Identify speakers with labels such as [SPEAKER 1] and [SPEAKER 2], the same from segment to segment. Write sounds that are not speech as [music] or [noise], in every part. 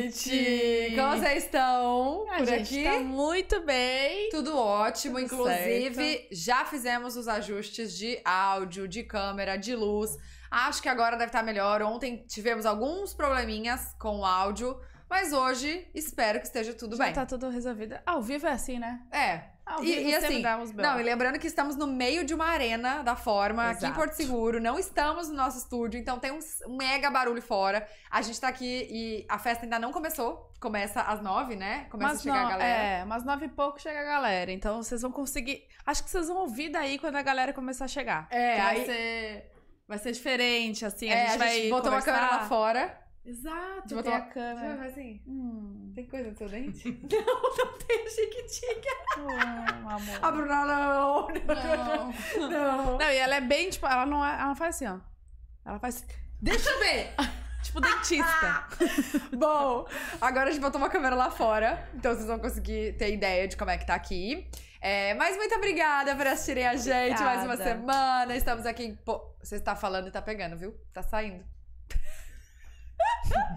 [SPEAKER 1] gente! Como vocês estão?
[SPEAKER 2] A
[SPEAKER 1] por
[SPEAKER 2] Ah, gente
[SPEAKER 1] aqui?
[SPEAKER 2] tá muito bem.
[SPEAKER 1] Tudo ótimo,
[SPEAKER 2] Tudo
[SPEAKER 1] inclusive já fizemos os ajustes de áudio, de câmera, de luz. Acho que agora deve estar melhor. Ontem tivemos alguns probleminhas com o áudio, mas hoje espero que esteja tudo
[SPEAKER 2] Já
[SPEAKER 1] bem.
[SPEAKER 2] tá tudo resolvido. Ao vivo é assim, né?
[SPEAKER 1] É.
[SPEAKER 2] Ao
[SPEAKER 1] E-
[SPEAKER 2] vivo
[SPEAKER 1] e
[SPEAKER 2] sempre
[SPEAKER 1] assim,
[SPEAKER 2] damos bem.
[SPEAKER 1] Não, e lembrando que estamos no meio de uma arena da forma aqui em
[SPEAKER 2] Exato.
[SPEAKER 1] Porto Seguro, não estamos no nosso estúdio, então tem um s- um mega barulho fora. A gente tá aqui e a festa ainda não começou, começa às nove, né? Começa a
[SPEAKER 2] mas
[SPEAKER 1] chegar
[SPEAKER 2] não,
[SPEAKER 1] a galera.
[SPEAKER 2] É, mas nove e pouco chega a galera. Então vocês vão conseguir. Acho que vocês vão ouvir daí quando a galera começar a chegar.
[SPEAKER 1] É,
[SPEAKER 2] Que vai,
[SPEAKER 1] aí-
[SPEAKER 2] ser, vai ser diferente, assim.
[SPEAKER 1] É,
[SPEAKER 2] a gente vai.
[SPEAKER 1] botou
[SPEAKER 2] conversar. É.
[SPEAKER 1] uma câmera lá fora.
[SPEAKER 2] Exato,
[SPEAKER 1] gente
[SPEAKER 2] botou
[SPEAKER 1] botou
[SPEAKER 2] a
[SPEAKER 1] uma-
[SPEAKER 2] câmera.
[SPEAKER 1] assim, [laughs]
[SPEAKER 2] Hum,
[SPEAKER 1] tem coisa no seu
[SPEAKER 2] [laughs]
[SPEAKER 1] dente?
[SPEAKER 2] hum, amor.
[SPEAKER 1] ah, Bruna, não!
[SPEAKER 2] Não.
[SPEAKER 1] [laughs] Não!
[SPEAKER 2] Não, e ela é bem, tipo, ela não, é- ela não faz assim, ó. Ela faz,
[SPEAKER 1] Deixa eu ver!
[SPEAKER 2] tipo, dentista.
[SPEAKER 1] Bom, agora a gente botou uma câmera lá fora, então vocês vão conseguir ter ideia de como é que tá aqui. É, mas muito obrigada por assistirem a gente mais uma
[SPEAKER 2] Obrigada.
[SPEAKER 1] semana. Estamos aqui em. Po... Você tá falando e tá pegando, viu? Tá saindo. [laughs]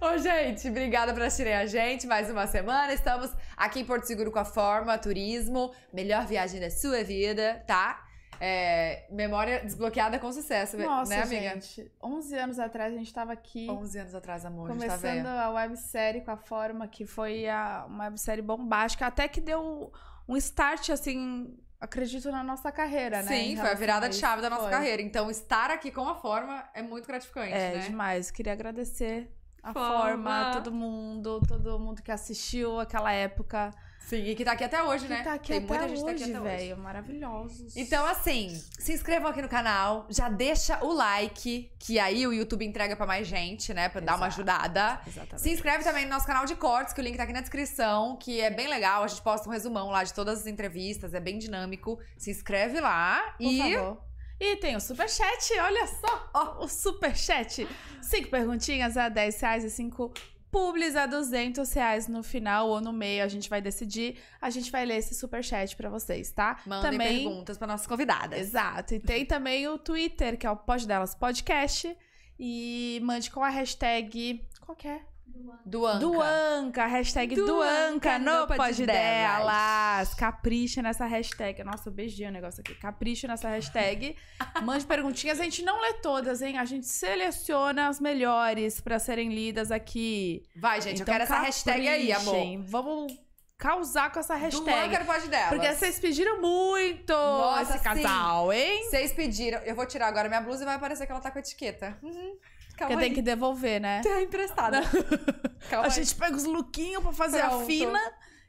[SPEAKER 1] Ô, gente, obrigada por assistirem a gente mais uma semana. Estamos aqui em Porto Seguro com a Forma Turismo, melhor viagem da sua vida, tá? É, memória desbloqueada com sucesso,
[SPEAKER 2] Nossa,
[SPEAKER 1] né, amiga?
[SPEAKER 2] gente. 11 anos atrás, a gente tava aqui...
[SPEAKER 1] 11 anos atrás, amor, a gente tá
[SPEAKER 2] Começando
[SPEAKER 1] vendo.
[SPEAKER 2] a websérie com a forma que foi a, uma websérie bombástica, até que deu um start, assim, acredito, na nossa carreira, né? em
[SPEAKER 1] Sim, foi a
[SPEAKER 2] relação
[SPEAKER 1] virada
[SPEAKER 2] a
[SPEAKER 1] de
[SPEAKER 2] isso.
[SPEAKER 1] chave da nossa
[SPEAKER 2] Foi.
[SPEAKER 1] carreira. Então, estar aqui com a forma é muito gratificante,
[SPEAKER 2] É,
[SPEAKER 1] né?
[SPEAKER 2] demais. Queria agradecer a
[SPEAKER 1] Forma.
[SPEAKER 2] forma. todo mundo, todo mundo que assistiu aquela época.
[SPEAKER 1] Sim, e que tá aqui até hoje, né?
[SPEAKER 2] Que tá aqui
[SPEAKER 1] Tem
[SPEAKER 2] até
[SPEAKER 1] muita gente que tá
[SPEAKER 2] hoje,
[SPEAKER 1] aqui até hoje.
[SPEAKER 2] velho. Maravilhosos.
[SPEAKER 1] Então, assim, se inscrevam aqui no canal, já deixa o like, que aí o YouTube entrega pra mais gente, né? Pra dar uma
[SPEAKER 2] Exato.
[SPEAKER 1] ajudada.
[SPEAKER 2] Exatamente.
[SPEAKER 1] assim, Se inscreve tá também no nosso canal de cortes, que o link tá aqui na descrição, que é bem legal. A gente posta um resumão lá de todas as entrevistas, é bem dinâmico. Se inscreve lá
[SPEAKER 2] Por
[SPEAKER 1] e.
[SPEAKER 2] favor. E tem o superchat, olha só! Ó, o superchat. Cinco perguntinhas a 10 reais e cinco publis a 200 reais no final ou no meio. A gente vai decidir. A gente vai ler esse superchat pra vocês, tá?
[SPEAKER 1] Mandem
[SPEAKER 2] também...
[SPEAKER 1] perguntas pra nossas convidadas.
[SPEAKER 2] Exato. E tem também o Twitter, que é o Pod Delas Podcast. E mande com a hashtag... Qual que é?
[SPEAKER 1] Do Anca.
[SPEAKER 2] Duanca, hashtag
[SPEAKER 1] Do
[SPEAKER 2] Duanca
[SPEAKER 1] Anca
[SPEAKER 2] no
[SPEAKER 1] no Pod
[SPEAKER 2] pod delas.
[SPEAKER 1] Delas.
[SPEAKER 2] Capricha nessa hashtag. Nossa, eu beijei o negócio aqui. Capricha nessa
[SPEAKER 1] [laughs]
[SPEAKER 2] hashtag. Mande perguntinhas. A gente não lê todas, hein? A gente seleciona as melhores pra serem lidas aqui. Então,
[SPEAKER 1] Vai, gente, eu quero essa hashtag aí, amor.
[SPEAKER 2] caprichem. Vamos causar com essa
[SPEAKER 1] Do
[SPEAKER 2] hashtag.
[SPEAKER 1] Bunker pode dela.
[SPEAKER 2] Porque vocês pediram muito
[SPEAKER 1] Nossa,
[SPEAKER 2] esse casal, hein?
[SPEAKER 1] Vocês pediram. Eu vou tirar agora minha blusa e vai aparecer que ela tá com etiqueta. Uhum. Calma
[SPEAKER 2] Porque
[SPEAKER 1] aí.
[SPEAKER 2] tem que devolver, né?
[SPEAKER 1] Tá emprestada. [laughs] Calma
[SPEAKER 2] a
[SPEAKER 1] aí.
[SPEAKER 2] gente pega os lookinhos pra fazer a
[SPEAKER 1] Pronto.
[SPEAKER 2] fina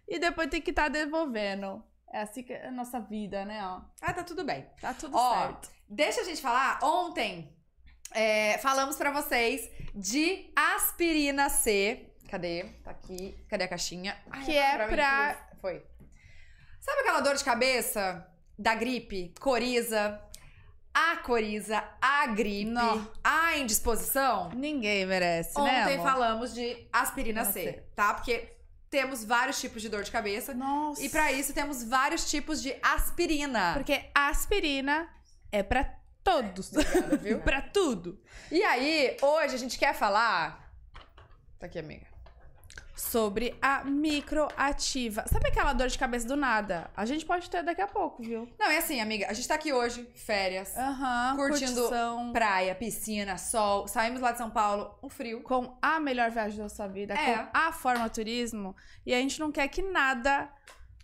[SPEAKER 2] e depois tem que estar devolvendo. É assim que é a nossa vida, né? Ó,
[SPEAKER 1] Ah, tá tudo bem.
[SPEAKER 2] tá tudo
[SPEAKER 1] Ó,
[SPEAKER 2] certo.
[SPEAKER 1] Deixa a gente falar. Ontem é, falamos pra vocês de aspirina C. Cadê? Tá aqui. Cadê a caixinha? Ai,
[SPEAKER 2] Que é
[SPEAKER 1] mim,
[SPEAKER 2] pra-
[SPEAKER 1] Cris. Foi. Sabe aquela dor de cabeça da gripe? Coriza. A coriza, a gripe,
[SPEAKER 2] Nó.
[SPEAKER 1] a indisposição.
[SPEAKER 2] Ninguém merece, né?
[SPEAKER 1] Ontem
[SPEAKER 2] amor?
[SPEAKER 1] falamos de aspirina
[SPEAKER 2] Aspirina
[SPEAKER 1] C,
[SPEAKER 2] C.
[SPEAKER 1] tá? Porque temos vários tipos de dor de cabeça.
[SPEAKER 2] Nossa.
[SPEAKER 1] E pra isso temos vários tipos de aspirina.
[SPEAKER 2] Porque a aspirina é pra todos. [laughs]
[SPEAKER 1] Obrigada, viu?
[SPEAKER 2] pra tudo.
[SPEAKER 1] E aí, hoje a gente quer falar. Tá aqui, amiga.
[SPEAKER 2] Sobre a microativa. Sabe aquela dor de cabeça do nada? A gente pode ter daqui a pouco, viu?
[SPEAKER 1] Não, é assim, amiga. A gente tá aqui hoje, férias,
[SPEAKER 2] Ah. Aham.
[SPEAKER 1] Curtindo-
[SPEAKER 2] curtição
[SPEAKER 1] praia, piscina, sol. Saímos lá de São Paulo, um frio.
[SPEAKER 2] com a melhor viagem da sua vida,
[SPEAKER 1] É.
[SPEAKER 2] com a forma turismo. E a gente não quer que nada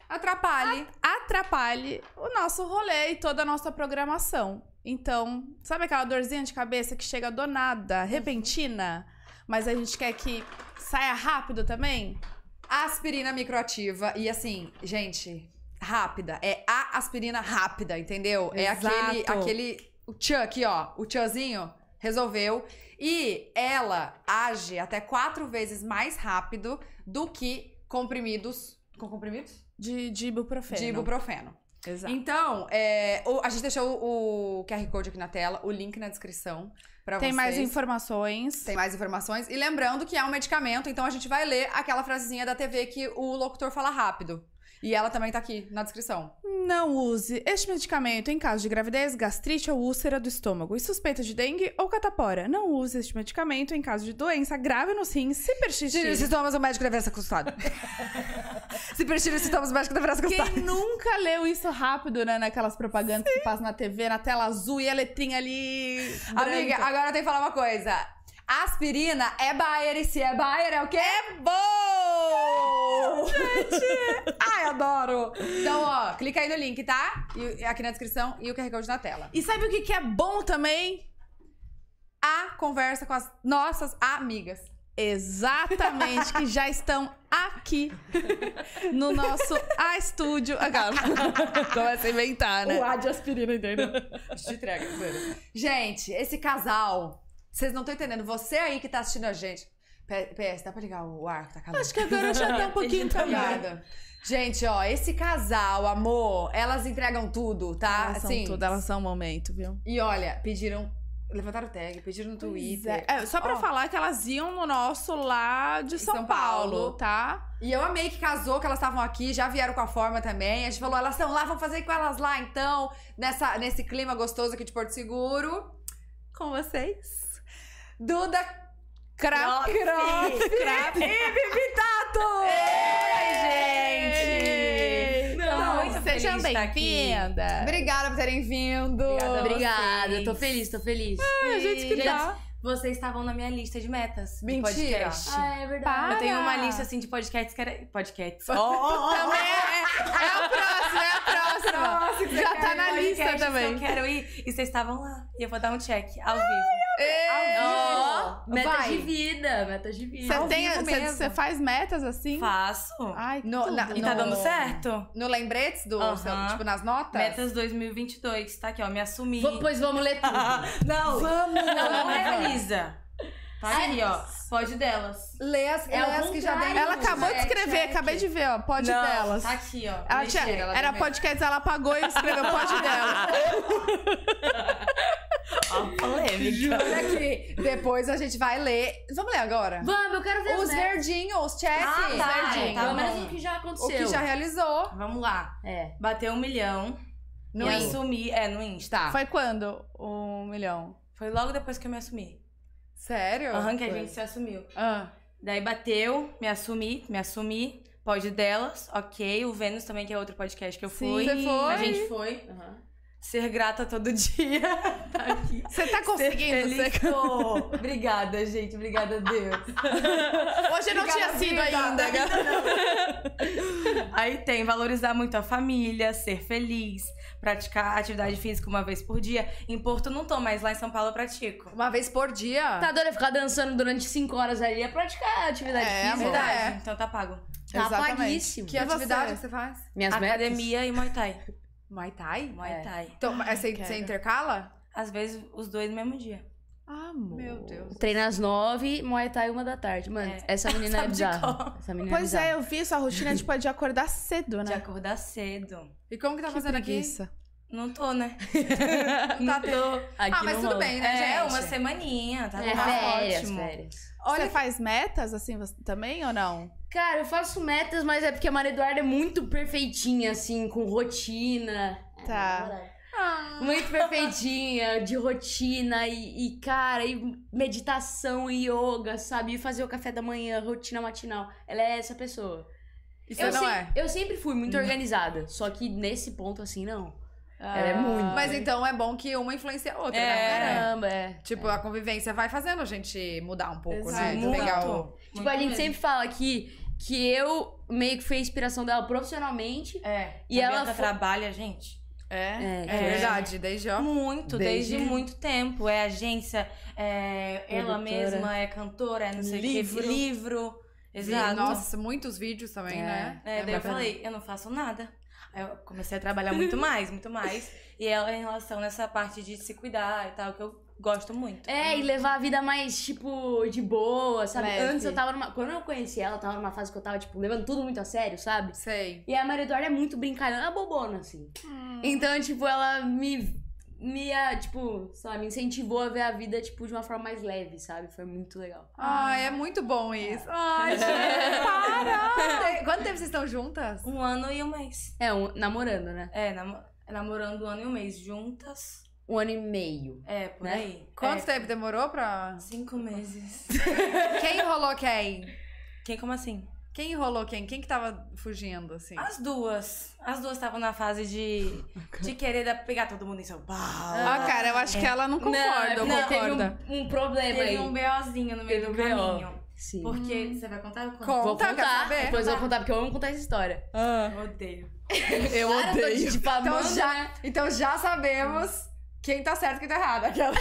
[SPEAKER 1] Atrapalhe.
[SPEAKER 2] atrapalhe o nosso rolê e toda a nossa programação. Então, sabe aquela dorzinha de cabeça que chega do nada, repentina, mas a gente quer que saia rápido também?
[SPEAKER 1] aspirina microativa e assim, gente, rápida. É a aspirina rápida, entendeu?
[SPEAKER 2] Exato.
[SPEAKER 1] É aquele, aquele o tchan aqui, ó, o tchanzinho resolveu e ela age até quatro vezes mais rápido do que comprimidos, com comprimidos?
[SPEAKER 2] De, de ibuprofeno.
[SPEAKER 1] De ibuprofeno.
[SPEAKER 2] Exato.
[SPEAKER 1] Então, é, o- a gente deixou o, o QR Code aqui na tela, o link na descrição pra
[SPEAKER 2] Tem
[SPEAKER 1] vocês.
[SPEAKER 2] mais informações.
[SPEAKER 1] Tem mais informações. E lembrando que é um medicamento, então a gente vai ler aquela frasezinha da TV que o locutor fala rápido. E ela também tá aqui na descrição.
[SPEAKER 2] Não use este medicamento em caso de gravidez, gastrite ou úlcera do estômago e suspeita de dengue ou catapora. Não use este medicamento em caso de doença grave nos rins, se
[SPEAKER 1] Tire os
[SPEAKER 2] persistir.
[SPEAKER 1] sintomas, o médico deverá ser [laughs] consultado. Se persistir os sintomas, o médico deverá ser consultado.
[SPEAKER 2] Quem nunca leu isso rápido, né? Naquelas propagandas que passam na TV, na tela azul e a letrinha ali.
[SPEAKER 1] Amiga,
[SPEAKER 2] branca.
[SPEAKER 1] agora eu tenho que falar uma coisa. Aspirina é Bayer e se é Bayer é o quê? É bom! [laughs] Gente! Ai, adoro! Então, ó, clica aí no link, tá? E, aqui na descrição e o QR Code na tela.
[SPEAKER 2] E sabe o que, que é bom também?
[SPEAKER 1] A conversa com as nossas amigas.
[SPEAKER 2] Exatamente, que já estão aqui no nosso A Estúdio. [laughs] Começa a inventar, né?
[SPEAKER 1] A de aspirina, entendeu? De entrega, sério. Gente, esse casal, vocês não estão entendendo. Você aí que tá assistindo a gente. P- PS, dá pra ligar o ar que tá calando?
[SPEAKER 2] Acho que agora já tá um pouquinho também.
[SPEAKER 1] Obrigada. Gente, ó, esse casal, amor, elas entregam tudo, tá?
[SPEAKER 2] Elas são
[SPEAKER 1] Assim,
[SPEAKER 2] tudo, elas são um momento, viu?
[SPEAKER 1] E olha, pediram. Levantaram o tag, pediram no Twitter.
[SPEAKER 2] É, só pra
[SPEAKER 1] Ó.
[SPEAKER 2] falar que elas iam no nosso lá de São,
[SPEAKER 1] São
[SPEAKER 2] Paulo,
[SPEAKER 1] Paulo.
[SPEAKER 2] tá?
[SPEAKER 1] E eu amei que casou, que elas estavam aqui, já vieram com a forma também. A gente falou, elas estão lá, vamos fazer com elas lá então, nessa, nesse clima gostoso aqui de Porto Seguro. Com vocês, Duda
[SPEAKER 2] Crop,
[SPEAKER 1] Crap.
[SPEAKER 2] crop.
[SPEAKER 1] e Bibi Tato!
[SPEAKER 2] Ei, gente!
[SPEAKER 1] Não,
[SPEAKER 2] Então, sejam
[SPEAKER 1] muito feliz de estar aqui.
[SPEAKER 2] bem-vindas!
[SPEAKER 1] Obrigada por terem vindo.
[SPEAKER 2] Obrigada a vocês.
[SPEAKER 3] Obrigada, eu tô feliz, tô feliz.
[SPEAKER 2] Ah, gente, que
[SPEAKER 3] Gente,
[SPEAKER 2] dá!
[SPEAKER 3] Vocês estavam na minha lista de metas. de
[SPEAKER 1] Mentira.
[SPEAKER 3] podcast.
[SPEAKER 2] Ah,
[SPEAKER 3] é
[SPEAKER 2] verdade.
[SPEAKER 3] Eu tenho uma
[SPEAKER 2] Para.
[SPEAKER 3] lista assim de podcasts que era. Podcasts. [laughs]
[SPEAKER 2] Também é, é o próximo, é a próxima! Já tá na
[SPEAKER 3] Podcasts
[SPEAKER 2] lista
[SPEAKER 3] que
[SPEAKER 2] também.
[SPEAKER 3] Eu quero ir. E vocês estavam lá. E eu vou dar um check ao vivo.
[SPEAKER 1] Ó,
[SPEAKER 3] Metas
[SPEAKER 1] vai.
[SPEAKER 3] de vida, metas de vida.
[SPEAKER 2] Você
[SPEAKER 1] Ao
[SPEAKER 2] tem,
[SPEAKER 1] vivo
[SPEAKER 2] você-
[SPEAKER 1] mesmo.
[SPEAKER 2] você faz metas assim?
[SPEAKER 3] Faço.
[SPEAKER 2] Ai,
[SPEAKER 1] No-
[SPEAKER 2] tudo.
[SPEAKER 1] na-
[SPEAKER 3] e tá
[SPEAKER 1] no-
[SPEAKER 3] dando certo?
[SPEAKER 1] No lembretes do,
[SPEAKER 3] Aham.
[SPEAKER 1] seu- tipo, nas notas?
[SPEAKER 3] Metas 2022, tá aqui, ó. Me assumi.
[SPEAKER 4] V- pois vamos ler tudo.
[SPEAKER 3] não, não,
[SPEAKER 1] Vamos!
[SPEAKER 3] não é realiza. Tá aí, ó. Pode delas.
[SPEAKER 1] Lê as, lê
[SPEAKER 4] É ao
[SPEAKER 1] as que já
[SPEAKER 4] contrário.
[SPEAKER 1] deram.
[SPEAKER 2] Ela acabou de escrever, acabei de ver, ó, pode
[SPEAKER 3] Não,
[SPEAKER 2] delas.
[SPEAKER 3] Tá aqui, ó.
[SPEAKER 2] Ela tá
[SPEAKER 3] Mentira,
[SPEAKER 2] tinha,
[SPEAKER 1] ela
[SPEAKER 2] era
[SPEAKER 1] tem medo.
[SPEAKER 2] podcast, ela apagou e escreveu pode dela.
[SPEAKER 3] Ó,
[SPEAKER 2] [laughs]
[SPEAKER 3] polêmica.
[SPEAKER 1] Olha aqui. [laughs] Depois a gente vai ler. Vamos ler agora?
[SPEAKER 4] Vamos, eu quero ver
[SPEAKER 1] Os
[SPEAKER 4] metas.
[SPEAKER 1] verdinhos, check.
[SPEAKER 3] Ah, tá.
[SPEAKER 1] Verdinho.
[SPEAKER 3] Tá bom.
[SPEAKER 4] Pelo menos o que já aconteceu.
[SPEAKER 1] O que já realizou.
[SPEAKER 3] Vamos lá.
[SPEAKER 4] É.
[SPEAKER 3] Bateu um milhão.
[SPEAKER 1] No
[SPEAKER 3] me
[SPEAKER 1] Insta.
[SPEAKER 3] assumi. É, no Insta.
[SPEAKER 1] Tá.
[SPEAKER 2] Foi quando? Um milhão.
[SPEAKER 3] Foi logo depois que eu me assumi.
[SPEAKER 1] Sério?
[SPEAKER 3] Aham, que a
[SPEAKER 1] Foi.
[SPEAKER 3] gente se assumiu.
[SPEAKER 1] Ah.
[SPEAKER 3] Daí bateu, me assumi, me assumi. Pode delas, ok. O Vênus também, que é outro podcast que eu
[SPEAKER 2] Sim,
[SPEAKER 3] fui.
[SPEAKER 2] você foi.
[SPEAKER 3] A gente foi.
[SPEAKER 4] Aham.
[SPEAKER 3] Ser grata todo dia. [laughs] Tá aqui.
[SPEAKER 2] Você tá
[SPEAKER 3] [laughs] Ser
[SPEAKER 2] conseguindo?
[SPEAKER 3] feliz,
[SPEAKER 2] Você-
[SPEAKER 3] tô. Obrigada, gente. Obrigada a Deus.
[SPEAKER 2] Hoje não tinha
[SPEAKER 3] tá.
[SPEAKER 2] sido ainda.
[SPEAKER 3] Aí tem valorizar muito a família, ser feliz, praticar atividade física uma vez por dia. Em Porto não tô, mas lá em São Paulo eu pratico.
[SPEAKER 1] Uma vez por dia.
[SPEAKER 4] Tá doida ficar dançando durante 5 horas ali é praticar atividade
[SPEAKER 2] É,
[SPEAKER 4] física.
[SPEAKER 2] amor.
[SPEAKER 3] Verdade. Então tá pago.
[SPEAKER 4] Tá
[SPEAKER 2] Exatamente.
[SPEAKER 4] apaguíssimo.
[SPEAKER 1] Que
[SPEAKER 2] E
[SPEAKER 1] atividade
[SPEAKER 2] você?
[SPEAKER 1] que você faz?
[SPEAKER 4] Minhas
[SPEAKER 3] Academia e Muay Thai.
[SPEAKER 1] Muay Thai?
[SPEAKER 3] Muay
[SPEAKER 4] É.
[SPEAKER 3] Thai.
[SPEAKER 1] Então, mas você,
[SPEAKER 2] quero.
[SPEAKER 1] você intercala?
[SPEAKER 3] Às vezes os dois no mesmo dia.
[SPEAKER 2] Amor.
[SPEAKER 1] Meu Deus.
[SPEAKER 4] Treina às 9, Muay Thai uma da tarde. Mano,
[SPEAKER 3] É.
[SPEAKER 4] essa menina é
[SPEAKER 3] Sabe de
[SPEAKER 4] bizarra.
[SPEAKER 3] cor.
[SPEAKER 4] Essa menina
[SPEAKER 2] Pois é, eu vi sua rotina, tipo, é de acordar cedo,
[SPEAKER 3] De
[SPEAKER 2] né?
[SPEAKER 3] acordar cedo.
[SPEAKER 1] E como que tá
[SPEAKER 2] Que
[SPEAKER 1] fazendo
[SPEAKER 2] preguiça.
[SPEAKER 3] Não tô, né?
[SPEAKER 1] aqui? Não tá
[SPEAKER 3] Tô.
[SPEAKER 4] Aqui
[SPEAKER 1] Ah, mas
[SPEAKER 4] [laughs] não
[SPEAKER 1] tudo
[SPEAKER 4] rola.
[SPEAKER 1] bem, né, gente?
[SPEAKER 3] É, uma semaninha, tá
[SPEAKER 4] É
[SPEAKER 3] tá
[SPEAKER 4] férias,
[SPEAKER 3] ótimo.
[SPEAKER 4] férias.
[SPEAKER 2] Você faz metas, assim, você- também ou não?
[SPEAKER 4] Cara, eu faço metas, mas é porque a Maria Eduarda é muito perfeitinha, assim, com rotina.
[SPEAKER 2] Tá.
[SPEAKER 4] É, na moral. Muito perfeitinha, de rotina e, e, cara, e meditação e yoga, sabe? E fazer o café da manhã, rotina matinal. Ela é essa pessoa.
[SPEAKER 1] E você
[SPEAKER 4] eu
[SPEAKER 1] não
[SPEAKER 4] se-
[SPEAKER 1] é?
[SPEAKER 4] Eu sempre fui muito organizada, só que nesse ponto, assim, não. Ela é muito.
[SPEAKER 1] Mas então é bom que uma influencia a outra,
[SPEAKER 3] É.
[SPEAKER 1] né?
[SPEAKER 4] Caramba, é.
[SPEAKER 1] Tipo, a convivência vai fazendo a gente mudar um pouco,
[SPEAKER 2] Exato.
[SPEAKER 1] né? De
[SPEAKER 3] Muito.
[SPEAKER 1] Pegar o...
[SPEAKER 4] Tipo, a gente sempre fala aqui que eu meio que fui a inspiração dela profissionalmente.
[SPEAKER 3] É.
[SPEAKER 4] E
[SPEAKER 3] E
[SPEAKER 4] ela
[SPEAKER 3] ela
[SPEAKER 4] fo-
[SPEAKER 3] trabalha, gente.
[SPEAKER 2] É?
[SPEAKER 4] É,
[SPEAKER 1] É verdade, desde ó.
[SPEAKER 3] Muito,
[SPEAKER 1] Desde-
[SPEAKER 3] desde, muito tempo. É agência, é ela
[SPEAKER 4] Produtora.
[SPEAKER 3] mesma é cantora, é não sei o
[SPEAKER 4] Livro.
[SPEAKER 3] que, livro. Exato.
[SPEAKER 1] Nossa, muitos vídeos também,
[SPEAKER 4] É.
[SPEAKER 1] né?
[SPEAKER 3] É, daí eu
[SPEAKER 1] bacana.
[SPEAKER 3] falei, eu não faço nada. Aí eu comecei a trabalhar muito mais, muito mais. E ela em relação nessa parte de se cuidar e tal, que eu gosto muito.
[SPEAKER 4] É, e levar a vida mais, tipo, de boa, sabe?
[SPEAKER 1] Leve.
[SPEAKER 4] Antes eu tava numa. Quando eu conheci ela, eu tava numa fase que eu tava, tipo, levando tudo muito a sério, sabe?
[SPEAKER 1] Sei.
[SPEAKER 4] E a Maria Eduarda é muito brincalhona, bobona, assim. Então, tipo, ela me. Me, ah, tipo, sei lá, me incentivou a ver a vida, tipo, de uma forma mais leve, sabe? Foi muito legal.
[SPEAKER 1] Ai, é muito bom isso. Ai, gente, para! [laughs] Quanto tempo vocês estão juntas?
[SPEAKER 3] Um ano e um mês.
[SPEAKER 4] É, um, namorando, né?
[SPEAKER 3] É, namo- namorando um ano e um mês juntas.
[SPEAKER 4] Um ano e meio.
[SPEAKER 3] É, por
[SPEAKER 4] Né?
[SPEAKER 3] aí.
[SPEAKER 1] Quanto
[SPEAKER 3] É,
[SPEAKER 1] tempo demorou pra...
[SPEAKER 3] Cinco meses.
[SPEAKER 1] Quem enrolou quem?
[SPEAKER 3] Quem, como assim?
[SPEAKER 1] Quem enrolou quem? Quem que tava fugindo, assim?
[SPEAKER 3] As duas. As duas estavam na fase de, de querer dar- pegar todo mundo em São Paulo.
[SPEAKER 2] Ah, cara, eu acho que ela não concorda,
[SPEAKER 4] é
[SPEAKER 2] ou
[SPEAKER 4] porque
[SPEAKER 2] concorda.
[SPEAKER 4] Teve um, um problema
[SPEAKER 3] Teve
[SPEAKER 4] aí.
[SPEAKER 3] um BOzinho no meio do
[SPEAKER 4] Teve um BO.
[SPEAKER 3] caminho.
[SPEAKER 4] Sim.
[SPEAKER 3] Porque, você vai contar? Eu
[SPEAKER 1] Com-
[SPEAKER 3] conto.
[SPEAKER 4] Vou
[SPEAKER 1] Conta,
[SPEAKER 4] contar,
[SPEAKER 1] quero saber.
[SPEAKER 4] depois eu vou contar, porque eu amo contar essa história.
[SPEAKER 3] Eu odeio.
[SPEAKER 2] Eu
[SPEAKER 4] Cara, eu tô te difamando.
[SPEAKER 1] Então já, então já sabemos quem tá certo e quem tá errado. Aquela...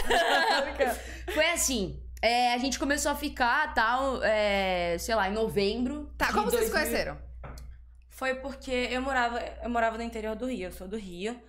[SPEAKER 4] Foi assim, é, a gente começou a ficar, tal, é, sei lá, em novembro.
[SPEAKER 1] Tá,
[SPEAKER 4] de
[SPEAKER 1] como vocês
[SPEAKER 4] 2000.
[SPEAKER 1] conheceram?
[SPEAKER 3] Foi porque eu morava, eu morava no interior do Rio, eu sou do Rio.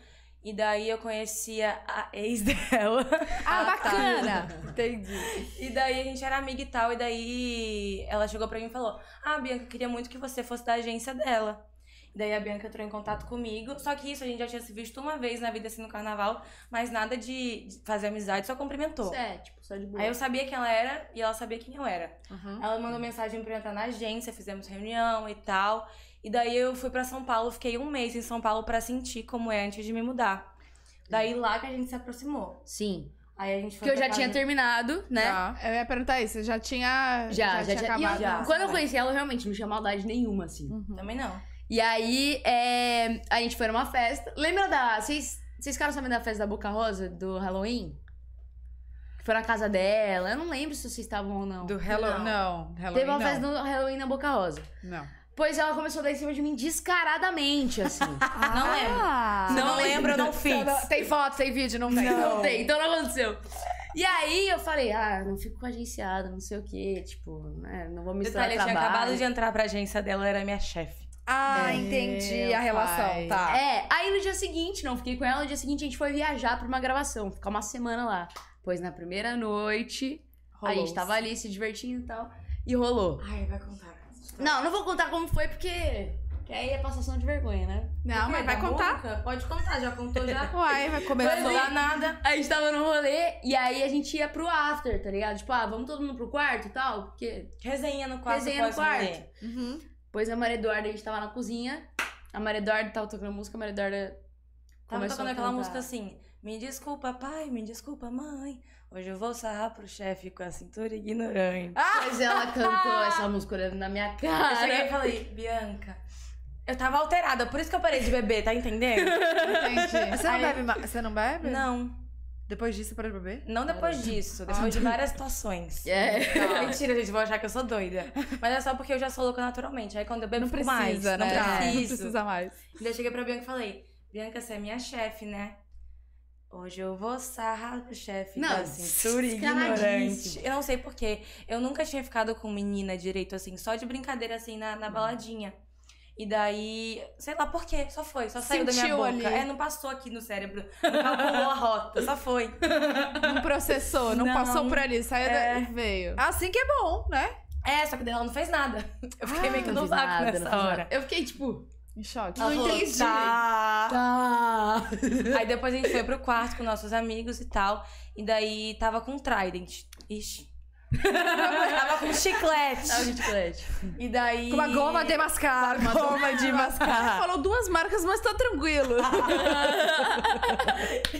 [SPEAKER 3] E daí eu conhecia a ex [laughs] dela.
[SPEAKER 4] tá.
[SPEAKER 1] Ah,
[SPEAKER 2] né?
[SPEAKER 1] bacana!
[SPEAKER 4] [laughs] Entendi.
[SPEAKER 3] E daí a gente era amiga e tal. E daí ela chegou pra mim e falou: Ah, Bianca, eu queria muito que você fosse da agência dela. E daí a Bianca entrou em contato comigo. Só que isso a gente já tinha se visto uma vez na vida assim no carnaval, mas nada de de fazer amizade, só cumprimentou.
[SPEAKER 4] É, tipo, só de boa.
[SPEAKER 3] Aí eu sabia quem ela era e ela sabia quem eu era.
[SPEAKER 1] Uhum.
[SPEAKER 3] Ela mandou mensagem pra eu entrar na agência, fizemos reunião e tal. E daí eu fui pra São Paulo, fiquei um mês em São Paulo pra sentir como é antes de me mudar. Daí lá que a gente se aproximou.
[SPEAKER 4] Sim.
[SPEAKER 3] Aí a gente foi
[SPEAKER 4] Porque Uhum. eu
[SPEAKER 3] pra
[SPEAKER 4] já tinha
[SPEAKER 3] casa-
[SPEAKER 4] terminado, né?
[SPEAKER 1] Tá.
[SPEAKER 2] Eu ia perguntar isso, já tinha.
[SPEAKER 4] Já, já, tinha. e eu-
[SPEAKER 2] acabado.
[SPEAKER 3] Já.
[SPEAKER 4] Quando eu conheci ela, eu realmente não tinha maldade nenhuma, assim.
[SPEAKER 1] Hum.
[SPEAKER 3] Também não.
[SPEAKER 4] E aí, é, a gente foi numa festa. Lembra da. Vocês vocês ficaram sabendo da festa da Boca Rosa, do Halloween? Que foi na casa dela. Eu não lembro se vocês estavam ou não.
[SPEAKER 1] Do Halloween? Não.
[SPEAKER 4] Teve
[SPEAKER 1] Halloween,
[SPEAKER 4] uma
[SPEAKER 1] não.
[SPEAKER 4] festa do Halloween na Boca Rosa.
[SPEAKER 1] Não.
[SPEAKER 4] Pois ela começou a dar em cima de mim descaradamente, assim.
[SPEAKER 3] Não lembro.
[SPEAKER 2] Ah,
[SPEAKER 3] não é- lembro, eu não fiz.
[SPEAKER 1] Tem foto, tem vídeo, não tem.
[SPEAKER 4] Não tem, então não aconteceu. E aí eu falei, ah, não fico com agenciada, não sei o quê, tipo, né, não vou misturar
[SPEAKER 3] Detalhe, eu tinha
[SPEAKER 4] trabalho.
[SPEAKER 3] acabado de entrar pra agência dela, era minha chefe.
[SPEAKER 1] Ah,
[SPEAKER 2] É,
[SPEAKER 1] entendi a relação,
[SPEAKER 2] pai.
[SPEAKER 1] tá.
[SPEAKER 4] É, aí no dia seguinte, não fiquei com ela, no dia seguinte a gente foi viajar pra uma gravação, ficar uma semana lá. Pois na primeira noite, a gente tava ali se divertindo e tal, e rolou.
[SPEAKER 3] Ai, vai contar.
[SPEAKER 4] Não, não vou contar como foi, porque que aí é passação de vergonha, né?
[SPEAKER 2] Não,
[SPEAKER 1] tá
[SPEAKER 2] mas vai contar.
[SPEAKER 3] Pode contar, já contou já.
[SPEAKER 2] Uai, vai
[SPEAKER 3] Vai
[SPEAKER 2] começar.
[SPEAKER 3] falar nada.
[SPEAKER 4] A gente tava no rolê, e aí a gente ia pro after, tá ligado? Tipo, ah, vamos todo mundo pro quarto e tal, porque
[SPEAKER 3] Resenha no quarto.
[SPEAKER 4] Resenha no quarto.
[SPEAKER 3] pós-rolê.
[SPEAKER 1] Uhum.
[SPEAKER 4] Pois a Maria Eduarda, a gente tava na cozinha. A Maria Eduarda tava tocando música, a Maria Eduarda.
[SPEAKER 3] Tava
[SPEAKER 4] começou
[SPEAKER 3] tocando
[SPEAKER 4] a
[SPEAKER 3] aquela
[SPEAKER 4] cantar.
[SPEAKER 3] música assim. Me desculpa, pai, me desculpa, mãe. Hoje eu vou sarrar pro chefe com a cintura ignorante.
[SPEAKER 4] Mas ela [laughs] cantou Ah! essa música olhando na minha
[SPEAKER 3] Eu cheguei
[SPEAKER 4] cara.
[SPEAKER 3] e falei, Bianca, eu tava alterada, por isso que eu parei de beber,
[SPEAKER 2] [laughs]
[SPEAKER 3] tá entendendo?
[SPEAKER 2] Entendi.
[SPEAKER 1] Você não
[SPEAKER 3] Aí-
[SPEAKER 1] bebe? ma- Você não bebe?
[SPEAKER 3] não,
[SPEAKER 1] Depois disso, para de beber?
[SPEAKER 3] não depois disso, depois de
[SPEAKER 2] [laughs]
[SPEAKER 3] várias situações.
[SPEAKER 4] É.
[SPEAKER 3] [laughs] Mentira, gente, vou achar que eu sou doida. Mas é só porque eu já sou louca naturalmente. Aí quando eu bebo,
[SPEAKER 2] Não
[SPEAKER 3] eu fico mais.
[SPEAKER 2] precisa, né?
[SPEAKER 3] Não
[SPEAKER 2] Não
[SPEAKER 3] preciso.
[SPEAKER 2] precisa mais.
[SPEAKER 3] Daí eu cheguei pra Bianca e falei: Bianca, você é minha chefe, né? Hoje eu vou sarrar o chefe
[SPEAKER 4] Não,
[SPEAKER 3] da cintura ignorante.
[SPEAKER 4] descaradíssimo.
[SPEAKER 3] Eu não sei porquê. Eu nunca tinha ficado com menina direito, assim, só de brincadeira, assim, na,
[SPEAKER 2] Hum.
[SPEAKER 3] na baladinha. E daí, sei lá por quê, só foi, só saiu da minha
[SPEAKER 2] Sentiu
[SPEAKER 3] boca.
[SPEAKER 2] ali.
[SPEAKER 3] É, não passou aqui no cérebro, não calculou a rota, só foi.
[SPEAKER 2] Não processou, não,
[SPEAKER 3] Não.
[SPEAKER 2] passou por ali, saiu
[SPEAKER 3] É.
[SPEAKER 2] da... veio.
[SPEAKER 1] Assim que é bom, né?
[SPEAKER 3] É, só que daí ela não fez nada. Eu fiquei meio que
[SPEAKER 4] Ah, não
[SPEAKER 3] no
[SPEAKER 4] fiz
[SPEAKER 3] vácuo
[SPEAKER 4] nada, não
[SPEAKER 3] nessa
[SPEAKER 4] fiz nada.
[SPEAKER 3] hora.
[SPEAKER 4] Eu fiquei tipo.
[SPEAKER 2] Em choque.
[SPEAKER 4] Ela
[SPEAKER 2] Não
[SPEAKER 4] falou,
[SPEAKER 2] entendi.
[SPEAKER 3] Tá.
[SPEAKER 4] Tá.
[SPEAKER 3] Aí depois a gente foi pro quarto com nossos amigos e tal. E daí tava com Trident. Ixi. [laughs]
[SPEAKER 2] Tá
[SPEAKER 3] tava com
[SPEAKER 4] Tava
[SPEAKER 3] chiclete.
[SPEAKER 4] de chiclete.
[SPEAKER 3] E daí.
[SPEAKER 1] Com uma
[SPEAKER 4] [laughs]
[SPEAKER 1] goma de mascar.
[SPEAKER 3] Uma goma de
[SPEAKER 2] Ela
[SPEAKER 3] mascar.
[SPEAKER 2] falou duas marcas, mas tá tranquilo.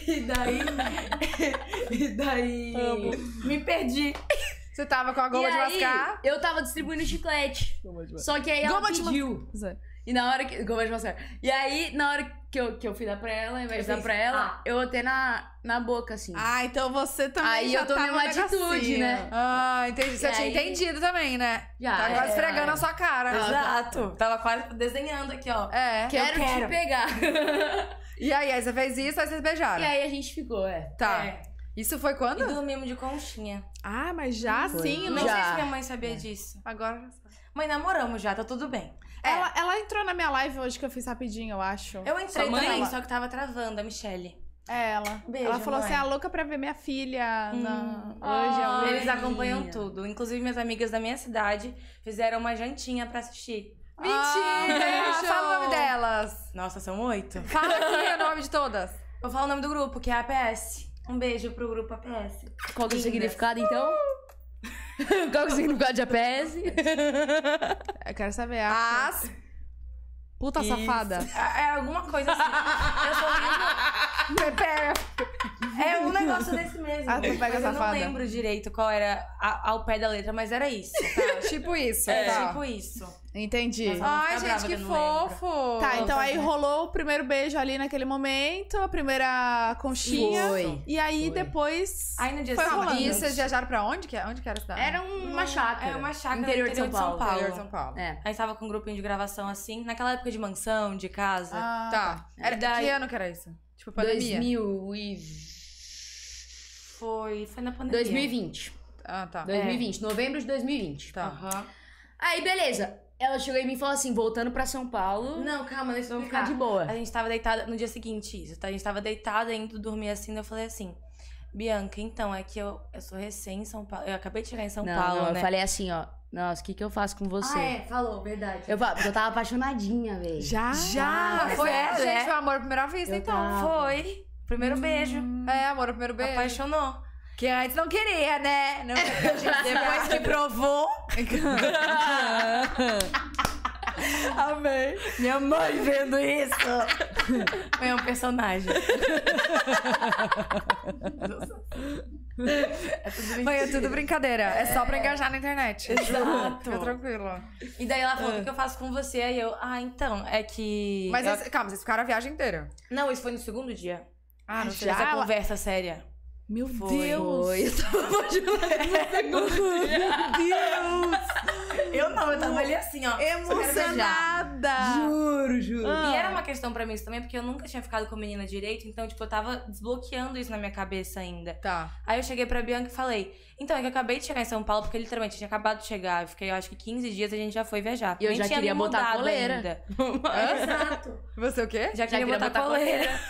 [SPEAKER 3] E daí. e daí. Me perdi.
[SPEAKER 1] Você tava com a goma
[SPEAKER 4] E
[SPEAKER 1] de
[SPEAKER 4] aí,
[SPEAKER 1] mascar.
[SPEAKER 4] Eu tava distribuindo chiclete. Só que aí ela
[SPEAKER 2] Goma de
[SPEAKER 4] pediu. E na hora que. Goma de mascar. E aí, na hora que eu, que eu fui dar pra ela, ao invés de
[SPEAKER 3] Eu
[SPEAKER 4] dar
[SPEAKER 3] fiz,
[SPEAKER 4] pra ela,
[SPEAKER 3] ah.
[SPEAKER 4] eu botei na, na boca, assim.
[SPEAKER 2] Ah, então você também
[SPEAKER 4] Aí
[SPEAKER 2] já
[SPEAKER 4] eu tomei
[SPEAKER 2] tá
[SPEAKER 4] uma
[SPEAKER 2] no negocinho.
[SPEAKER 4] atitude, né?
[SPEAKER 1] Ah, entendi. Você
[SPEAKER 4] E
[SPEAKER 1] tinha
[SPEAKER 4] aí-
[SPEAKER 1] entendido também, né?
[SPEAKER 4] Já,
[SPEAKER 1] tá
[SPEAKER 4] é,
[SPEAKER 1] quase esfregando a sua cara.
[SPEAKER 3] Exato. Tava quase desenhando aqui, ó.
[SPEAKER 1] É.
[SPEAKER 4] Quero,
[SPEAKER 3] quero.
[SPEAKER 4] te pegar.
[SPEAKER 1] E aí, aí você fez isso, aí vocês beijaram.
[SPEAKER 4] e aí a gente ficou, é.
[SPEAKER 1] Tá.
[SPEAKER 3] É.
[SPEAKER 1] Isso foi quando?
[SPEAKER 3] E dormimos de conchinha.
[SPEAKER 2] Ah, mas já
[SPEAKER 4] Foi.
[SPEAKER 2] Ah. sim,
[SPEAKER 3] Eu
[SPEAKER 2] né?
[SPEAKER 3] nem
[SPEAKER 1] Já.
[SPEAKER 3] sei se minha mãe sabia disso.
[SPEAKER 2] Agora.
[SPEAKER 3] Mãe, namoramos já, tá tudo bem.
[SPEAKER 1] É.
[SPEAKER 2] Ela, ela entrou na minha live hoje que eu fiz rapidinho, eu acho.
[SPEAKER 3] Eu entrei
[SPEAKER 2] mãe?
[SPEAKER 3] também, só que tava travando a Michelle.
[SPEAKER 2] É ela.
[SPEAKER 3] Beijo,
[SPEAKER 2] ela falou
[SPEAKER 3] mãe.
[SPEAKER 2] assim: é louca pra ver minha filha na... hoje.
[SPEAKER 1] Ah.
[SPEAKER 2] Ah.
[SPEAKER 3] Eles
[SPEAKER 4] Ai.
[SPEAKER 3] acompanham tudo. Inclusive, minhas amigas da minha cidade fizeram uma jantinha pra assistir.
[SPEAKER 1] [laughs] Mentira!
[SPEAKER 2] beijo!
[SPEAKER 1] Fala É, o nome delas.
[SPEAKER 3] Nossa, são oito.
[SPEAKER 1] Fala aqui o nome de todas.
[SPEAKER 3] Vou falar o nome do grupo, que é APS. Um beijo pro grupo APS.
[SPEAKER 4] Qual que é o
[SPEAKER 3] Lindas.
[SPEAKER 4] significado, então? Qual que é o significado de APS?
[SPEAKER 2] Eu quero saber. a-
[SPEAKER 1] As
[SPEAKER 2] Puta
[SPEAKER 1] Isso.
[SPEAKER 2] safada.
[SPEAKER 3] É, é alguma coisa assim. Eu sou horrível.
[SPEAKER 1] Pera.
[SPEAKER 3] É um negócio desse mesmo.
[SPEAKER 2] Ah, tu pega
[SPEAKER 3] mas eu não
[SPEAKER 2] safada.
[SPEAKER 3] lembro direito qual era a- ao pé da letra, mas era isso. tá?
[SPEAKER 1] Tipo isso.
[SPEAKER 3] É
[SPEAKER 1] tá.
[SPEAKER 3] tipo isso.
[SPEAKER 2] Entendi.
[SPEAKER 3] Nossa,
[SPEAKER 1] Ai,
[SPEAKER 3] Tá
[SPEAKER 1] gente,
[SPEAKER 3] brava
[SPEAKER 1] que
[SPEAKER 3] que eu não lembro.
[SPEAKER 1] fofo.
[SPEAKER 2] Tá, então aí
[SPEAKER 3] fazer.
[SPEAKER 2] rolou o primeiro beijo ali naquele momento, a primeira conchinha.
[SPEAKER 4] Foi.
[SPEAKER 2] E aí
[SPEAKER 4] Foi.
[SPEAKER 2] depois.
[SPEAKER 3] Aí no dia
[SPEAKER 2] Tipo Foi
[SPEAKER 3] seguinte.
[SPEAKER 2] rolando.
[SPEAKER 1] E vocês viajaram pra onde? Que, é? onde que era a cidade?
[SPEAKER 4] Era um- uma chácara.
[SPEAKER 3] É uma chácara
[SPEAKER 4] Interior,
[SPEAKER 3] no interior
[SPEAKER 4] de São Paulo.
[SPEAKER 1] Interior de São Paulo.
[SPEAKER 4] É.
[SPEAKER 3] A gente tava com um grupinho de gravação assim, naquela época de mansão, de casa.
[SPEAKER 2] Ah,
[SPEAKER 1] Tá. Era,
[SPEAKER 3] Daí-
[SPEAKER 1] Que ano que era isso? Tipo, pandemia?
[SPEAKER 4] 2000 e...
[SPEAKER 3] Foi, foi na pandemia.
[SPEAKER 4] 2020.
[SPEAKER 1] Ah, tá.
[SPEAKER 4] 2020. Novembro de 2020.
[SPEAKER 1] Tá.
[SPEAKER 3] Aham.
[SPEAKER 4] Aí, beleza. Ela chegou em mim e falou assim, voltando pra São Paulo...
[SPEAKER 3] Não, calma, deixa eu
[SPEAKER 4] Vamos ficar
[SPEAKER 3] explicar.
[SPEAKER 4] de boa.
[SPEAKER 3] A gente tava deitada no dia seguinte, isso, tá? A gente tava deitada, indo dormir assim, daí eu falei assim, Bianca, então, é que eu, eu sou recém em São Paulo. Eu acabei de chegar em São
[SPEAKER 4] não,
[SPEAKER 3] Paulo,
[SPEAKER 4] não,
[SPEAKER 3] né? Ah, é,
[SPEAKER 4] eu falei assim, ó. Nossa, o que que eu faço com você?
[SPEAKER 3] falou, verdade.
[SPEAKER 4] eu, fa- porque eu tava apaixonadinha, velho.
[SPEAKER 2] Já?
[SPEAKER 1] Já!
[SPEAKER 3] Pois
[SPEAKER 1] foi,
[SPEAKER 3] é,
[SPEAKER 1] gente,
[SPEAKER 3] né?
[SPEAKER 1] foi amor à primeira vista,
[SPEAKER 4] Eu
[SPEAKER 1] então.
[SPEAKER 4] tava.
[SPEAKER 3] Foi. Primeiro beijo.
[SPEAKER 1] É, amor ao primeiro beijo.
[SPEAKER 3] Apaixonou.
[SPEAKER 1] Que antes não queria, né? Não, depois que provou.
[SPEAKER 4] [laughs]
[SPEAKER 3] Amei. Minha mãe vendo isso. é um personagem. é tudo
[SPEAKER 1] Mãe, é
[SPEAKER 3] mentira.
[SPEAKER 1] tudo brincadeira. É só pra engajar na internet.
[SPEAKER 3] Exato.
[SPEAKER 1] Fica tranquilo.
[SPEAKER 3] E daí ela falou, o que, que eu faço com você? Aí eu, ah, então, é que...
[SPEAKER 1] Mas
[SPEAKER 3] eu-
[SPEAKER 1] esse- calma, vocês ficaram a viagem inteira.
[SPEAKER 3] Não, isso foi no segundo dia.
[SPEAKER 1] Ah, não
[SPEAKER 3] Não
[SPEAKER 1] sei.
[SPEAKER 3] sei, essa
[SPEAKER 2] ela-
[SPEAKER 3] conversa séria.
[SPEAKER 2] Meu Deus!
[SPEAKER 4] Foi. Eu
[SPEAKER 2] [laughs]
[SPEAKER 4] tava
[SPEAKER 3] Eu não, eu tava ali assim, ó.
[SPEAKER 2] Emocionada!
[SPEAKER 4] Juro, juro.
[SPEAKER 3] E era uma questão pra mim isso também, porque eu nunca tinha ficado com menina direito, então, tipo, eu tava desbloqueando isso na minha cabeça ainda.
[SPEAKER 1] Tá.
[SPEAKER 3] Aí eu cheguei pra Bianca e falei, então, é que eu acabei de chegar em São Paulo, porque literalmente eu tinha acabado de chegar. Eu fiquei, eu acho que 15 dias e a gente já foi viajar.
[SPEAKER 4] E eu
[SPEAKER 3] Nem
[SPEAKER 4] já
[SPEAKER 3] tinha
[SPEAKER 4] queria
[SPEAKER 3] me
[SPEAKER 4] botar a
[SPEAKER 3] mudado
[SPEAKER 4] coleira.
[SPEAKER 3] Ainda.
[SPEAKER 1] Exato. Você o quê?
[SPEAKER 3] Já, queria botar, coleira.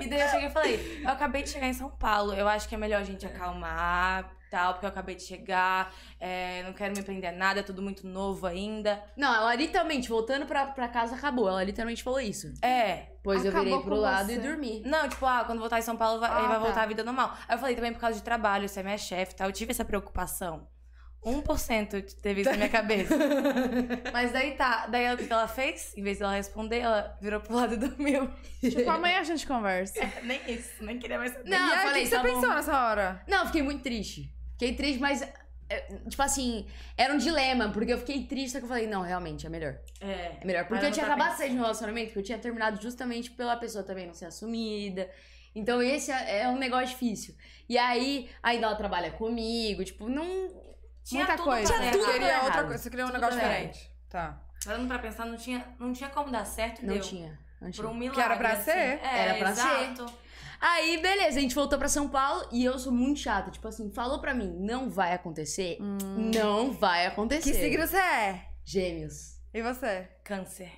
[SPEAKER 3] E daí eu cheguei e falei, eu acabei de chegar em São Paulo, eu acho que é melhor a gente acalmar, tal, porque eu acabei de chegar, é, não quero me prender a nada, é tudo muito novo ainda.
[SPEAKER 4] Não, ela literalmente, voltando pra, pra casa, acabou. Ela literalmente falou isso.
[SPEAKER 3] É.
[SPEAKER 4] Pois eu
[SPEAKER 2] Acabou
[SPEAKER 4] virei pro
[SPEAKER 2] com
[SPEAKER 4] lado
[SPEAKER 2] você.
[SPEAKER 4] e dormi.
[SPEAKER 3] Não, tipo, ah, quando voltar em São Paulo, vai,
[SPEAKER 2] Ah,
[SPEAKER 3] ele vai
[SPEAKER 2] tá.
[SPEAKER 3] voltar à vida normal. Aí eu falei também por causa de trabalho, você é minha chefe, tal, eu tive essa preocupação. 1% teve isso na minha cabeça. Mas daí tá, daí o que ela fez? Em vez dela responder, ela virou pro lado e dormiu.
[SPEAKER 2] Tipo, amanhã a gente conversa.
[SPEAKER 3] Nem isso, nem queria mais saber.
[SPEAKER 4] Não,
[SPEAKER 1] e aí,
[SPEAKER 4] eu
[SPEAKER 1] o que
[SPEAKER 4] falei,
[SPEAKER 1] que você
[SPEAKER 4] tá bom.
[SPEAKER 1] pensou nessa hora?
[SPEAKER 4] Não, eu fiquei muito triste. Fiquei triste, mas. é, Tipo assim, era um dilema, porque eu fiquei triste, só que eu falei, não, realmente, é melhor.
[SPEAKER 3] É.
[SPEAKER 4] É melhor.
[SPEAKER 3] Mas
[SPEAKER 4] Porque eu
[SPEAKER 3] não
[SPEAKER 4] tinha
[SPEAKER 3] tá
[SPEAKER 4] acabado de sair de um relacionamento que eu tinha terminado justamente pela pessoa também não ser assumida. Então esse é é um negócio difícil. E aí, ainda ela trabalha comigo, tipo, não.
[SPEAKER 3] Tinha
[SPEAKER 1] Muita
[SPEAKER 3] tudo
[SPEAKER 1] coisa. né?
[SPEAKER 3] pra dar
[SPEAKER 4] tudo
[SPEAKER 1] Você
[SPEAKER 3] errado.
[SPEAKER 4] pra
[SPEAKER 1] queria
[SPEAKER 4] errado.
[SPEAKER 1] outra coisa. Você queria um
[SPEAKER 3] Tudo
[SPEAKER 1] negócio
[SPEAKER 3] errado.
[SPEAKER 1] diferente. Tá.
[SPEAKER 3] Parando pra pensar, não tinha, não tinha como dar certo,
[SPEAKER 4] Não
[SPEAKER 3] deu.
[SPEAKER 4] tinha. Não
[SPEAKER 3] Por
[SPEAKER 4] tinha.
[SPEAKER 3] um milagre.
[SPEAKER 1] Que era pra
[SPEAKER 3] assim.
[SPEAKER 1] ser.
[SPEAKER 3] É,
[SPEAKER 4] Era pra
[SPEAKER 3] exato.
[SPEAKER 4] Aí, beleza, a gente voltou pra São Paulo e eu sou muito chata. Tipo assim, falou pra mim, não vai acontecer, não vai acontecer.
[SPEAKER 1] Hum. Que signo você é?
[SPEAKER 4] Gêmeos.
[SPEAKER 1] E você?
[SPEAKER 3] Câncer.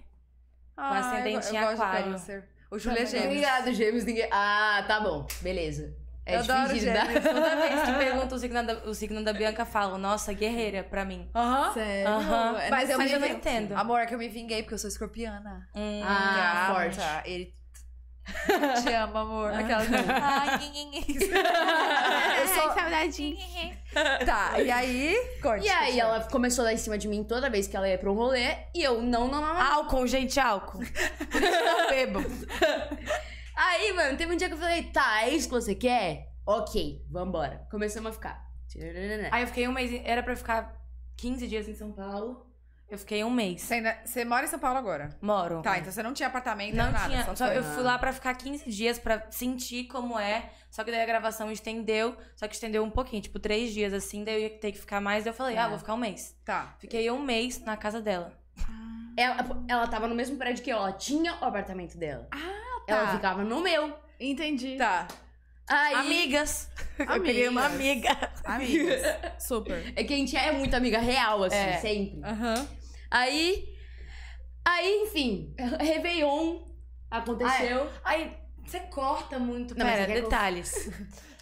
[SPEAKER 1] Ah,
[SPEAKER 3] ascendente
[SPEAKER 1] eu,
[SPEAKER 3] em
[SPEAKER 1] eu gosto de
[SPEAKER 3] aquário.
[SPEAKER 1] câncer. O Júlio é
[SPEAKER 4] Obrigada,
[SPEAKER 1] gêmeo.
[SPEAKER 4] Obrigado, gêmeos. Ninguém... Ah, tá bom, beleza. É
[SPEAKER 1] Eu adoro
[SPEAKER 4] difícil de dar.
[SPEAKER 1] gêmeos.
[SPEAKER 3] Toda vez que perguntam o signo da, o signo da Bianca, falam, nossa, guerreira pra mim.
[SPEAKER 1] [laughs] Aham.
[SPEAKER 4] Sério.
[SPEAKER 3] Aham.
[SPEAKER 1] Mas eu
[SPEAKER 3] Mas
[SPEAKER 1] me
[SPEAKER 3] eu não
[SPEAKER 1] vingo.
[SPEAKER 3] entendo.
[SPEAKER 1] Amor, é que eu me vinguei porque eu sou escorpiana.
[SPEAKER 3] Hum.
[SPEAKER 4] Ah,
[SPEAKER 1] Gata,
[SPEAKER 4] forte.
[SPEAKER 1] tá, Ele [laughs] te ama, amor. Aquelas não.
[SPEAKER 4] É,
[SPEAKER 2] Ai,
[SPEAKER 1] sou-
[SPEAKER 2] saudadinha.
[SPEAKER 1] Tá, e aí? Conte.
[SPEAKER 4] E aí ela começou a dar em cima de mim toda vez que ela ia pra um rolê e eu não, não, não, não.
[SPEAKER 3] Álcool, gente, álcool. Por isso eu
[SPEAKER 1] [laughs]
[SPEAKER 3] não bebo.
[SPEAKER 4] Aí, mano, teve um dia que eu falei, tá, é isso que você quer? Ok, vambora. Começamos a ficar.
[SPEAKER 3] Aí eu fiquei um mês, em- era pra eu ficar 15 dias em São Paulo. Eu fiquei um mês.
[SPEAKER 1] Você, ainda- você mora em São Paulo agora?
[SPEAKER 3] Moro.
[SPEAKER 1] Tá, então você não tinha apartamento,
[SPEAKER 3] Não
[SPEAKER 1] nada.
[SPEAKER 3] tinha,
[SPEAKER 1] só
[SPEAKER 3] só
[SPEAKER 1] foi.
[SPEAKER 3] eu fui lá pra ficar 15 dias pra sentir como é. Só que daí a gravação estendeu, só que estendeu um pouquinho, tipo três dias assim, daí eu ia ter que ficar mais. Daí eu falei,
[SPEAKER 4] É.
[SPEAKER 3] ah, vou ficar um mês.
[SPEAKER 1] Tá.
[SPEAKER 3] Fiquei um mês na casa dela.
[SPEAKER 4] Ela, ela tava no mesmo prédio que eu, ela tinha o apartamento dela.
[SPEAKER 2] tá.
[SPEAKER 4] Ela ficava no meu.
[SPEAKER 2] Entendi.
[SPEAKER 1] Tá.
[SPEAKER 4] Aí,
[SPEAKER 3] Amigas. Eu queria uma amiga.
[SPEAKER 2] Amigas. Super.
[SPEAKER 4] é que a gente é muito amiga real, assim,
[SPEAKER 1] É.
[SPEAKER 4] sempre.
[SPEAKER 1] Aham.
[SPEAKER 4] Aí, aí, enfim, [laughs] Réveillon aconteceu.
[SPEAKER 3] Aí você corta muito.
[SPEAKER 4] Não, mas
[SPEAKER 3] Pera,
[SPEAKER 4] é que eu-
[SPEAKER 3] detalhes.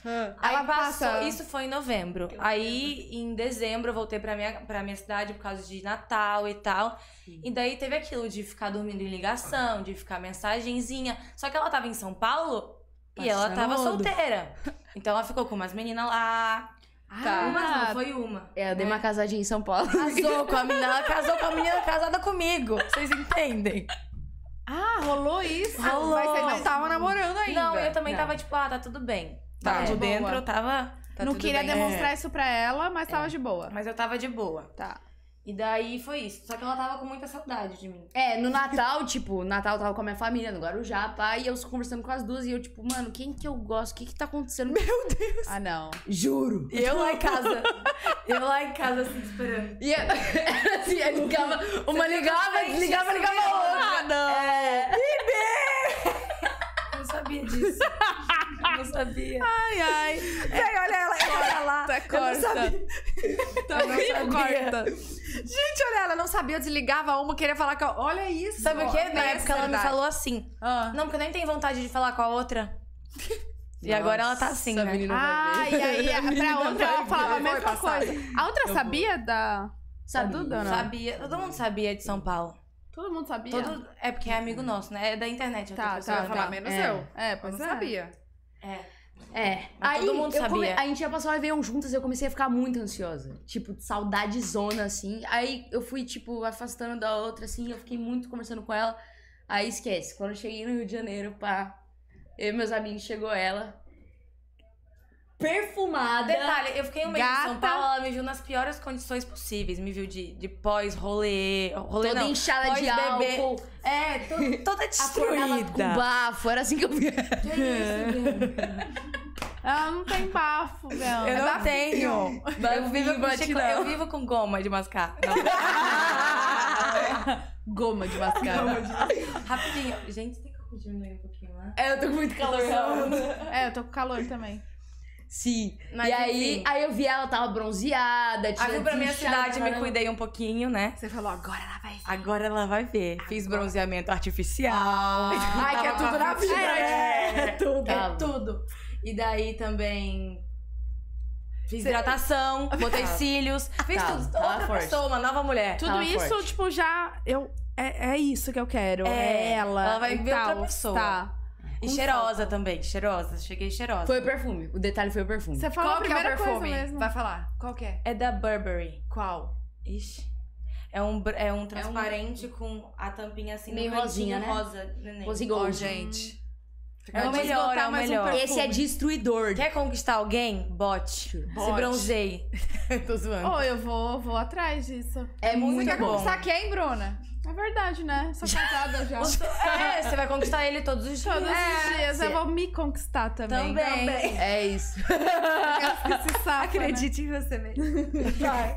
[SPEAKER 2] Ah,
[SPEAKER 1] Ela
[SPEAKER 3] Aí passou,
[SPEAKER 1] passa-
[SPEAKER 3] isso foi em novembro. Aí em dezembro eu voltei pra minha, pra minha cidade por causa de Natal e tal. E daí teve aquilo de ficar dormindo em ligação, de ficar mensagenzinha. Só que ela tava em São Paulo e ela
[SPEAKER 4] Passando
[SPEAKER 3] tava
[SPEAKER 4] rodo.
[SPEAKER 3] solteira. Então ela ficou com umas meninas lá.
[SPEAKER 1] Tá.
[SPEAKER 3] Umas não, foi uma.
[SPEAKER 4] É, eu dei uma casadinha em São Paulo.
[SPEAKER 3] Casou com a menina, ela casou com a menina casada comigo. Vocês entendem?
[SPEAKER 2] Ah, rolou Tá isso.
[SPEAKER 3] Rolou.
[SPEAKER 1] Mas vocês não estavam namorando ainda.
[SPEAKER 3] Não, eu também
[SPEAKER 2] Não.
[SPEAKER 3] tava tipo, ah, tá tudo bem.
[SPEAKER 1] Tá,
[SPEAKER 3] Tava
[SPEAKER 1] de
[SPEAKER 3] de
[SPEAKER 2] boa.
[SPEAKER 3] dentro, eu tava.
[SPEAKER 1] Tá
[SPEAKER 2] não
[SPEAKER 1] tudo
[SPEAKER 2] queria
[SPEAKER 1] bem. É.
[SPEAKER 2] demonstrar isso pra ela, mas tava de boa.
[SPEAKER 3] Mas eu tava de boa.
[SPEAKER 2] Tá.
[SPEAKER 3] E daí foi isso. Só que ela tava com muita saudade de mim.
[SPEAKER 4] É, no Natal, [laughs] tipo, Natal eu tava com a minha família no Guarujá, pá, e eu conversando com as duas, e eu, tipo, mano, quem que eu gosto? O que que tá acontecendo?
[SPEAKER 2] Ah, não.
[SPEAKER 4] Juro!
[SPEAKER 3] E eu lá em casa. [laughs] eu lá em casa, assim, esperando.
[SPEAKER 4] E é- [laughs] assim, aí ligava, uma ligava, ligava, ligava a outra.
[SPEAKER 2] Ah, não.
[SPEAKER 3] Eu não sabia disso. eu não
[SPEAKER 4] [laughs]
[SPEAKER 3] sabia.
[SPEAKER 2] Ai, [laughs] ai.
[SPEAKER 1] Ei, olha ela, olha lá.
[SPEAKER 2] Tá,
[SPEAKER 1] Eu não sabia.
[SPEAKER 2] corta. Tá vivo, corta.
[SPEAKER 1] Gente, olha, ela não sabia, eu desligava uma, queria falar com a... Olha isso.
[SPEAKER 3] Sabe o quê?
[SPEAKER 1] ó,
[SPEAKER 3] Na
[SPEAKER 1] tem
[SPEAKER 3] época ela me
[SPEAKER 1] verdade.
[SPEAKER 3] falou assim.
[SPEAKER 2] Ah.
[SPEAKER 3] Não, porque eu nem tenho vontade de falar com a outra. E agora ela tá assim,
[SPEAKER 4] Nossa,
[SPEAKER 3] né?
[SPEAKER 4] menina, vai
[SPEAKER 2] Ah,
[SPEAKER 4] ver.
[SPEAKER 2] e aí,
[SPEAKER 4] [laughs]
[SPEAKER 2] a- pra outra
[SPEAKER 1] vai
[SPEAKER 2] ela
[SPEAKER 1] ver.
[SPEAKER 2] falava a
[SPEAKER 1] Vai
[SPEAKER 2] mesma
[SPEAKER 1] passar.
[SPEAKER 2] coisa. A outra sabia da.
[SPEAKER 4] Sabe?
[SPEAKER 2] Tá tudo, né?
[SPEAKER 3] Sabia. Todo mundo sabia de São Paulo.
[SPEAKER 2] Todo mundo sabia?
[SPEAKER 3] Todo... É porque é amigo nosso, né? É da internet. outra
[SPEAKER 2] Tá,
[SPEAKER 3] pessoa
[SPEAKER 2] tá,
[SPEAKER 1] Vai
[SPEAKER 3] vai
[SPEAKER 1] falar
[SPEAKER 3] falar.
[SPEAKER 1] menos
[SPEAKER 4] É.
[SPEAKER 1] eu.
[SPEAKER 2] É,
[SPEAKER 1] Eu
[SPEAKER 2] pois
[SPEAKER 1] não
[SPEAKER 2] é.
[SPEAKER 3] [laughs]
[SPEAKER 1] sabia.
[SPEAKER 3] É.
[SPEAKER 4] É.
[SPEAKER 3] Mas
[SPEAKER 4] aí,
[SPEAKER 3] todo mundo
[SPEAKER 4] eu come-
[SPEAKER 3] sabia.
[SPEAKER 4] A gente ia passar o Réveillon juntas, eu comecei a ficar muito ansiosa. Tipo, de saudade zona, assim. Aí eu fui, tipo, afastando da outra, assim, eu fiquei muito conversando com ela. Aí esquece, quando eu cheguei no Rio de Janeiro, pá, eu e meus amigos, chegou ela. Perfumada.
[SPEAKER 3] Detalhe, eu fiquei um mês em São
[SPEAKER 2] Gata.
[SPEAKER 3] Paulo, ela me viu nas piores condições possíveis. Me viu de, de pós-rolê. Rolê
[SPEAKER 4] toda
[SPEAKER 3] não.
[SPEAKER 4] inchada de
[SPEAKER 3] pós-bebê.
[SPEAKER 4] álcool.
[SPEAKER 3] É, to- toda
[SPEAKER 4] Acordava com
[SPEAKER 3] destruída.
[SPEAKER 4] bafo, era assim que eu
[SPEAKER 3] [laughs]
[SPEAKER 4] via.
[SPEAKER 3] Que isso, Bianca?
[SPEAKER 2] Ah, não tem bafo, Bianca.
[SPEAKER 3] Eu não tenho. né? Eu vivo, com
[SPEAKER 4] bate
[SPEAKER 3] chicle-
[SPEAKER 4] não.
[SPEAKER 3] eu vivo com goma de mascar. Não,
[SPEAKER 2] Goma de mascara.
[SPEAKER 3] rapidinho. Gente, tem como diminuir um pouquinho, né?
[SPEAKER 4] [laughs] É, eu tô com muito calor.
[SPEAKER 2] é, eu tô com calor também.
[SPEAKER 4] Sim.
[SPEAKER 3] Mas
[SPEAKER 4] e aí,
[SPEAKER 3] enfim.
[SPEAKER 4] aí eu vi ela, tava bronzeada,
[SPEAKER 3] Aí
[SPEAKER 4] tinha
[SPEAKER 3] fui pra minha
[SPEAKER 4] desinchado
[SPEAKER 3] cidade, me
[SPEAKER 4] caramba.
[SPEAKER 3] cuidei um pouquinho, né?
[SPEAKER 2] Você falou, agora ela vai vir.
[SPEAKER 3] Agora ela vai ver. Fiz bronzeamento artificial.
[SPEAKER 1] Ai, que é tudo na vida,
[SPEAKER 3] É, é tudo.
[SPEAKER 4] Tava.
[SPEAKER 3] É tudo. E daí também... Fiz
[SPEAKER 4] [laughs]
[SPEAKER 3] hidratação, botei cílios, fiz
[SPEAKER 4] Tava,
[SPEAKER 3] tudo.
[SPEAKER 4] tava
[SPEAKER 3] Outra
[SPEAKER 4] forte.
[SPEAKER 3] pessoa, uma nova mulher.
[SPEAKER 2] Tudo
[SPEAKER 4] Tava
[SPEAKER 2] isso,
[SPEAKER 4] forte.
[SPEAKER 2] tipo, já. Eu, é, é isso que eu quero.
[SPEAKER 3] É,
[SPEAKER 2] É, ela.
[SPEAKER 3] ela vai
[SPEAKER 2] e
[SPEAKER 3] ver outra
[SPEAKER 2] tal.
[SPEAKER 3] pessoa.
[SPEAKER 2] Tá. Um
[SPEAKER 3] E cheirosa também, cheirosa. Cheguei cheirosa.
[SPEAKER 4] Foi o perfume. O detalhe foi o perfume.
[SPEAKER 2] Você falou
[SPEAKER 1] Qual
[SPEAKER 2] a
[SPEAKER 1] que é o
[SPEAKER 2] primeira coisa
[SPEAKER 1] perfume?
[SPEAKER 2] mesmo.
[SPEAKER 1] Vai falar. Qual que é?
[SPEAKER 3] É da Burberry.
[SPEAKER 1] Qual?
[SPEAKER 3] Ixi. É um, br- é um transparente com a tampinha assim,
[SPEAKER 4] Meio
[SPEAKER 3] no cantinho
[SPEAKER 4] rosinha, né?
[SPEAKER 3] rosa. neném.
[SPEAKER 4] Rose
[SPEAKER 1] Ó,
[SPEAKER 4] Gold. Uhum.
[SPEAKER 1] gente.
[SPEAKER 3] É o
[SPEAKER 1] Fica-
[SPEAKER 3] melhor, é o melhor.
[SPEAKER 4] Esse é destruidor.
[SPEAKER 3] Quer conquistar alguém? Bote.
[SPEAKER 1] Bote.
[SPEAKER 3] Se bronzeie. Tô zoando.
[SPEAKER 2] Oh, eu vou, vou atrás disso.
[SPEAKER 4] É muito
[SPEAKER 2] Você
[SPEAKER 3] muito
[SPEAKER 2] quer
[SPEAKER 3] bom.
[SPEAKER 2] conquistar quem, Bruna? É verdade, né? Sou casada já.
[SPEAKER 3] Você- É, você vai conquistar ele todos os dias.
[SPEAKER 2] Todos
[SPEAKER 3] É.
[SPEAKER 2] os dias eu vou me conquistar também.
[SPEAKER 3] Também.
[SPEAKER 4] É isso.
[SPEAKER 2] Se safa, Né?
[SPEAKER 1] Acredite em você mesmo.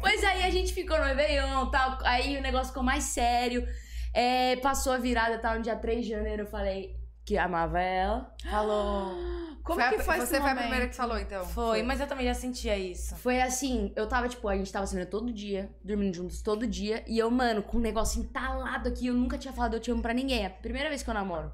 [SPEAKER 4] pois aí a gente ficou no Réveillon tal. Aí o negócio ficou mais sério. É, passou a virada tal. No dia 3 de janeiro eu falei que amava ela.
[SPEAKER 3] Falou.
[SPEAKER 2] Como
[SPEAKER 1] Foi a-
[SPEAKER 2] que foi
[SPEAKER 1] Você
[SPEAKER 2] esse
[SPEAKER 1] foi a
[SPEAKER 2] momento?
[SPEAKER 1] primeira que falou, então.
[SPEAKER 3] Foi, É mas eu também já sentia isso.
[SPEAKER 4] Foi assim, eu tava, tipo, a gente tava se vendo todo dia, dormindo juntos todo dia. E eu, mano, com um negócio entalado aqui, eu nunca tinha falado eu te amo pra ninguém. É a primeira vez que eu namoro.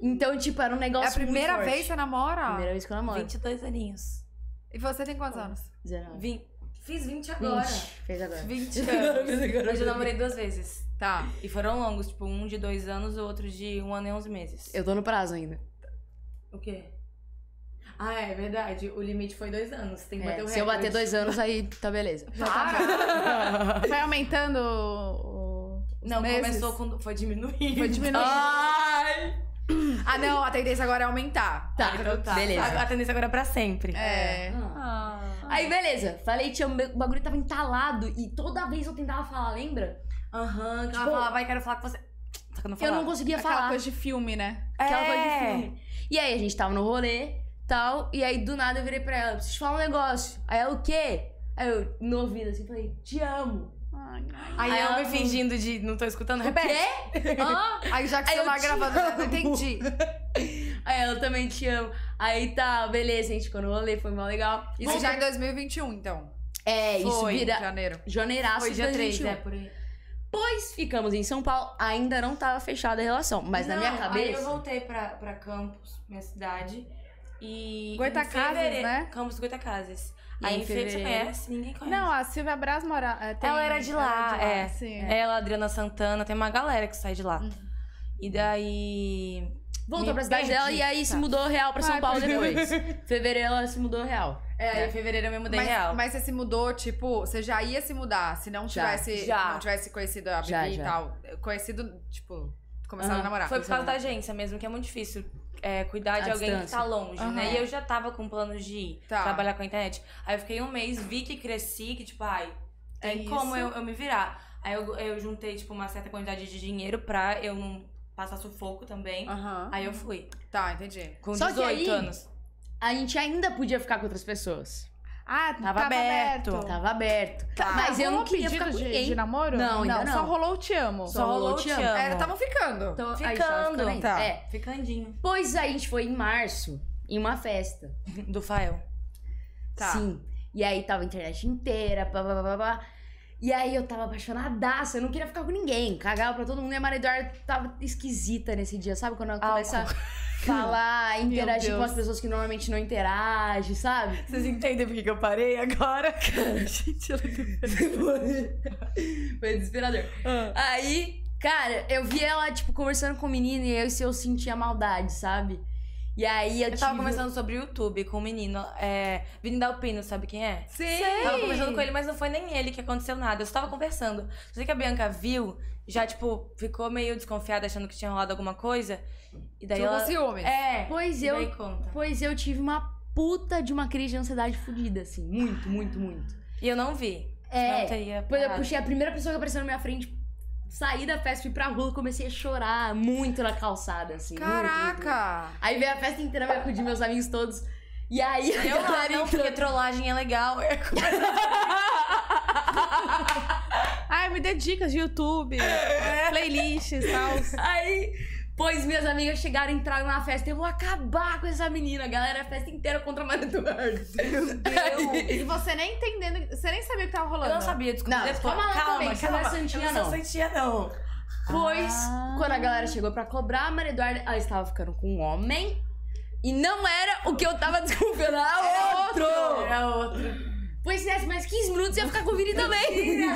[SPEAKER 4] Então, tipo, era um
[SPEAKER 1] É
[SPEAKER 4] negócio.
[SPEAKER 1] a primeira
[SPEAKER 4] muito forte.
[SPEAKER 1] vez que você namora?
[SPEAKER 4] Primeira vez que eu namoro.
[SPEAKER 3] 22 aninhos.
[SPEAKER 1] E você tem quantos anos?
[SPEAKER 4] 19.
[SPEAKER 3] Vim. Fiz 20 agora.
[SPEAKER 4] 20. Fez agora.
[SPEAKER 3] 20
[SPEAKER 4] [laughs]
[SPEAKER 3] anos. Hoje eu namorei duas vezes.
[SPEAKER 1] Tá.
[SPEAKER 3] E foram longos, tipo, um de dois anos, o outro de um ano e onze meses.
[SPEAKER 4] Eu tô no prazo ainda.
[SPEAKER 3] O quê? Ah, é verdade. O limite foi dois anos. Tem que
[SPEAKER 4] É,
[SPEAKER 3] bater o Ah,
[SPEAKER 4] se eu bater dois anos, aí
[SPEAKER 3] [laughs]
[SPEAKER 4] tá beleza.
[SPEAKER 2] Vai aumentando o... o-
[SPEAKER 3] Não,
[SPEAKER 2] meses?
[SPEAKER 3] começou com. Foi diminuindo. Então,
[SPEAKER 2] Foi diminuindo.
[SPEAKER 4] Ai!
[SPEAKER 1] Ah, não, a tendência agora é aumentar.
[SPEAKER 4] Tá,
[SPEAKER 3] Então tá.
[SPEAKER 4] beleza.
[SPEAKER 3] A, a tendência agora é pra sempre.
[SPEAKER 1] É.
[SPEAKER 4] Ah.
[SPEAKER 2] Ah.
[SPEAKER 4] Aí, beleza. Falei, tinha, o bagulho tava entalado e toda vez eu tentava falar, lembra?
[SPEAKER 3] Aham, que
[SPEAKER 4] Tipo,
[SPEAKER 3] ela falava, vai, quero falar com você. Só que eu não
[SPEAKER 4] Eu
[SPEAKER 3] falava.
[SPEAKER 4] não conseguia
[SPEAKER 2] Aquela
[SPEAKER 4] falar.
[SPEAKER 2] coisa de filme, né?
[SPEAKER 4] Aquela coisa de
[SPEAKER 3] É.
[SPEAKER 4] filme. E aí, a gente tava no rolê, tal, e aí do nada eu virei pra ela, preciso te falar um negócio. Aí ela, o quê? Aí eu, no ouvido, assim, falei, te amo.
[SPEAKER 2] Ai, ai.
[SPEAKER 3] Aí
[SPEAKER 4] Aí
[SPEAKER 3] eu
[SPEAKER 4] ela
[SPEAKER 3] me
[SPEAKER 4] não-
[SPEAKER 3] fingindo de não tô escutando, repete.
[SPEAKER 4] Quê? Hã?
[SPEAKER 1] Aí já que
[SPEAKER 4] Aí
[SPEAKER 1] você
[SPEAKER 4] eu
[SPEAKER 1] tá
[SPEAKER 3] [laughs]
[SPEAKER 4] te
[SPEAKER 1] gravando, eu não entendi.
[SPEAKER 4] Aí ela também te ama. Aí tá, beleza, a gente ficou no rolê, foi mal legal.
[SPEAKER 1] Isso já é em 2021, então.
[SPEAKER 4] É, isso
[SPEAKER 1] Foi, em
[SPEAKER 4] vira.
[SPEAKER 1] janeiro.
[SPEAKER 4] Janeiraço
[SPEAKER 3] Foi
[SPEAKER 4] de
[SPEAKER 3] dia 3,
[SPEAKER 4] 2021.
[SPEAKER 3] é, por aí.
[SPEAKER 4] Depois um. ficamos em São Paulo, ainda não tava fechada a relação, mas na
[SPEAKER 3] Não,
[SPEAKER 4] minha
[SPEAKER 3] Aí eu
[SPEAKER 4] cabeça.
[SPEAKER 3] voltei pra, pra Campos, minha cidade. E. em
[SPEAKER 2] Goitacazes,
[SPEAKER 3] fevereiro-
[SPEAKER 2] né?
[SPEAKER 3] Campos Goitacazes.
[SPEAKER 4] E
[SPEAKER 3] Aí
[SPEAKER 4] em
[SPEAKER 3] em fevereiro. Você
[SPEAKER 4] fevereiro-
[SPEAKER 3] conhece? Ninguém conhece.
[SPEAKER 2] Não, a Silvia Braz mora. é, tem-
[SPEAKER 3] Ela era de lá, é.
[SPEAKER 2] Sim.
[SPEAKER 3] Ela, Adriana Santana, tem uma galera que sai de lá.
[SPEAKER 4] Uhum.
[SPEAKER 3] E daí.
[SPEAKER 4] Voltou
[SPEAKER 3] me
[SPEAKER 4] pra cidade
[SPEAKER 3] perdi,
[SPEAKER 4] dela e aí se
[SPEAKER 3] tá.
[SPEAKER 4] mudou real pra São
[SPEAKER 2] Vai,
[SPEAKER 4] Paulo
[SPEAKER 2] pode-
[SPEAKER 3] [laughs]
[SPEAKER 4] depois. Fevereiro ela se mudou real.
[SPEAKER 3] É, aí em fevereiro eu me mudei
[SPEAKER 1] Mas,
[SPEAKER 3] real.
[SPEAKER 1] mas você se mudou, tipo, você já ia se mudar se não
[SPEAKER 4] Já,
[SPEAKER 1] tivesse,
[SPEAKER 3] já.
[SPEAKER 1] Não tivesse conhecido a Bibi
[SPEAKER 4] Já,
[SPEAKER 1] e
[SPEAKER 4] já.
[SPEAKER 1] tal. Conhecido, tipo, começaram
[SPEAKER 4] Aham,
[SPEAKER 1] a namorar.
[SPEAKER 3] Foi por causa da agência mesmo, que é muito difícil é, cuidar
[SPEAKER 4] A
[SPEAKER 3] de alguém que
[SPEAKER 4] distância.
[SPEAKER 3] tá longe,
[SPEAKER 1] Aham.
[SPEAKER 3] né? E eu já tava com planos de ir
[SPEAKER 1] Tá.
[SPEAKER 3] trabalhar com a internet. Aí eu fiquei um mês, vi que cresci, que tipo, ai,
[SPEAKER 2] É
[SPEAKER 3] tem como
[SPEAKER 2] isso.
[SPEAKER 3] eu, eu me virar. Aí eu, eu juntei, tipo, uma certa quantidade de dinheiro pra eu não passar sufoco também.
[SPEAKER 1] Aham.
[SPEAKER 3] Aí eu fui.
[SPEAKER 1] Tá, entendi.
[SPEAKER 3] Com
[SPEAKER 4] Só que
[SPEAKER 3] 18
[SPEAKER 4] aí-
[SPEAKER 3] anos.
[SPEAKER 4] A gente ainda podia ficar com outras pessoas.
[SPEAKER 2] Ah, tava,
[SPEAKER 3] aberto.
[SPEAKER 2] aberto.
[SPEAKER 4] Tava aberto.
[SPEAKER 1] Ah,
[SPEAKER 2] Tá,
[SPEAKER 4] Mas eu
[SPEAKER 2] rolou
[SPEAKER 4] não queria
[SPEAKER 2] pedido
[SPEAKER 4] ficar com
[SPEAKER 2] de,
[SPEAKER 4] ninguém.
[SPEAKER 2] de namoro?
[SPEAKER 4] Não, ainda
[SPEAKER 2] Só
[SPEAKER 4] não.
[SPEAKER 2] rolou o um te amo.
[SPEAKER 3] Só rolou Te Amo.
[SPEAKER 1] É, estavam ficando.
[SPEAKER 4] Então, aí tava
[SPEAKER 3] Ficando.
[SPEAKER 4] ficando ainda.
[SPEAKER 1] Tá.
[SPEAKER 4] É.
[SPEAKER 3] Ficandinho.
[SPEAKER 4] Pois aí a gente foi em março, em uma festa.
[SPEAKER 3] Do Fael.
[SPEAKER 1] Tá.
[SPEAKER 4] Sim. E aí tava a internet inteira, pá, pá, pá, pá, pá. E aí eu tava apaixonadaça, eu não queria ficar com ninguém. Cagava pra todo mundo. E a Maria Eduarda tava esquisita nesse dia, sabe? Quando ela começa a [laughs] falar, interagir com
[SPEAKER 2] Deus.
[SPEAKER 4] as pessoas que normalmente não interage,
[SPEAKER 2] [laughs]
[SPEAKER 4] sabe?
[SPEAKER 3] Vocês entendem por que que eu parei agora? Gente, eu
[SPEAKER 4] Foi desesperador.
[SPEAKER 3] Ah.
[SPEAKER 4] Aí, cara, eu vi ela, tipo, conversando com o menino e eu, eu sentia maldade, sabe? E aí eu,
[SPEAKER 3] Eu tava
[SPEAKER 4] tive-
[SPEAKER 3] conversando sobre o YouTube com um menino, é, Vini Dalpino, sabe quem é?
[SPEAKER 1] Sim.
[SPEAKER 3] Tava conversando com ele, mas não foi nem ele que aconteceu nada. Eu só tava conversando. Eu sei que a Bianca viu, já, tipo, ficou meio desconfiada, achando que tinha rolado alguma coisa. E daí
[SPEAKER 1] Ficou com
[SPEAKER 3] ela...
[SPEAKER 1] ciúmes.
[SPEAKER 3] É,
[SPEAKER 4] Pois
[SPEAKER 3] e
[SPEAKER 4] assim. eu
[SPEAKER 3] daí conta.
[SPEAKER 4] Pois eu tive uma puta de uma crise de ansiedade fodida, assim. Muito, muito, muito.
[SPEAKER 3] E eu não vi.
[SPEAKER 4] É.
[SPEAKER 3] Não tá teria
[SPEAKER 4] Pois eu
[SPEAKER 3] parado.
[SPEAKER 4] puxei a primeira pessoa que apareceu na minha frente, saí da festa, fui pra rua, comecei a chorar muito na calçada, assim. muito, muito, muito.
[SPEAKER 1] Caraca!
[SPEAKER 4] Aí veio a festa inteira, me acudir meus amigos todos. E aí, [laughs] a
[SPEAKER 3] Eu lá,
[SPEAKER 4] galera
[SPEAKER 3] não,
[SPEAKER 4] entrou.
[SPEAKER 3] porque trollagem é legal.
[SPEAKER 2] Ai, me dê dicas de YouTube,
[SPEAKER 3] É.
[SPEAKER 2] playlists e
[SPEAKER 3] [laughs]
[SPEAKER 2] tal.
[SPEAKER 4] Aí, pois minhas amigas chegaram, entraram na festa. Eu vou acabar com essa menina, galera. A festa inteira contra a Maria Eduarda. Meu Deus.
[SPEAKER 2] E você nem entendendo, você nem sabia o que tava rolando.
[SPEAKER 3] Eu não sabia, desculpa.
[SPEAKER 4] Não,
[SPEAKER 3] depois.
[SPEAKER 4] calma lá também, que você não é santinha,
[SPEAKER 3] Eu não
[SPEAKER 1] um
[SPEAKER 4] não.
[SPEAKER 3] sou santinha, não.
[SPEAKER 4] Pois,
[SPEAKER 2] Ah.
[SPEAKER 4] quando a galera chegou pra cobrar, a Maria Eduarda, ela estava ficando com um homem. E não era o que eu tava [laughs] desconfiando, era outro!
[SPEAKER 3] Era outro.
[SPEAKER 4] Pois se desse mais 15 minutos, ia ficar com o Vini também.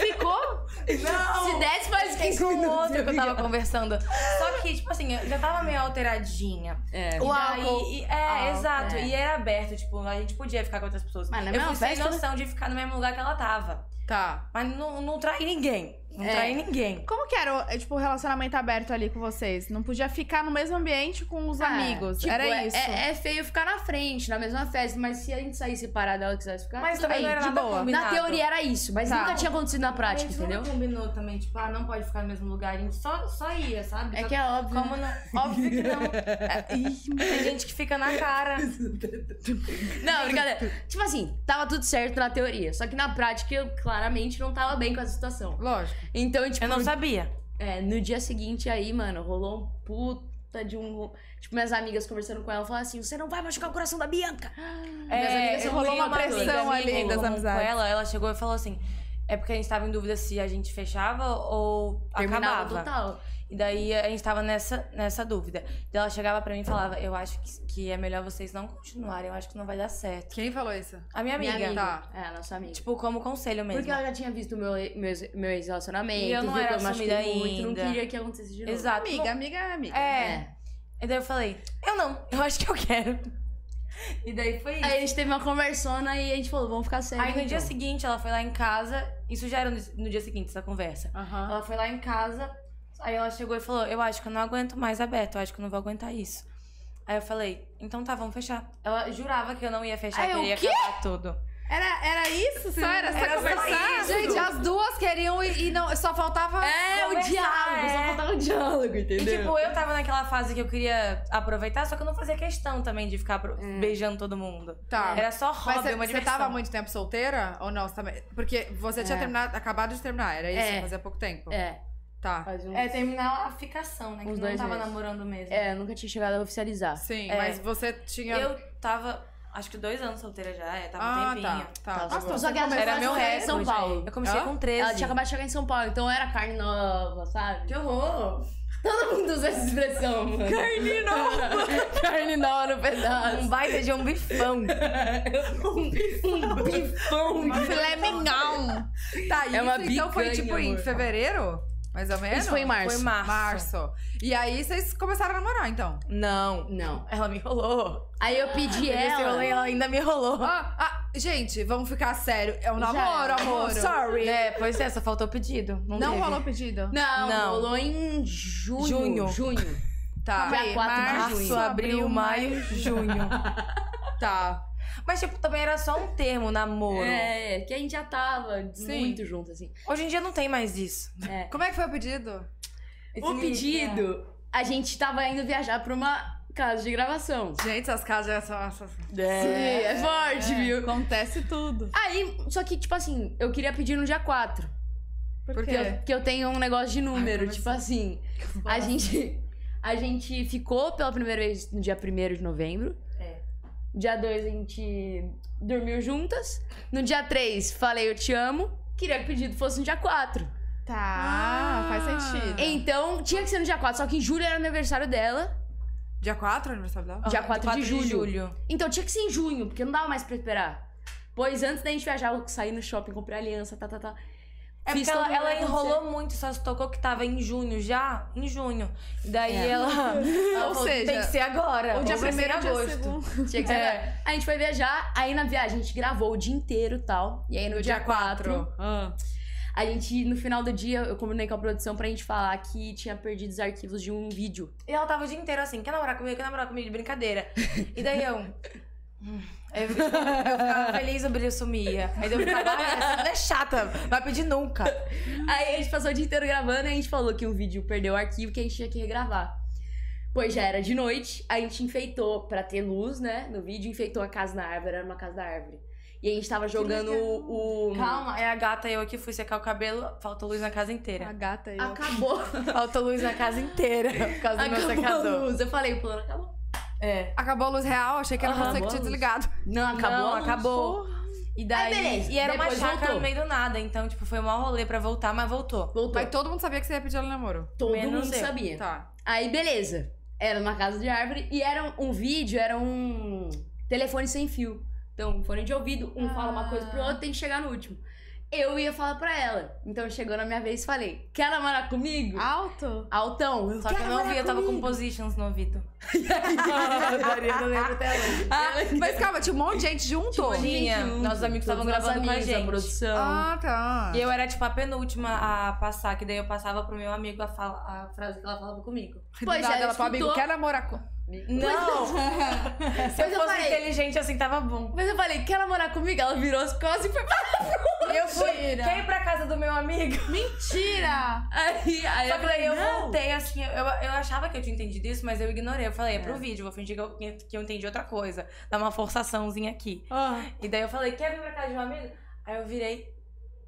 [SPEAKER 2] Ficou?
[SPEAKER 4] Se desse mais 15
[SPEAKER 3] com o
[SPEAKER 4] [laughs] minutos.
[SPEAKER 3] outro que eu tava conversando. Só que, tipo assim, eu já tava meio alteradinha.
[SPEAKER 4] É.
[SPEAKER 3] E
[SPEAKER 4] O
[SPEAKER 3] daí-
[SPEAKER 4] álcool.
[SPEAKER 3] e- é,
[SPEAKER 4] Álcool,
[SPEAKER 3] exato.
[SPEAKER 4] é.
[SPEAKER 3] E era aberto, tipo, a gente podia ficar com outras pessoas.
[SPEAKER 4] Mas na
[SPEAKER 3] eu
[SPEAKER 4] mesma
[SPEAKER 3] fui sem
[SPEAKER 4] festa, né?
[SPEAKER 3] noção de ficar no mesmo lugar que ela tava.
[SPEAKER 1] Tá.
[SPEAKER 3] Mas não, não traí ninguém. Não
[SPEAKER 4] É.
[SPEAKER 3] traí ninguém.
[SPEAKER 2] Como que era, o, é, tipo, o relacionamento aberto ali com vocês? Não podia ficar no mesmo ambiente com os
[SPEAKER 4] Ah,
[SPEAKER 2] amigos.
[SPEAKER 4] tipo,
[SPEAKER 2] era
[SPEAKER 4] é-
[SPEAKER 2] isso.
[SPEAKER 4] É, é feio ficar na frente, na mesma festa, mas se a gente sair separado ela quisesse ficar.
[SPEAKER 3] Mas
[SPEAKER 4] tudo
[SPEAKER 3] também
[SPEAKER 4] bem,
[SPEAKER 3] não era
[SPEAKER 4] de
[SPEAKER 3] nada
[SPEAKER 4] boa. Na
[SPEAKER 3] combinado.
[SPEAKER 4] teoria era isso, mas
[SPEAKER 2] Tá.
[SPEAKER 4] nunca tinha acontecido na
[SPEAKER 3] a
[SPEAKER 4] prática,
[SPEAKER 3] gente
[SPEAKER 4] entendeu? [laughs]
[SPEAKER 3] não combinou também, tipo, ah, não pode ficar no mesmo lugar. A gente só, só ia, sabe?
[SPEAKER 4] É
[SPEAKER 3] Só-
[SPEAKER 4] que é óbvio.
[SPEAKER 3] Como não... Óbvio que não. É, ih, Tem gente que fica na cara.
[SPEAKER 4] [laughs] Não, brincadeira. tipo assim, tava tudo certo na teoria, só que na prática eu claramente não tava bem com essa situação.
[SPEAKER 1] Lógico.
[SPEAKER 4] Então, tipo,
[SPEAKER 3] Eu não sabia.
[SPEAKER 4] é, no dia seguinte aí, mano, rolou um puta de um. Tipo, minhas amigas conversando com ela falaram assim: você não vai machucar o coração da Bianca. Minhas
[SPEAKER 3] é
[SPEAKER 4] amigas são
[SPEAKER 2] rolou
[SPEAKER 4] muito
[SPEAKER 2] uma
[SPEAKER 4] amadoras.
[SPEAKER 2] pressão
[SPEAKER 3] Amiga
[SPEAKER 2] ali
[SPEAKER 3] minha
[SPEAKER 2] das
[SPEAKER 3] com-
[SPEAKER 2] amizades.
[SPEAKER 3] Com ela, ela chegou e falou assim: é porque a gente tava em dúvida se a gente fechava ou
[SPEAKER 4] Terminava
[SPEAKER 3] acabava.
[SPEAKER 4] total.
[SPEAKER 3] E daí a gente tava nessa, nessa dúvida. Daí ela chegava pra mim e falava: Eu acho que, que é melhor vocês não continuarem, eu acho que não vai dar certo.
[SPEAKER 1] Quem falou isso?
[SPEAKER 3] A minha amiga.
[SPEAKER 4] Minha amiga.
[SPEAKER 3] Tá.
[SPEAKER 1] Tá.
[SPEAKER 4] É, a nossa amiga.
[SPEAKER 3] Tipo, como conselho mesmo.
[SPEAKER 4] Porque ela já tinha visto o meu, meu, meu ex-relacionamento,
[SPEAKER 3] E eu não
[SPEAKER 4] viu
[SPEAKER 3] era
[SPEAKER 4] que eu machuquei
[SPEAKER 3] assumida
[SPEAKER 4] muito, não
[SPEAKER 3] ainda.
[SPEAKER 4] queria que acontecesse de novo.
[SPEAKER 3] Exato.
[SPEAKER 2] Amiga, amiga, é amiga.
[SPEAKER 3] É.
[SPEAKER 4] É.
[SPEAKER 3] E daí eu falei: Eu não, eu acho que eu quero. E daí foi isso.
[SPEAKER 4] Aí a gente teve uma conversona e a gente falou, vamos ficar sério.
[SPEAKER 3] Aí no
[SPEAKER 4] então.
[SPEAKER 3] dia seguinte ela foi lá em casa, isso já era no, no dia seguinte essa conversa.
[SPEAKER 1] Aham.
[SPEAKER 3] Ela foi lá em casa, aí ela chegou e falou: Eu acho que eu não aguento mais aberto, eu acho que eu não vou aguentar isso. Aí eu falei: Então tá, vamos fechar. Ela jurava que eu não ia fechar,
[SPEAKER 2] Aí
[SPEAKER 3] que eu
[SPEAKER 2] eu,
[SPEAKER 3] ia
[SPEAKER 2] "Quê?"
[SPEAKER 3] acabar tudo.
[SPEAKER 2] Era, era isso? Só era só
[SPEAKER 3] Era só
[SPEAKER 2] conversar?
[SPEAKER 3] isso.
[SPEAKER 1] Gente, as duas queriam e, e não, só faltava.
[SPEAKER 4] É, o
[SPEAKER 3] Conversar,
[SPEAKER 4] diálogo, só
[SPEAKER 3] é.
[SPEAKER 4] faltava o diálogo,
[SPEAKER 3] E
[SPEAKER 4] entendeu?
[SPEAKER 3] tipo, eu tava naquela fase que eu queria aproveitar, só que eu não fazia questão também de ficar pro- beijando todo mundo.
[SPEAKER 1] Tá.
[SPEAKER 3] Era só
[SPEAKER 1] Mas
[SPEAKER 3] hobby,
[SPEAKER 4] é
[SPEAKER 1] você,
[SPEAKER 3] uma
[SPEAKER 1] você
[SPEAKER 3] diversão.
[SPEAKER 1] tava há muito tempo solteira ou não? Você tava- Porque você tinha
[SPEAKER 4] É.
[SPEAKER 1] terminado, acabado de terminar, era isso?
[SPEAKER 4] É.
[SPEAKER 1] Fazia pouco tempo.
[SPEAKER 4] É.
[SPEAKER 1] Tá.
[SPEAKER 4] Faz um...
[SPEAKER 3] É, terminar a ficação, né? Que
[SPEAKER 4] Uns
[SPEAKER 3] não
[SPEAKER 4] dois
[SPEAKER 3] tava
[SPEAKER 4] meses.
[SPEAKER 3] namorando mesmo.
[SPEAKER 4] É, eu nunca tinha chegado a oficializar.
[SPEAKER 1] Sim,
[SPEAKER 3] É.
[SPEAKER 1] mas você tinha.
[SPEAKER 3] Eu tava, acho que dois anos solteira já, é, tava um
[SPEAKER 1] ah,
[SPEAKER 3] tempinho.
[SPEAKER 1] tá.
[SPEAKER 4] Nossa,
[SPEAKER 1] Tá.
[SPEAKER 4] [laughs] só que ela
[SPEAKER 1] Era
[SPEAKER 4] começou
[SPEAKER 1] meu
[SPEAKER 4] a chegar em São
[SPEAKER 3] recorde,
[SPEAKER 4] Paulo.
[SPEAKER 3] Eu comecei
[SPEAKER 1] Hã?
[SPEAKER 3] com
[SPEAKER 4] Ela
[SPEAKER 3] 13.
[SPEAKER 4] tinha acabado de chegar em São Paulo, então era carne nova, sabe?
[SPEAKER 3] Que horror!
[SPEAKER 4] Todo mundo usa essa expressão, mano. Carne nova! [laughs] carne nova no
[SPEAKER 3] Um
[SPEAKER 4] pedaço.
[SPEAKER 3] baita de um
[SPEAKER 4] [laughs]
[SPEAKER 3] bifão.
[SPEAKER 4] Um bifão.
[SPEAKER 1] Filé mignon. Tá, isso
[SPEAKER 4] É uma
[SPEAKER 1] então foi
[SPEAKER 4] picanha,
[SPEAKER 1] tipo em
[SPEAKER 4] amor.
[SPEAKER 1] fevereiro? Mais ou menos?
[SPEAKER 4] Isso foi em março.
[SPEAKER 3] Foi em março.
[SPEAKER 1] Março. E aí vocês começaram a namorar, então.
[SPEAKER 3] Não.
[SPEAKER 4] Não.
[SPEAKER 3] Ela me enrolou.
[SPEAKER 4] Aí eu pedi
[SPEAKER 3] Esse
[SPEAKER 4] ela.
[SPEAKER 3] rolê, ela ainda me enrolou.
[SPEAKER 1] Ah, ah, gente, vamos ficar sério. É um
[SPEAKER 4] Já
[SPEAKER 1] namoro,
[SPEAKER 4] era.
[SPEAKER 1] amor. Sorry.
[SPEAKER 3] É, pois é, só faltou o pedido. Não,
[SPEAKER 2] Não
[SPEAKER 3] teve.
[SPEAKER 2] rolou pedido?
[SPEAKER 4] Não,
[SPEAKER 3] Não.
[SPEAKER 4] rolou em junho.
[SPEAKER 3] Junho.
[SPEAKER 4] Junho.
[SPEAKER 1] Tá,
[SPEAKER 4] Calma aí. Dia 4 de
[SPEAKER 3] Março,
[SPEAKER 4] junho.
[SPEAKER 3] abril, maio, junho.
[SPEAKER 2] [laughs]
[SPEAKER 1] tá.
[SPEAKER 3] Mas, tipo, também era só um termo, namoro.
[SPEAKER 4] É, que a gente já tava
[SPEAKER 1] Sim.
[SPEAKER 4] muito junto, assim.
[SPEAKER 3] Hoje em dia não tem mais isso.
[SPEAKER 4] É.
[SPEAKER 1] Como é que foi o pedido?
[SPEAKER 3] Esse-
[SPEAKER 4] O
[SPEAKER 3] é.
[SPEAKER 4] pedido, a gente tava indo viajar pra uma casa de gravação.
[SPEAKER 1] Gente, essas casas são essas.
[SPEAKER 4] Sim, é forte, viu?
[SPEAKER 2] Acontece tudo.
[SPEAKER 4] Aí, só que, tipo assim, eu queria pedir no dia 4.
[SPEAKER 2] Por
[SPEAKER 1] Porque
[SPEAKER 4] Porque eu, que eu tenho um negócio de número.
[SPEAKER 1] Ai,
[SPEAKER 4] tipo assim,
[SPEAKER 3] [laughs]
[SPEAKER 4] a gente, a gente ficou pela primeira vez no dia 1 de novembro.
[SPEAKER 3] É.
[SPEAKER 4] Dia 2 a gente dormiu juntas. No dia 3, falei eu te amo. Queria que o pedido fosse no dia 4.
[SPEAKER 2] Tá,
[SPEAKER 1] Ah.
[SPEAKER 2] faz sentido.
[SPEAKER 4] Então, tinha que ser no dia 4, só que em julho era aniversário dela.
[SPEAKER 1] Dia 4 é o aniversário dela?
[SPEAKER 3] Ah,
[SPEAKER 4] Dia 4 de julho.
[SPEAKER 3] julho.
[SPEAKER 4] Então tinha que ser em junho, porque não dava mais pra esperar. Pois antes da gente viajar, eu saí no shopping, comprei aliança, tá, tá, tá.
[SPEAKER 3] É porque
[SPEAKER 4] Fiz
[SPEAKER 3] ela,
[SPEAKER 4] todo mundo
[SPEAKER 3] ela
[SPEAKER 4] acontecer.
[SPEAKER 3] enrolou muito, só se tocou que tava em junho já, em junho. E daí [laughs]
[SPEAKER 4] É.
[SPEAKER 3] ela. ela
[SPEAKER 1] Ou
[SPEAKER 3] falou,
[SPEAKER 1] seja,
[SPEAKER 3] tem que ser agora.
[SPEAKER 2] O dia
[SPEAKER 3] Ou vai ser em
[SPEAKER 2] primeiro, o dia
[SPEAKER 3] agosto.
[SPEAKER 2] segundo.
[SPEAKER 4] Tinha que ser.
[SPEAKER 3] É.
[SPEAKER 4] A gente foi viajar, aí na viagem a gente gravou o dia inteiro e tal. E aí no, dia 4,
[SPEAKER 1] Ah.
[SPEAKER 4] a gente, no final do dia, eu combinei com a produção pra gente falar que tinha perdido os arquivos de um vídeo.
[SPEAKER 3] E ela tava o dia inteiro assim, quer namorar comigo, quer namorar comigo, de brincadeira. E daí eu. hum, aí Eu ficava feliz, o brilho sumia. Aí eu ficava, "Ah, essa mulher é chata, vai pedir nunca.
[SPEAKER 4] Aí a gente passou o dia inteiro gravando e a gente falou que um vídeo perdeu o arquivo que a gente tinha que regravar. Pois já era de noite, a gente enfeitou pra ter luz, né? No vídeo, enfeitou a casa na árvore, era uma casa da árvore. E a gente tava jogando o. o-
[SPEAKER 3] Calma, é a gata e eu aqui fui secar o cabelo, faltou luz na casa
[SPEAKER 2] A
[SPEAKER 3] inteira.
[SPEAKER 2] gata aí. ó.
[SPEAKER 4] Acabou.
[SPEAKER 3] Faltou luz na casa inteira por causa do meu
[SPEAKER 4] Acabou a
[SPEAKER 3] secador.
[SPEAKER 4] luz. Eu falei, o plano acabou.
[SPEAKER 3] É.
[SPEAKER 1] Acabou a luz real? Achei que era
[SPEAKER 3] Aham.
[SPEAKER 1] você que
[SPEAKER 4] Acabou a
[SPEAKER 1] tinha
[SPEAKER 4] luz.
[SPEAKER 1] desligado.
[SPEAKER 4] Não, acabou.
[SPEAKER 3] Não,
[SPEAKER 4] a luz.
[SPEAKER 3] acabou. E daí.
[SPEAKER 4] Aí, beleza.
[SPEAKER 3] E era uma
[SPEAKER 4] Depois
[SPEAKER 3] chácara
[SPEAKER 4] voltou.
[SPEAKER 3] no meio do nada, então, tipo, foi um maior rolê pra voltar, mas voltou.
[SPEAKER 4] Voltou.
[SPEAKER 1] Mas todo mundo sabia que você ia pedir ela em namoro.
[SPEAKER 4] Todo
[SPEAKER 3] Menos
[SPEAKER 4] mundo
[SPEAKER 3] eu.
[SPEAKER 4] sabia.
[SPEAKER 1] Tá.
[SPEAKER 4] Aí, beleza. Era uma casa de árvore e era um, um vídeo, era um telefone sem fio. Então, fone de ouvido, um fala uma coisa
[SPEAKER 3] Ah.
[SPEAKER 4] pro outro, tem que chegar no último. Eu ia falar pra ela. Então, chegou na minha vez e falei, quer namorar comigo?
[SPEAKER 2] Alto?
[SPEAKER 4] Altão, eu
[SPEAKER 3] Só
[SPEAKER 4] [laughs]
[SPEAKER 3] que Ah. eu não ouvi, eu tava com
[SPEAKER 4] composição.
[SPEAKER 3] positions no ouvido. Adorei, eu lembro até [laughs] hoje.
[SPEAKER 4] é
[SPEAKER 1] Mas calma, tinha um monte de gente junto.
[SPEAKER 3] Ah, Tinha um monte. Nossos amigos estavam gravando com a gente.
[SPEAKER 4] produção.
[SPEAKER 1] Ah, tá.
[SPEAKER 3] E eu era, tipo, a penúltima a passar, que daí eu passava pro meu amigo a, fala- a frase que ela falava comigo.
[SPEAKER 4] Pois
[SPEAKER 1] Do nada
[SPEAKER 4] ela
[SPEAKER 1] ela falou, amigo,
[SPEAKER 4] escutou.
[SPEAKER 1] quer namorar com...
[SPEAKER 3] [laughs] Não! Se eu
[SPEAKER 4] Mas eu
[SPEAKER 3] fosse
[SPEAKER 4] falei.
[SPEAKER 3] inteligente assim, tava bom.
[SPEAKER 4] Mas eu falei, quer namorar comigo? Ela virou as costas e foi pra...
[SPEAKER 3] Eu fui,
[SPEAKER 2] Mentira.
[SPEAKER 3] quer ir pra casa do meu amigo?
[SPEAKER 2] Mentira!
[SPEAKER 4] Aí, aí
[SPEAKER 3] Só que daí eu
[SPEAKER 4] não.
[SPEAKER 3] voltei, assim, eu, eu achava que eu tinha entendido isso, mas eu ignorei. Eu falei, é, pro
[SPEAKER 4] É.
[SPEAKER 3] vídeo, vou fingir que eu, que eu entendi outra coisa. Dá uma forçaçãozinha aqui. E daí eu falei, quer vir pra casa de um amigo? Aí eu virei.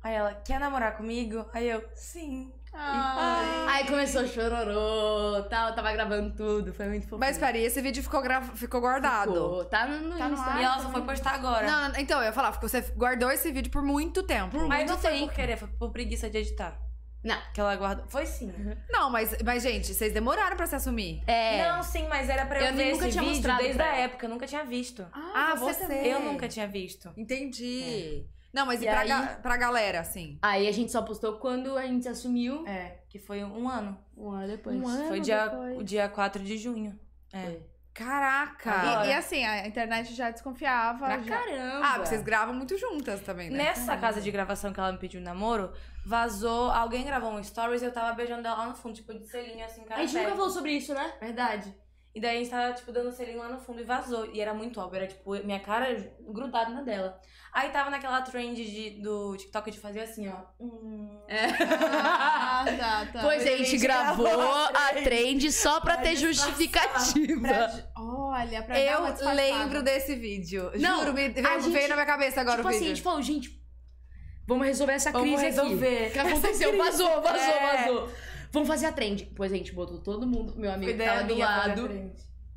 [SPEAKER 3] Aí ela, quer namorar comigo? Aí eu, sim.
[SPEAKER 2] Ah.
[SPEAKER 4] Aí começou chororô, tal, tava gravando tudo, foi muito fofinho.
[SPEAKER 1] Mas peraí, esse vídeo ficou, grava- ficou guardado.
[SPEAKER 4] Ficou, Tá no, no
[SPEAKER 2] Tá no
[SPEAKER 4] Insta.
[SPEAKER 2] ar.
[SPEAKER 3] e ela só foi postar agora.
[SPEAKER 1] Não, não, então, eu ia falar, ficou- você guardou esse vídeo por muito tempo.
[SPEAKER 3] mas
[SPEAKER 4] muito
[SPEAKER 3] não foi
[SPEAKER 4] tempo.
[SPEAKER 3] por querer, foi por preguiça de editar.
[SPEAKER 4] Não.
[SPEAKER 3] Que ela guardou. Foi sim.
[SPEAKER 1] Não, mas, mas, gente, vocês demoraram pra se assumir.
[SPEAKER 4] É.
[SPEAKER 3] Não, sim, mas era pra eu,
[SPEAKER 4] Eu
[SPEAKER 3] ver
[SPEAKER 4] nem- nunca
[SPEAKER 3] esse
[SPEAKER 4] tinha
[SPEAKER 3] vídeo
[SPEAKER 4] mostrado
[SPEAKER 3] desde
[SPEAKER 4] pra
[SPEAKER 3] a
[SPEAKER 4] ela.
[SPEAKER 3] época. Eu nunca tinha visto.
[SPEAKER 1] Ah, você também. É.
[SPEAKER 3] Eu nunca tinha visto.
[SPEAKER 1] Entendi. Não, mas e,
[SPEAKER 4] E
[SPEAKER 1] pra,
[SPEAKER 4] aí?
[SPEAKER 1] ga- pra galera, assim?
[SPEAKER 4] Aí a gente só postou quando a gente se assumiu.
[SPEAKER 3] É, que foi um ano.
[SPEAKER 4] Um ano depois.
[SPEAKER 2] Um ano?
[SPEAKER 3] foi dia,
[SPEAKER 2] depois.
[SPEAKER 3] o dia 4 de junho. É.
[SPEAKER 1] Caraca!
[SPEAKER 3] Agora.
[SPEAKER 2] E, e assim, a internet já desconfiava.
[SPEAKER 4] Pra
[SPEAKER 2] já...
[SPEAKER 4] caramba.
[SPEAKER 1] Ah, porque vocês gravam muito juntas também, né?
[SPEAKER 3] Nessa casa de gravação que ela me pediu em namoro, vazou. Alguém gravou um stories e eu tava beijando ela lá no fundo, tipo, de selinho assim, cara.
[SPEAKER 4] A gente nunca
[SPEAKER 3] sério.
[SPEAKER 4] falou sobre isso, né?
[SPEAKER 3] Verdade. E daí a gente tava, tipo, dando selinho lá no fundo e vazou. E era muito óbvio, era, tipo, minha cara grudada na dela. Aí tava naquela trend de, do TikTok de fazer assim, ó. Hum.
[SPEAKER 2] Ah, tá, tá.
[SPEAKER 4] Pois é, a gente gravou a trend só pra ter justificativa. Tipo
[SPEAKER 2] Olha, pra dar uma
[SPEAKER 1] Eu
[SPEAKER 2] disfarçada.
[SPEAKER 1] lembro desse vídeo.
[SPEAKER 4] Não,
[SPEAKER 1] Juro, me veio,
[SPEAKER 4] a gente-
[SPEAKER 1] veio na minha cabeça agora
[SPEAKER 4] tipo
[SPEAKER 1] o
[SPEAKER 4] assim,
[SPEAKER 1] vídeo.
[SPEAKER 4] a gente falou, gente, vamos resolver essa
[SPEAKER 3] Vamos
[SPEAKER 4] crise aqui.
[SPEAKER 3] resolver.
[SPEAKER 4] O que aconteceu? Vazou, vazou,
[SPEAKER 3] É.
[SPEAKER 4] vazou. vamos fazer a trend. Pois a gente botou todo mundo, meu amigo que tava do lado.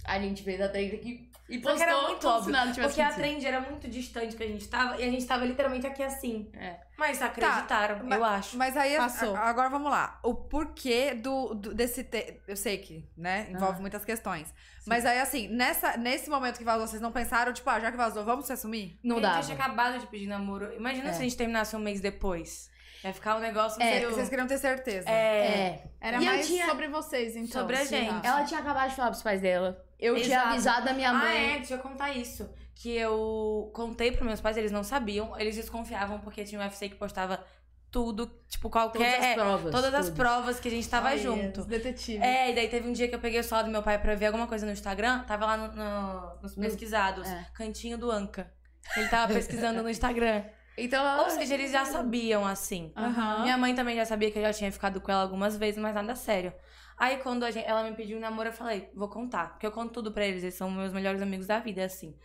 [SPEAKER 4] A gente fez a trend aqui e
[SPEAKER 3] Só
[SPEAKER 4] postou.
[SPEAKER 3] que era muito
[SPEAKER 4] como se
[SPEAKER 3] óbvio, tipo assim,
[SPEAKER 4] nada tivesse
[SPEAKER 3] Porque a
[SPEAKER 4] acontecido.
[SPEAKER 3] trend era muito distante que a gente tava e a gente tava literalmente aqui assim.
[SPEAKER 4] É.
[SPEAKER 3] Mas acreditaram,
[SPEAKER 1] mas-
[SPEAKER 3] eu acho.
[SPEAKER 1] Mas aí,
[SPEAKER 2] Passou.
[SPEAKER 1] a- agora vamos lá. O porquê do, do- desse te... Eu sei que, né, envolve muitas questões. Mas aí, assim, nessa, nesse momento que vazou, vocês não pensaram, tipo, ah, já que vazou, vamos se assumir?
[SPEAKER 4] Não
[SPEAKER 3] Porque
[SPEAKER 4] dava.
[SPEAKER 3] A gente tinha acabado de pedir namoro. Imagina
[SPEAKER 4] É.
[SPEAKER 3] se a gente terminasse um mês depois. Ia ficar um negócio
[SPEAKER 1] Vocês-
[SPEAKER 3] meio...
[SPEAKER 1] Vocês queriam ter certeza.
[SPEAKER 3] É,
[SPEAKER 4] É.
[SPEAKER 2] Era
[SPEAKER 4] E eu
[SPEAKER 2] mais
[SPEAKER 4] tinha-
[SPEAKER 2] sobre vocês, então.
[SPEAKER 3] Sobre a
[SPEAKER 2] sei lá.
[SPEAKER 3] gente.
[SPEAKER 4] Ela tinha acabado de falar pros pais dela. Eu tinha
[SPEAKER 3] Exato.
[SPEAKER 4] avisado a minha
[SPEAKER 3] Ah,
[SPEAKER 4] mãe.
[SPEAKER 3] é, deixa eu contar isso. Que eu contei pros meus pais, eles não sabiam, eles desconfiavam porque tinha um UFC que postava tudo, tipo,
[SPEAKER 4] Todas é,
[SPEAKER 3] qualquer.
[SPEAKER 4] as
[SPEAKER 3] é,
[SPEAKER 4] provas.
[SPEAKER 3] todas as
[SPEAKER 4] tudo.
[SPEAKER 3] provas que a gente tava
[SPEAKER 2] Ai,
[SPEAKER 3] junto.
[SPEAKER 2] os detetives.
[SPEAKER 3] É, e daí teve um dia que eu peguei o celular do meu pai pra ver alguma coisa no Instagram, tava lá no- no- nos
[SPEAKER 4] No-
[SPEAKER 3] pesquisados,
[SPEAKER 4] é.
[SPEAKER 3] cantinho do Anca. Ele tava pesquisando no
[SPEAKER 4] [laughs]
[SPEAKER 3] Instagram.
[SPEAKER 4] Então ela.
[SPEAKER 3] Ou seja, eles já sabiam, assim.
[SPEAKER 2] Aham.
[SPEAKER 3] Minha mãe também já sabia que eu já tinha ficado com ela algumas vezes, mas nada sério. Aí quando a gente- ela me pediu um namoro, eu falei, vou contar. Porque eu conto tudo pra eles, eles são meus melhores amigos da vida, assim.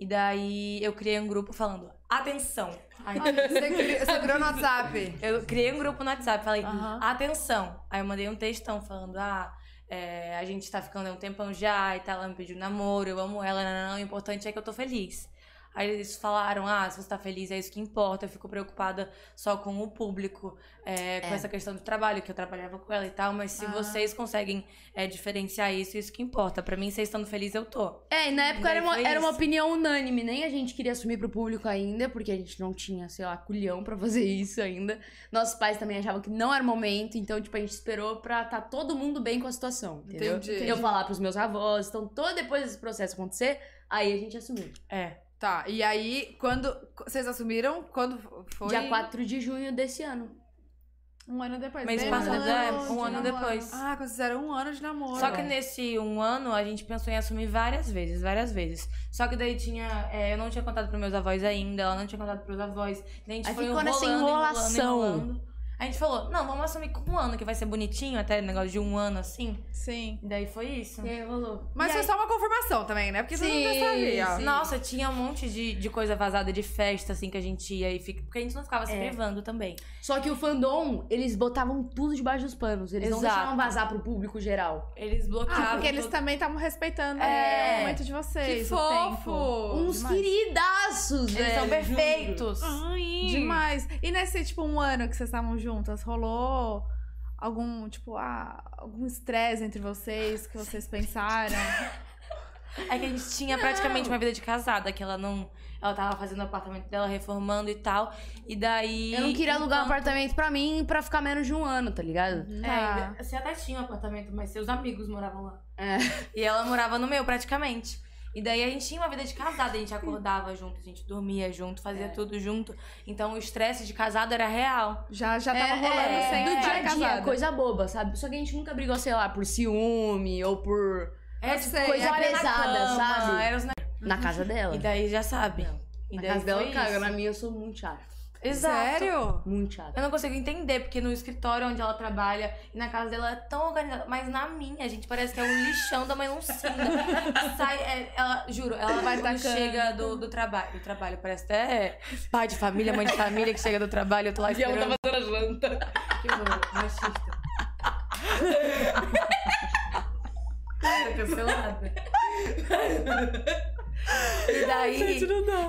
[SPEAKER 3] E daí eu criei um grupo falando, atenção. Aí,
[SPEAKER 1] Você, cri- você criou no WhatsApp.
[SPEAKER 3] eu criei um grupo no WhatsApp, falei,
[SPEAKER 2] Aham.
[SPEAKER 3] atenção. Aí eu mandei um textão falando, ah, é, a gente tá ficando há um tempão já e tal, ela me pediu namoro, eu amo ela, nananã, o importante é que eu tô feliz. Aí eles falaram, ah, se você tá feliz é isso que importa, eu fico preocupada só com o público, é, com
[SPEAKER 4] É.
[SPEAKER 3] essa questão do trabalho, que eu trabalhava com ela e tal, mas se
[SPEAKER 2] Ah.
[SPEAKER 3] vocês conseguem é, diferenciar isso, isso que importa. Pra mim, vocês estando felizes, eu tô.
[SPEAKER 4] É, e na época
[SPEAKER 3] Daí
[SPEAKER 4] era uma,
[SPEAKER 3] foi
[SPEAKER 4] era uma
[SPEAKER 3] isso.
[SPEAKER 4] opinião unânime, nem a gente queria assumir pro público ainda, porque a gente não tinha, sei lá, culhão pra fazer isso ainda. Nossos pais também achavam que não era o momento, então, tipo, a gente esperou pra tá todo mundo bem com a situação, entendeu?
[SPEAKER 1] Entendi.
[SPEAKER 4] Eu falar pros meus avós, então, todo depois desse processo acontecer, aí a gente assumiu.
[SPEAKER 3] É.
[SPEAKER 1] Tá, e aí, quando. Vocês assumiram? Quando foi?
[SPEAKER 4] Dia 4 de junho desse ano.
[SPEAKER 2] Um ano depois.
[SPEAKER 3] Mês
[SPEAKER 2] bem
[SPEAKER 1] passado,
[SPEAKER 2] antes
[SPEAKER 1] é,
[SPEAKER 2] de
[SPEAKER 3] um ano
[SPEAKER 2] namoro.
[SPEAKER 3] depois.
[SPEAKER 1] Ah, quando fizeram um ano de namoro.
[SPEAKER 3] Só que nesse um ano a gente pensou em assumir várias vezes, várias vezes. Só que daí tinha. é, eu não tinha contado pros meus avós ainda, ela não tinha contado pros avós. Daí a gente
[SPEAKER 4] Aí
[SPEAKER 3] foi
[SPEAKER 4] ficou nessa
[SPEAKER 3] enrolando,
[SPEAKER 4] enrolação.
[SPEAKER 3] enrolando, enrolando. A gente falou, não, vamos assumir com um ano, que vai ser bonitinho, até negócio de um ano assim.
[SPEAKER 2] Sim.
[SPEAKER 3] E daí foi isso.
[SPEAKER 4] E aí rolou.
[SPEAKER 1] Mas
[SPEAKER 4] E
[SPEAKER 1] foi
[SPEAKER 4] aí-
[SPEAKER 1] só uma confirmação também, né? Porque todo mundo
[SPEAKER 4] Sim,
[SPEAKER 1] já sabia.
[SPEAKER 4] sim.
[SPEAKER 3] Nossa, tinha um monte de, de coisa vazada de festa, assim, que a gente ia e fica. Porque a gente não ficava se
[SPEAKER 4] É.
[SPEAKER 3] privando também.
[SPEAKER 4] Só que o fandom, eles botavam tudo debaixo dos panos. Eles não
[SPEAKER 3] Exato.
[SPEAKER 4] deixavam vazar pro público geral.
[SPEAKER 3] Eles bloqueavam.
[SPEAKER 2] Ah, porque eles
[SPEAKER 3] todo-
[SPEAKER 2] também estavam respeitando
[SPEAKER 3] É.
[SPEAKER 2] o momento de vocês.
[SPEAKER 1] Que
[SPEAKER 2] o tempo.
[SPEAKER 1] fofo!
[SPEAKER 4] Uns
[SPEAKER 2] demais.
[SPEAKER 4] queridaços, velho.
[SPEAKER 3] Eles são
[SPEAKER 4] juro.
[SPEAKER 3] perfeitos.
[SPEAKER 2] Demais. E nesse, tipo, um ano que vocês estavam juntas, rolou algum, tipo, ah, algum estresse entre vocês que vocês pensaram?
[SPEAKER 3] É que a gente tinha praticamente uma vida de casada, que ela não. Ela tava fazendo o apartamento dela, reformando e tal. E daí.
[SPEAKER 4] Eu não queria alugar um
[SPEAKER 3] enquanto-
[SPEAKER 4] apartamento pra mim pra ficar menos de um ano, tá ligado?
[SPEAKER 3] É,
[SPEAKER 2] Tá.
[SPEAKER 3] ainda- você até tinha um apartamento, mas seus amigos moravam lá.
[SPEAKER 4] É.
[SPEAKER 3] E ela morava no meu, praticamente. E daí a gente tinha uma vida de casada, a gente acordava junto, a gente dormia junto, fazia
[SPEAKER 4] É.
[SPEAKER 3] tudo junto. Então o estresse de casado era real.
[SPEAKER 2] Já, já tava
[SPEAKER 4] É,
[SPEAKER 2] rolando
[SPEAKER 4] é,
[SPEAKER 2] sem
[SPEAKER 4] do
[SPEAKER 2] estar
[SPEAKER 4] dia a dia,
[SPEAKER 2] casada.
[SPEAKER 4] coisa boba, sabe? Só que a gente nunca brigou, sei lá, por ciúme ou por.
[SPEAKER 3] É,
[SPEAKER 1] Eu
[SPEAKER 3] tipo,
[SPEAKER 1] sei,
[SPEAKER 4] coisa
[SPEAKER 3] era na
[SPEAKER 4] pesada,
[SPEAKER 3] cama,
[SPEAKER 4] sabe?
[SPEAKER 3] Era os... ne-
[SPEAKER 4] Na casa dela.
[SPEAKER 3] Uhum. E daí já sabe. E
[SPEAKER 4] na
[SPEAKER 3] daí
[SPEAKER 4] casa
[SPEAKER 3] foi
[SPEAKER 4] dela, né?
[SPEAKER 3] isso.
[SPEAKER 4] cara, na minha eu sou muito chata.
[SPEAKER 3] Exato.
[SPEAKER 1] Sério?
[SPEAKER 4] Muito chata.
[SPEAKER 3] Eu não consigo entender, porque no escritório onde ela trabalha e na casa dela é tão organizada. Mas na minha, gente, parece que é um lixão da mãe não Sai, é, ela, juro, ela
[SPEAKER 2] Vai
[SPEAKER 3] quando
[SPEAKER 2] tacando.
[SPEAKER 3] chega do, do trabalho. O trabalho parece até pai de família, mãe de família que chega do trabalho, eu tô lá esperando.
[SPEAKER 4] fazendo janta.
[SPEAKER 3] Que horror, [laughs] machista.
[SPEAKER 4] Tá
[SPEAKER 3] Cara, cancelada. E daí,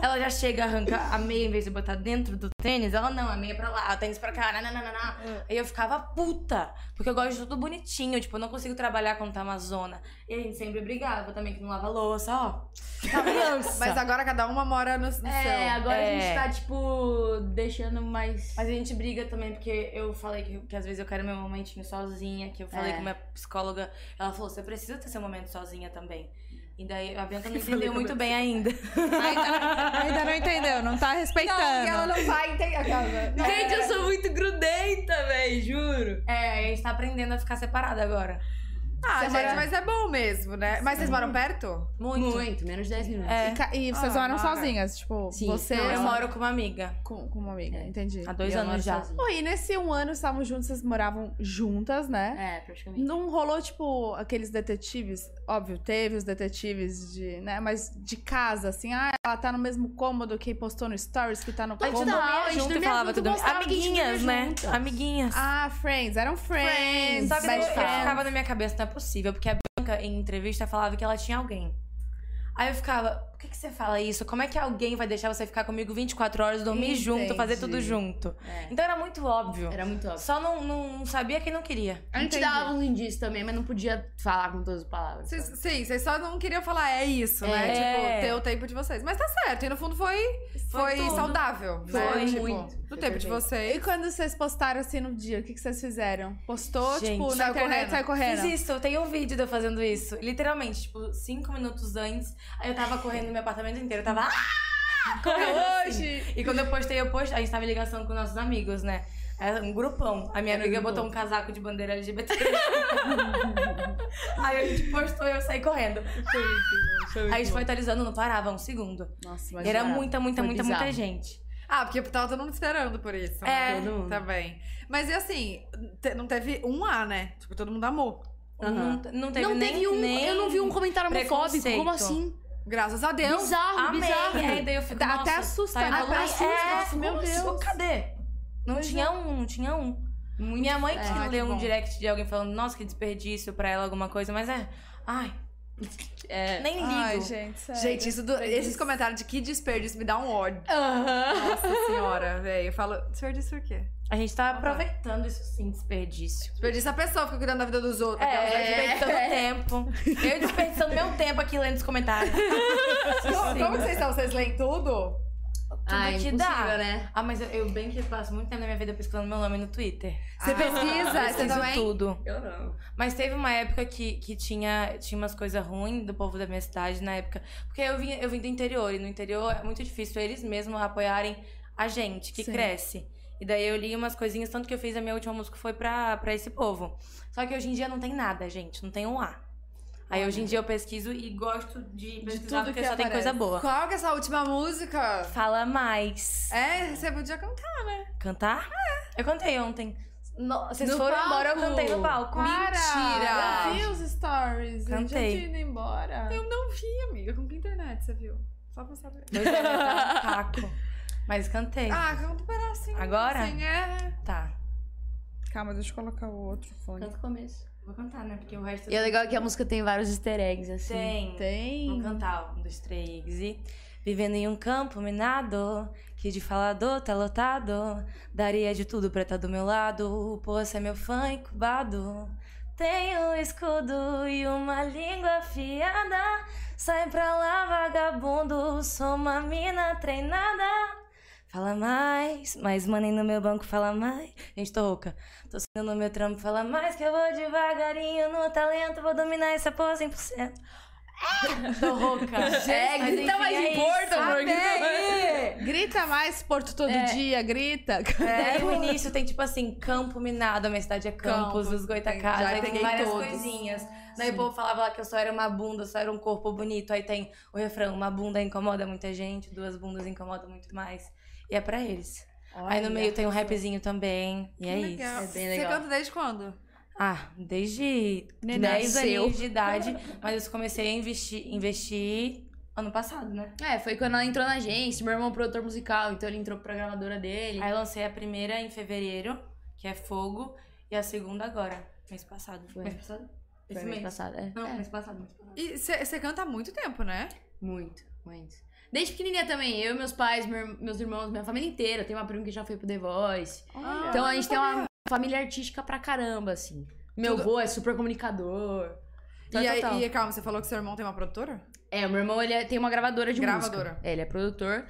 [SPEAKER 3] ela já chega, arranca a meia em vez de botar dentro do tênis. Ela não, a meia é pra lá, o tênis pra cá, nananana.
[SPEAKER 4] É.
[SPEAKER 3] Aí eu ficava puta, porque eu gosto de tudo bonitinho. Tipo, eu não consigo trabalhar quando tá uma zona. E a gente sempre brigava também, que não lava louça, ó. Criança.
[SPEAKER 1] Mas agora cada uma mora no, no
[SPEAKER 4] É,
[SPEAKER 1] seu.
[SPEAKER 4] agora a gente
[SPEAKER 3] É.
[SPEAKER 4] tá, tipo, deixando mais.
[SPEAKER 3] Mas a gente briga também, porque eu falei que, que às vezes eu quero meu momentinho sozinha, que eu falei
[SPEAKER 4] É.
[SPEAKER 3] com minha psicóloga. Ela falou, você precisa ter seu momento sozinha também. E daí a Bianca não entendeu muito bem ainda.
[SPEAKER 2] Ainda, [laughs] ainda não entendeu, não tá respeitando.
[SPEAKER 1] Não, então, e ela não vai entender. Aquela-
[SPEAKER 4] [laughs] Gente, eu sou muito grudenta, velho, juro.
[SPEAKER 3] É, a gente tá aprendendo a ficar separada agora.
[SPEAKER 1] Ah,
[SPEAKER 4] Você
[SPEAKER 1] gente,
[SPEAKER 4] mora-
[SPEAKER 1] mas é bom mesmo, né? Mas vocês moram perto?
[SPEAKER 3] Muito.
[SPEAKER 4] Muito. menos de 10 minutos.
[SPEAKER 3] É.
[SPEAKER 2] E, ca- e vocês
[SPEAKER 1] Ah,
[SPEAKER 2] moram
[SPEAKER 1] mora.
[SPEAKER 2] sozinhas, tipo,
[SPEAKER 4] Sim.
[SPEAKER 2] você
[SPEAKER 3] Não, eu
[SPEAKER 2] só-
[SPEAKER 3] moro com uma amiga.
[SPEAKER 2] com, com uma amiga,
[SPEAKER 4] É.
[SPEAKER 2] entendi.
[SPEAKER 3] Há dois
[SPEAKER 4] Eu moro
[SPEAKER 3] anos já.
[SPEAKER 4] sozinha.
[SPEAKER 2] Pô, e nesse um ano estavam juntos, vocês moravam juntas, né?
[SPEAKER 4] É, praticamente.
[SPEAKER 2] Não rolou, tipo, aqueles detetives, óbvio, teve os detetives de, né, mas de casa, assim, ah, ela tá no mesmo cômodo que postou no Stories, que tá no
[SPEAKER 4] A gente
[SPEAKER 2] cômodo.
[SPEAKER 1] então-
[SPEAKER 4] não, a gente
[SPEAKER 3] junto e
[SPEAKER 4] dormia
[SPEAKER 3] Então, falava
[SPEAKER 4] junto,
[SPEAKER 3] tudo.
[SPEAKER 4] gostava que a gente
[SPEAKER 3] Amiguinhas,
[SPEAKER 4] dormia
[SPEAKER 3] né?
[SPEAKER 4] juntas.
[SPEAKER 3] Amiguinhas.
[SPEAKER 2] Ah, Friends, eram Friends.
[SPEAKER 3] É, Só que daí
[SPEAKER 2] best
[SPEAKER 3] eu
[SPEAKER 2] friends.
[SPEAKER 3] ficava na minha cabeça, não é possível, porque a Bianca, em entrevista, falava que ela tinha alguém. Aí eu ficava, por que, que você fala isso? Como é que alguém vai deixar você ficar comigo 24 horas, dormir junto, fazer tudo
[SPEAKER 2] Entendi.
[SPEAKER 3] junto?
[SPEAKER 4] É,
[SPEAKER 3] Então era muito óbvio.
[SPEAKER 4] Era muito óbvio.
[SPEAKER 3] Só não, não não sabia quem não queria.
[SPEAKER 4] A gente
[SPEAKER 2] Entendi.
[SPEAKER 4] dava uns indícios também, mas não podia falar com todas as palavras.
[SPEAKER 1] Vocês- sim, vocês só não queriam falar, é isso, né?
[SPEAKER 3] É.
[SPEAKER 1] Tipo, ter o tempo de vocês. Mas tá certo, e no fundo foi, foi,
[SPEAKER 3] tudo.
[SPEAKER 1] saudável. né?
[SPEAKER 3] Foi
[SPEAKER 1] Tipo,
[SPEAKER 4] muito.
[SPEAKER 1] Do
[SPEAKER 4] Foi
[SPEAKER 1] tempo de
[SPEAKER 4] perfeito.
[SPEAKER 2] E
[SPEAKER 1] vocês.
[SPEAKER 2] quando vocês postaram assim no dia, o que, que vocês fizeram? Postou,
[SPEAKER 3] Gente,
[SPEAKER 2] tipo, na
[SPEAKER 1] saiu
[SPEAKER 2] internet,
[SPEAKER 1] correndo.
[SPEAKER 2] sai correndo.
[SPEAKER 3] Fiz isso, eu tenho um vídeo de eu fazendo isso. Literalmente, tipo, cinco minutos antes. Aí eu tava correndo no meu apartamento inteiro, eu tava. "Ah!" correndo assim.
[SPEAKER 2] Hoje!
[SPEAKER 3] E quando eu postei, eu postei. A gente tava em ligação com nossos amigos, né? Era um grupão. A minha
[SPEAKER 4] Era
[SPEAKER 3] amiga
[SPEAKER 4] um grupão.
[SPEAKER 3] botou um casaco de bandeira LGBT. [laughs] Aí a gente postou e eu saí correndo. Aí a gente foi atualizando, não parava um segundo.
[SPEAKER 4] Nossa,
[SPEAKER 3] E era muita, muita,
[SPEAKER 4] é, Foi
[SPEAKER 3] muita,
[SPEAKER 4] bizarro.
[SPEAKER 3] muita gente.
[SPEAKER 1] Ah, porque tava todo mundo esperando por isso.
[SPEAKER 3] É,
[SPEAKER 1] né?
[SPEAKER 4] todo mundo.
[SPEAKER 1] Também. Mas e assim, te- não teve um A, né? Tipo, todo mundo amou.
[SPEAKER 4] Aham.
[SPEAKER 3] Não, não teve
[SPEAKER 4] não
[SPEAKER 3] nem,
[SPEAKER 4] teve um,
[SPEAKER 3] nem-
[SPEAKER 4] eu não vi um comentário homofóbico.
[SPEAKER 3] preconceito.
[SPEAKER 4] Como assim?
[SPEAKER 1] Graças a Deus.
[SPEAKER 4] Bizarro,
[SPEAKER 3] Amei.
[SPEAKER 4] bizarro.
[SPEAKER 3] Aí daí eu fico,
[SPEAKER 2] Tá-
[SPEAKER 3] nossa,
[SPEAKER 2] até assusta,
[SPEAKER 3] tá
[SPEAKER 2] né?
[SPEAKER 3] evoluindo.
[SPEAKER 2] Até assusta,
[SPEAKER 3] É,
[SPEAKER 2] nossa, meu
[SPEAKER 3] como assim?
[SPEAKER 2] Deus.
[SPEAKER 3] Cadê? Não
[SPEAKER 2] Pois
[SPEAKER 3] tinha um, não tinha um.
[SPEAKER 4] Muito-
[SPEAKER 3] Minha mãe que
[SPEAKER 1] Ah, que
[SPEAKER 3] leu um
[SPEAKER 1] bom.
[SPEAKER 3] direct de alguém falando, nossa, que desperdício pra ela alguma coisa, mas é. Ai,
[SPEAKER 4] É.
[SPEAKER 3] nem ligo.
[SPEAKER 2] Ai, gente, sério.
[SPEAKER 1] Gente, isso do- esses comentários de que desperdício me dá um ódio.
[SPEAKER 4] Aham.
[SPEAKER 1] Nossa senhora, velho. Eu falo, desperdício o quê?
[SPEAKER 3] A gente tá aproveitando isso sim, desperdício.
[SPEAKER 1] Desperdício a pessoa, fica cuidando da vida dos outros.
[SPEAKER 3] É,
[SPEAKER 1] Aquelas-
[SPEAKER 3] desperdiçando [laughs] tempo. Eu desperdiçando meu tempo aqui lendo os comentários. [laughs]
[SPEAKER 1] Como,
[SPEAKER 3] Sim.
[SPEAKER 1] como que vocês estão? Vocês leem tudo?
[SPEAKER 3] Tudo
[SPEAKER 4] Ah, é
[SPEAKER 3] que
[SPEAKER 4] impossível,
[SPEAKER 3] dá.
[SPEAKER 4] né?
[SPEAKER 3] Ah, mas eu, eu bem que passo muito tempo da minha vida pesquisando meu nome no Twitter.
[SPEAKER 1] Você pesquisa? Você
[SPEAKER 3] Pesquiso
[SPEAKER 1] também?
[SPEAKER 3] tudo.
[SPEAKER 4] Eu não.
[SPEAKER 3] é? Mas teve uma época que, que tinha, tinha umas coisas ruins do povo da minha cidade na época. Porque eu vim, eu vim do interior, e no interior é muito difícil eles mesmos apoiarem a gente, que
[SPEAKER 2] Sim.
[SPEAKER 3] cresce. E daí eu li umas coisinhas, tanto que eu fiz a minha última música foi pra, pra esse povo. Só que hoje em dia não tem nada, gente, não tem um A. Aí hoje em dia eu pesquiso e gosto de pesquisar
[SPEAKER 2] tudo
[SPEAKER 3] porque
[SPEAKER 2] que
[SPEAKER 3] só tem
[SPEAKER 2] aparece.
[SPEAKER 3] coisa boa.
[SPEAKER 1] Qual que é essa última música?
[SPEAKER 3] Fala mais.
[SPEAKER 1] É, você podia cantar.
[SPEAKER 3] Cantar? Eu cantei ontem. No- vocês
[SPEAKER 4] No
[SPEAKER 3] foram embora, eu
[SPEAKER 4] palco.
[SPEAKER 3] cantei no palco.
[SPEAKER 2] Para!
[SPEAKER 1] Mentira!
[SPEAKER 2] Eu vi os stories.
[SPEAKER 3] Cantei.
[SPEAKER 2] Gente, indo embora.
[SPEAKER 1] Eu não vi, amiga. Com que internet você viu? Só pra saber.
[SPEAKER 3] Dois anos atrás, taco. Mas cantei.
[SPEAKER 1] Ah, canta um pedacinho.
[SPEAKER 3] Agora?
[SPEAKER 1] Assim, é.
[SPEAKER 3] Tá.
[SPEAKER 2] Calma, deixa eu colocar o outro fone.
[SPEAKER 4] Tanto começo.
[SPEAKER 3] Vou cantar, né? Porque o resto
[SPEAKER 4] E é legal que a música tem vários easter eggs, assim.
[SPEAKER 3] tem.
[SPEAKER 2] Tem.
[SPEAKER 3] Vou cantar um dos três e... Vivendo em um campo minado, que de falador tá lotado. Daria de tudo pra estar do meu lado, pô, você é meu fã incubado. Tenho um escudo e uma língua afiada. Sai pra lá, vagabundo, sou uma mina treinada. Fala mais, mais money no meu banco, fala mais. Gente, tô rouca. Tô saindo no meu trampo, fala mais que eu vou devagarinho no talento, vou dominar essa porra 100%. [laughs] Tô rouca.
[SPEAKER 4] É,
[SPEAKER 3] Mas
[SPEAKER 4] grita
[SPEAKER 3] enfim,
[SPEAKER 4] mais
[SPEAKER 3] é
[SPEAKER 4] em Porto,
[SPEAKER 3] isso.
[SPEAKER 4] amor, grita
[SPEAKER 3] Amei!
[SPEAKER 2] Grita mais, Porto, todo
[SPEAKER 4] É.
[SPEAKER 2] dia, grita.
[SPEAKER 3] Daí
[SPEAKER 1] É.
[SPEAKER 3] o início tem tipo assim, campo minado, a minha cidade é Campos,
[SPEAKER 1] Campo,
[SPEAKER 3] os
[SPEAKER 1] tem- já
[SPEAKER 3] Goitacazes, aí tem
[SPEAKER 1] peguei
[SPEAKER 3] várias
[SPEAKER 1] todos.
[SPEAKER 3] coisinhas. Daí o povo falava lá que eu só era uma bunda, só era um corpo bonito. Aí tem o refrão, uma bunda incomoda muita gente, duas bundas incomodam muito mais. E é pra eles. aí no meio tem um rapzinho também, e é isso.
[SPEAKER 1] legal.
[SPEAKER 4] É bem
[SPEAKER 1] Você
[SPEAKER 4] legal.
[SPEAKER 1] canta desde quando?
[SPEAKER 3] Ah, desde
[SPEAKER 2] Nem
[SPEAKER 3] 10
[SPEAKER 4] nasceu.
[SPEAKER 3] anos de idade, mas eu comecei a investir, investir ano passado, né?
[SPEAKER 4] É, foi quando ela entrou na agência, meu irmão é produtor musical, então ele entrou pra gravadora dele.
[SPEAKER 3] Aí eu lancei a primeira em fevereiro, que é Fogo, e a segunda agora, mês passado.
[SPEAKER 4] Foi.
[SPEAKER 3] Mês passado?
[SPEAKER 4] Foi
[SPEAKER 3] Esse
[SPEAKER 4] mês
[SPEAKER 3] mês.
[SPEAKER 4] passado, é.
[SPEAKER 3] Não,
[SPEAKER 4] É.
[SPEAKER 3] mês passado, mês passado.
[SPEAKER 1] E você você canta há muito tempo, né?
[SPEAKER 4] Muito, muito. Desde pequenininha também, eu, meus pais, meu ir- meus irmãos, minha família inteira. Eu tenho uma prima que já foi pro The Voice.
[SPEAKER 1] É. Ah,
[SPEAKER 2] Olha.
[SPEAKER 4] Então a gente tem uma família artística pra caramba, assim. Meu avô é super comunicador. Então
[SPEAKER 1] e,
[SPEAKER 4] é
[SPEAKER 1] aí-
[SPEAKER 4] total.
[SPEAKER 1] e calma, você falou que seu irmão tem uma produtora?
[SPEAKER 4] É, o meu irmão, ele é- tem uma gravadora de
[SPEAKER 1] Gravadora.
[SPEAKER 4] música. É, ele é produtor.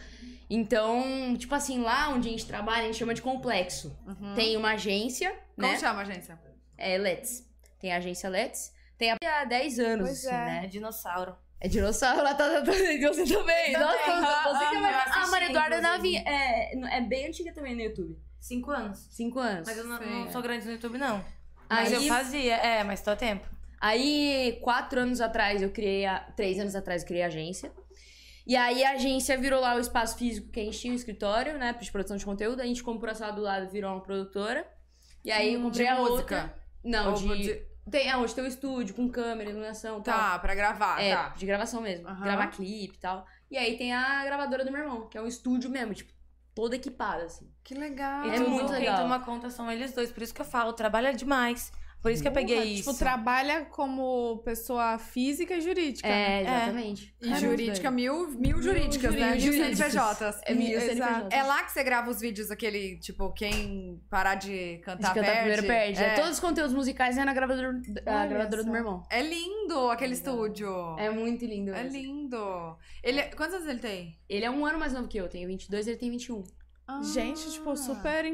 [SPEAKER 4] Então, tipo assim, lá onde a gente trabalha, a gente chama de complexo.
[SPEAKER 1] Uhum.
[SPEAKER 4] Tem uma agência,
[SPEAKER 1] Como
[SPEAKER 4] né?
[SPEAKER 1] chama, agência?
[SPEAKER 4] É Let's. Tem a agência Let's. Tem a- há 10 anos,
[SPEAKER 2] Pois
[SPEAKER 4] assim,
[SPEAKER 2] é.
[SPEAKER 4] né?
[SPEAKER 3] É dinossauro.
[SPEAKER 4] É dinossauro, ela tá tentando [laughs] você também.
[SPEAKER 3] Eu
[SPEAKER 4] Nossa,
[SPEAKER 3] também.
[SPEAKER 4] você que é mais...
[SPEAKER 3] Eu
[SPEAKER 4] Ah,
[SPEAKER 3] assisti,
[SPEAKER 4] Maria Eduarda Navi
[SPEAKER 3] inclusive.
[SPEAKER 4] é, é bem antiga também no YouTube.
[SPEAKER 3] Cinco anos.
[SPEAKER 4] Cinco anos.
[SPEAKER 3] Mas eu não,
[SPEAKER 1] Sim,
[SPEAKER 3] não
[SPEAKER 1] é.
[SPEAKER 3] sou grande no YouTube, não. Mas
[SPEAKER 4] Aí,
[SPEAKER 3] eu fazia, é, mas tô a tempo.
[SPEAKER 4] Aí, quatro anos atrás, eu criei. A... Três anos atrás, eu criei a agência. E aí a agência virou lá o espaço físico que a gente tinha, o escritório, né? De produção de conteúdo. A gente comprou a sala do lado, virou uma produtora. E aí eu comprei
[SPEAKER 1] de
[SPEAKER 4] a
[SPEAKER 1] música.
[SPEAKER 4] outra. Não,
[SPEAKER 1] Ou
[SPEAKER 4] de...
[SPEAKER 1] de-
[SPEAKER 4] Tem, é, onde tem o estúdio, com câmera, iluminação e tal.
[SPEAKER 1] Tá, pra gravar,
[SPEAKER 4] É,
[SPEAKER 1] tá.
[SPEAKER 4] de gravação mesmo.
[SPEAKER 1] Aham.
[SPEAKER 4] Gravar clipe e tal. E aí tem a gravadora do meu irmão, que é um estúdio mesmo, tipo, todo equipado, assim.
[SPEAKER 1] Que Ah, legal.
[SPEAKER 3] E
[SPEAKER 4] É
[SPEAKER 3] tudo
[SPEAKER 4] muito
[SPEAKER 3] quem
[SPEAKER 4] legal.
[SPEAKER 3] toma conta são eles dois. Por isso que eu falo, trabalha demais. Por isso que eu peguei
[SPEAKER 2] tipo,
[SPEAKER 3] isso.
[SPEAKER 2] trabalha como pessoa física e jurídica. né?
[SPEAKER 4] É, exatamente.
[SPEAKER 1] E jurídica, mil, mil jurídicas, né? Mil
[SPEAKER 4] jurídicas.
[SPEAKER 1] CNPJs.
[SPEAKER 4] É mil
[SPEAKER 2] Exato.
[SPEAKER 4] CNPJ.
[SPEAKER 1] É lá que você grava os vídeos, aquele, tipo, quem parar de
[SPEAKER 4] De
[SPEAKER 1] cantar,
[SPEAKER 4] cantar primeiro perde. Tá É,
[SPEAKER 1] É,
[SPEAKER 4] Todos os conteúdos musicais é na gravadora, a
[SPEAKER 2] Olha
[SPEAKER 4] gravadora
[SPEAKER 2] só.
[SPEAKER 4] do meu irmão.
[SPEAKER 1] é lindo aquele
[SPEAKER 4] Legal.
[SPEAKER 1] estúdio.
[SPEAKER 4] É muito lindo.
[SPEAKER 1] É
[SPEAKER 4] mesmo.
[SPEAKER 1] lindo. Ele, é- Quantos anos ele tem?
[SPEAKER 4] Ele é um ano mais novo que eu, tenho 22, ele tem 21.
[SPEAKER 1] Ah.
[SPEAKER 2] Gente, tipo, super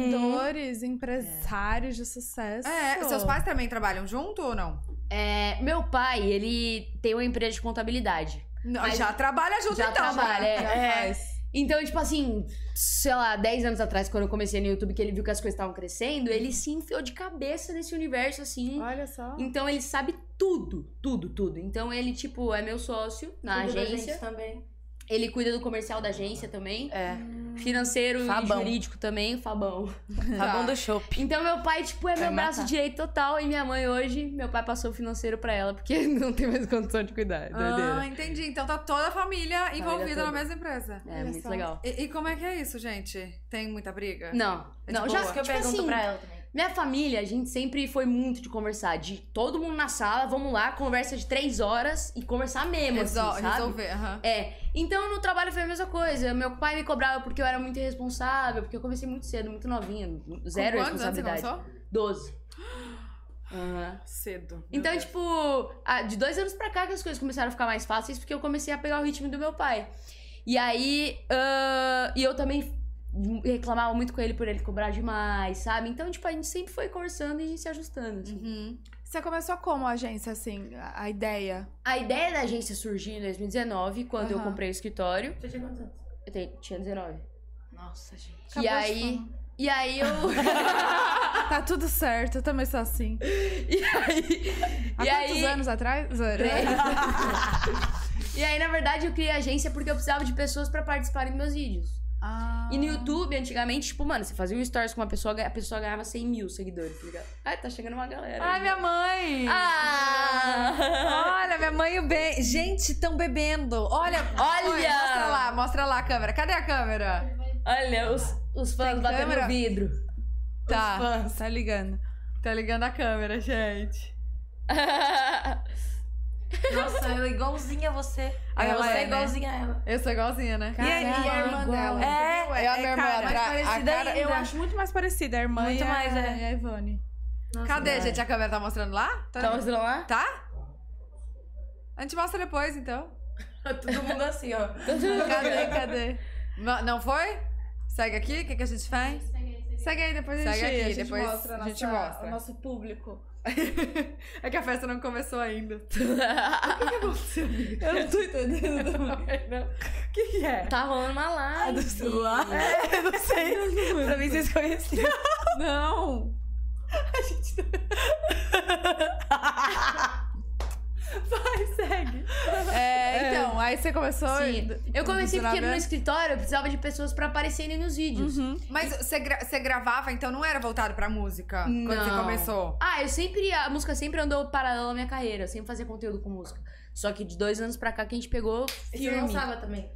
[SPEAKER 2] empreendedores, empresários de sucesso.
[SPEAKER 1] É, seus pais também trabalham junto ou não?
[SPEAKER 4] É, meu pai, ele tem uma empresa de contabilidade.
[SPEAKER 1] Não,
[SPEAKER 4] Mas-
[SPEAKER 1] já trabalha junto
[SPEAKER 4] Já
[SPEAKER 1] então.
[SPEAKER 4] trabalha,
[SPEAKER 1] né?
[SPEAKER 4] é.
[SPEAKER 1] Já
[SPEAKER 4] É.
[SPEAKER 1] faz.
[SPEAKER 4] Então, tipo assim, sei lá, 10 anos atrás, quando eu comecei no YouTube, que ele viu que as coisas estavam crescendo, ele se enfiou de cabeça nesse universo, assim.
[SPEAKER 2] Olha só.
[SPEAKER 4] Então ele sabe tudo, tudo, tudo. Então ele, tipo, é meu sócio na
[SPEAKER 3] Tudo da
[SPEAKER 4] agência.
[SPEAKER 3] gente também.
[SPEAKER 4] Ele cuida do comercial da agência também.
[SPEAKER 3] É.
[SPEAKER 4] Financeiro
[SPEAKER 3] Fabão.
[SPEAKER 4] e jurídico também, Fabão.
[SPEAKER 1] Tá.
[SPEAKER 3] Tá bom do show.
[SPEAKER 4] Então meu pai, tipo, é
[SPEAKER 3] Vai
[SPEAKER 4] meu
[SPEAKER 3] matar.
[SPEAKER 4] braço direito total. E minha mãe hoje, meu pai passou o financeiro pra ela, porque [laughs] não tem mais condição de cuidar. é doideira.
[SPEAKER 1] Ah, entendi. Então tá toda a família envolvida na
[SPEAKER 4] toda.
[SPEAKER 1] mesma empresa.
[SPEAKER 4] é
[SPEAKER 2] olha
[SPEAKER 4] muito
[SPEAKER 2] só.
[SPEAKER 4] legal.
[SPEAKER 1] E, e como é que é isso, gente? Tem muita briga?
[SPEAKER 4] Não,
[SPEAKER 1] É de
[SPEAKER 4] não,
[SPEAKER 1] boa.
[SPEAKER 4] já
[SPEAKER 3] Isso que eu
[SPEAKER 4] tipo
[SPEAKER 3] pergunto
[SPEAKER 4] assim,
[SPEAKER 3] pra ela também.
[SPEAKER 4] Minha família, a gente sempre foi muito de conversar, de todo mundo na sala, vamos lá, conversa de três horas e conversar mesmo, assim,
[SPEAKER 1] Resol-
[SPEAKER 4] sabe?
[SPEAKER 1] resolver. aham.
[SPEAKER 4] É, então no trabalho foi a mesma coisa. Meu pai me cobrava porque eu era muito irresponsável, porque eu comecei muito cedo, muito novinha, zero
[SPEAKER 1] Com quantos anos você
[SPEAKER 4] responsabilidade.
[SPEAKER 1] começou?
[SPEAKER 4] Doze. Aham.
[SPEAKER 1] Cedo. meu
[SPEAKER 4] Então,
[SPEAKER 1] Deus.
[SPEAKER 4] tipo, ah, de dois anos pra cá que as coisas começaram a ficar mais fáceis, porque eu comecei a pegar o ritmo do meu pai. E aí, ah, e eu também reclamava muito com ele por ele cobrar demais, sabe? Então, tipo, a gente sempre foi conversando e a gente se ajustando. assim.
[SPEAKER 1] Uhum.
[SPEAKER 2] Você começou como a agência, assim, a a ideia?
[SPEAKER 4] A ideia da agência surgiu em 2019, quando eu
[SPEAKER 2] Aham.
[SPEAKER 4] comprei o escritório.
[SPEAKER 3] Você tinha quantos anos?
[SPEAKER 4] Eu te- tinha 19.
[SPEAKER 3] Nossa, gente.
[SPEAKER 2] Acabou
[SPEAKER 4] e
[SPEAKER 2] de
[SPEAKER 4] aí. E
[SPEAKER 2] [laughs]
[SPEAKER 4] aí eu.
[SPEAKER 2] Tá tudo certo, eu também sou assim.
[SPEAKER 4] e aí.
[SPEAKER 2] Há
[SPEAKER 4] [laughs] e
[SPEAKER 2] quantos
[SPEAKER 4] aí.
[SPEAKER 2] anos atrás? Zero.
[SPEAKER 4] [laughs] e aí, na verdade, eu criei a agência porque eu precisava de pessoas pra participarem dos meus vídeos.
[SPEAKER 2] Ah.
[SPEAKER 4] E no YouTube, antigamente, tipo, mano, você fazia um stories com uma pessoa, a pessoa ganhava 100 mil seguidores, tá ligado? Ai, tá chegando uma galera.
[SPEAKER 1] Ai, minha mãe!
[SPEAKER 4] Ah!
[SPEAKER 1] Olha, minha mãe e o Ben. Gente, estão bebendo. Olha,
[SPEAKER 4] Olha!
[SPEAKER 1] Mãe, mostra lá, mostra lá a câmera. Cadê a câmera?
[SPEAKER 4] Olha, os, os fãs
[SPEAKER 1] Tem
[SPEAKER 4] batendo
[SPEAKER 1] câmera?
[SPEAKER 4] no vidro.
[SPEAKER 2] [laughs]
[SPEAKER 1] Tá,
[SPEAKER 2] Fãs, tá ligando.
[SPEAKER 1] tá ligando a câmera, gente.
[SPEAKER 3] Nossa, eu igualzinha a você.
[SPEAKER 1] Ah, ela
[SPEAKER 3] você
[SPEAKER 1] é, né?
[SPEAKER 3] igualzinha a ela.
[SPEAKER 1] Eu sou igualzinha, né?
[SPEAKER 2] Cara,
[SPEAKER 1] e, a- e a irmã
[SPEAKER 2] igual.
[SPEAKER 1] dela?
[SPEAKER 3] É,
[SPEAKER 1] entendeu? é a minha irmã
[SPEAKER 2] cara,
[SPEAKER 1] atrás.
[SPEAKER 2] mais parecida
[SPEAKER 1] A cara-
[SPEAKER 2] Eu
[SPEAKER 3] ainda.
[SPEAKER 2] acho muito mais parecida a irmã
[SPEAKER 3] Muito
[SPEAKER 2] e, a,
[SPEAKER 3] mais, é.
[SPEAKER 2] e a [laughs] Ivone.
[SPEAKER 3] Nossa,
[SPEAKER 1] Cadê, gente? A câmera tá mostrando lá?
[SPEAKER 4] tá mostrando lá?
[SPEAKER 1] Tá? A gente mostra depois, então.
[SPEAKER 3] Todo mundo assim, ó.
[SPEAKER 1] [laughs] Cadê, cadê? Não, não foi? Segue aqui, o que, que a gente faz?
[SPEAKER 2] Segue aí, depois a
[SPEAKER 1] Segue
[SPEAKER 2] gente,
[SPEAKER 1] aqui,
[SPEAKER 2] a gente
[SPEAKER 1] depois
[SPEAKER 2] mostra,
[SPEAKER 1] a gente
[SPEAKER 2] nossa-
[SPEAKER 1] mostra.
[SPEAKER 2] o nosso público.
[SPEAKER 1] É que a festa não começou ainda.
[SPEAKER 2] Eu não tô entendendo também, não. O que, que é?
[SPEAKER 4] Tá rolando uma live.
[SPEAKER 2] É, eu não sei. pra mim, vocês conheciam. [laughs] Não. A gente... [laughs] Vai, segue.
[SPEAKER 1] É, então, aí você começou.
[SPEAKER 4] Sim. Eu comecei porque
[SPEAKER 1] Funcionava?
[SPEAKER 4] no meu escritório eu precisava de pessoas pra aparecerem nos vídeos.
[SPEAKER 2] Uhum. É.
[SPEAKER 1] Mas você, gra- você gravava, então não era voltado pra música quando você
[SPEAKER 4] Não.
[SPEAKER 1] começou.
[SPEAKER 4] Ah, eu sempre. A música sempre andou paralela à minha carreira. Eu sempre fazia conteúdo com música. Só que de dois anos pra cá que a gente pegou
[SPEAKER 3] E você
[SPEAKER 4] firme.
[SPEAKER 3] lançava também.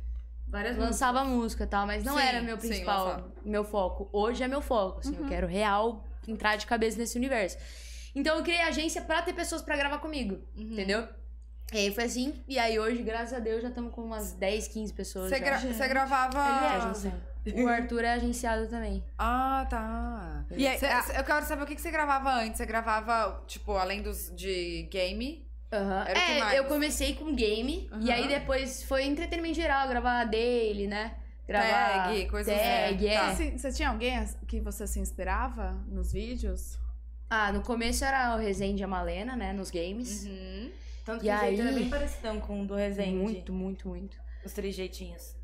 [SPEAKER 3] Várias músicas.
[SPEAKER 4] Lançava música e tal, mas não
[SPEAKER 1] Sim,
[SPEAKER 4] era meu
[SPEAKER 1] sim,
[SPEAKER 4] principal,
[SPEAKER 1] lançava. Uhum.
[SPEAKER 4] meu foco. Hoje é meu foco, assim, eu quero real entrar de cabeça nesse universo. Então eu criei a agência pra ter pessoas pra gravar comigo,
[SPEAKER 1] Uhum.
[SPEAKER 4] entendeu? E aí foi assim, e aí hoje, graças a Deus, já estamos com umas 10, 15 pessoas.
[SPEAKER 1] Você,
[SPEAKER 4] já.
[SPEAKER 1] gra- Ah. você gravava.
[SPEAKER 4] Ele é agenciado. O Arthur é agenciado também.
[SPEAKER 1] Ah, tá.
[SPEAKER 2] E aí,
[SPEAKER 1] Cê-
[SPEAKER 2] a-
[SPEAKER 1] cê- eu quero saber o que, que você gravava antes. Você gravava, tipo, além dos de game.
[SPEAKER 4] Aham.
[SPEAKER 1] Era o que mais?
[SPEAKER 4] É, eu comecei com game,
[SPEAKER 1] Aham.
[SPEAKER 4] e aí depois foi entretenimento geral, gravar daily, né? Gravar
[SPEAKER 1] Tag, coisas
[SPEAKER 4] tag,
[SPEAKER 1] assim.
[SPEAKER 4] é.
[SPEAKER 1] Tá.
[SPEAKER 2] Assim, você tinha alguém as- que você se inspirava nos vídeos?
[SPEAKER 4] Ah, no começo era o Resende e a Malena, né? Nos games.
[SPEAKER 1] Uhum.
[SPEAKER 3] Tanto
[SPEAKER 4] E
[SPEAKER 3] que o jeito
[SPEAKER 4] aí?
[SPEAKER 3] era bem parecidão com o do Resende.
[SPEAKER 4] Muito, muito, muito.
[SPEAKER 3] Os três jeitinhos.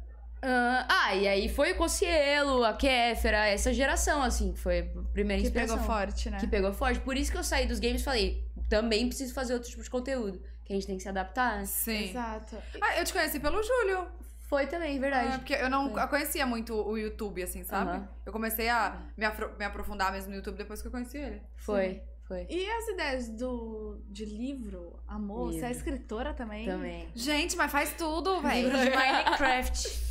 [SPEAKER 4] Ah, ah, e aí foi o Cocielo, a Kéfera, essa geração, assim, que foi a primeira
[SPEAKER 2] Que
[SPEAKER 4] inspiração.
[SPEAKER 2] pegou forte, né?
[SPEAKER 4] Que pegou forte. Por isso que eu saí dos games e falei, também preciso fazer outro tipo de conteúdo. Que a gente tem que se adaptar. né?
[SPEAKER 1] Sim.
[SPEAKER 2] Exato.
[SPEAKER 1] Ah, eu te conheci pelo Júlio.
[SPEAKER 4] Foi também,
[SPEAKER 1] É,
[SPEAKER 4] verdade.
[SPEAKER 1] porque eu não
[SPEAKER 4] Foi.
[SPEAKER 1] eu conhecia muito o YouTube, assim, sabe?
[SPEAKER 4] Aham.
[SPEAKER 1] Eu comecei a me, afro- me aprofundar mesmo no YouTube depois que eu conheci ele.
[SPEAKER 4] Foi, foi.
[SPEAKER 2] E as ideias do, de livro, amor? Você é
[SPEAKER 4] Livro.
[SPEAKER 2] escritora também?
[SPEAKER 4] Também.
[SPEAKER 1] Gente, mas faz tudo, velho.
[SPEAKER 4] Livro de [laughs]
[SPEAKER 3] Minecraft.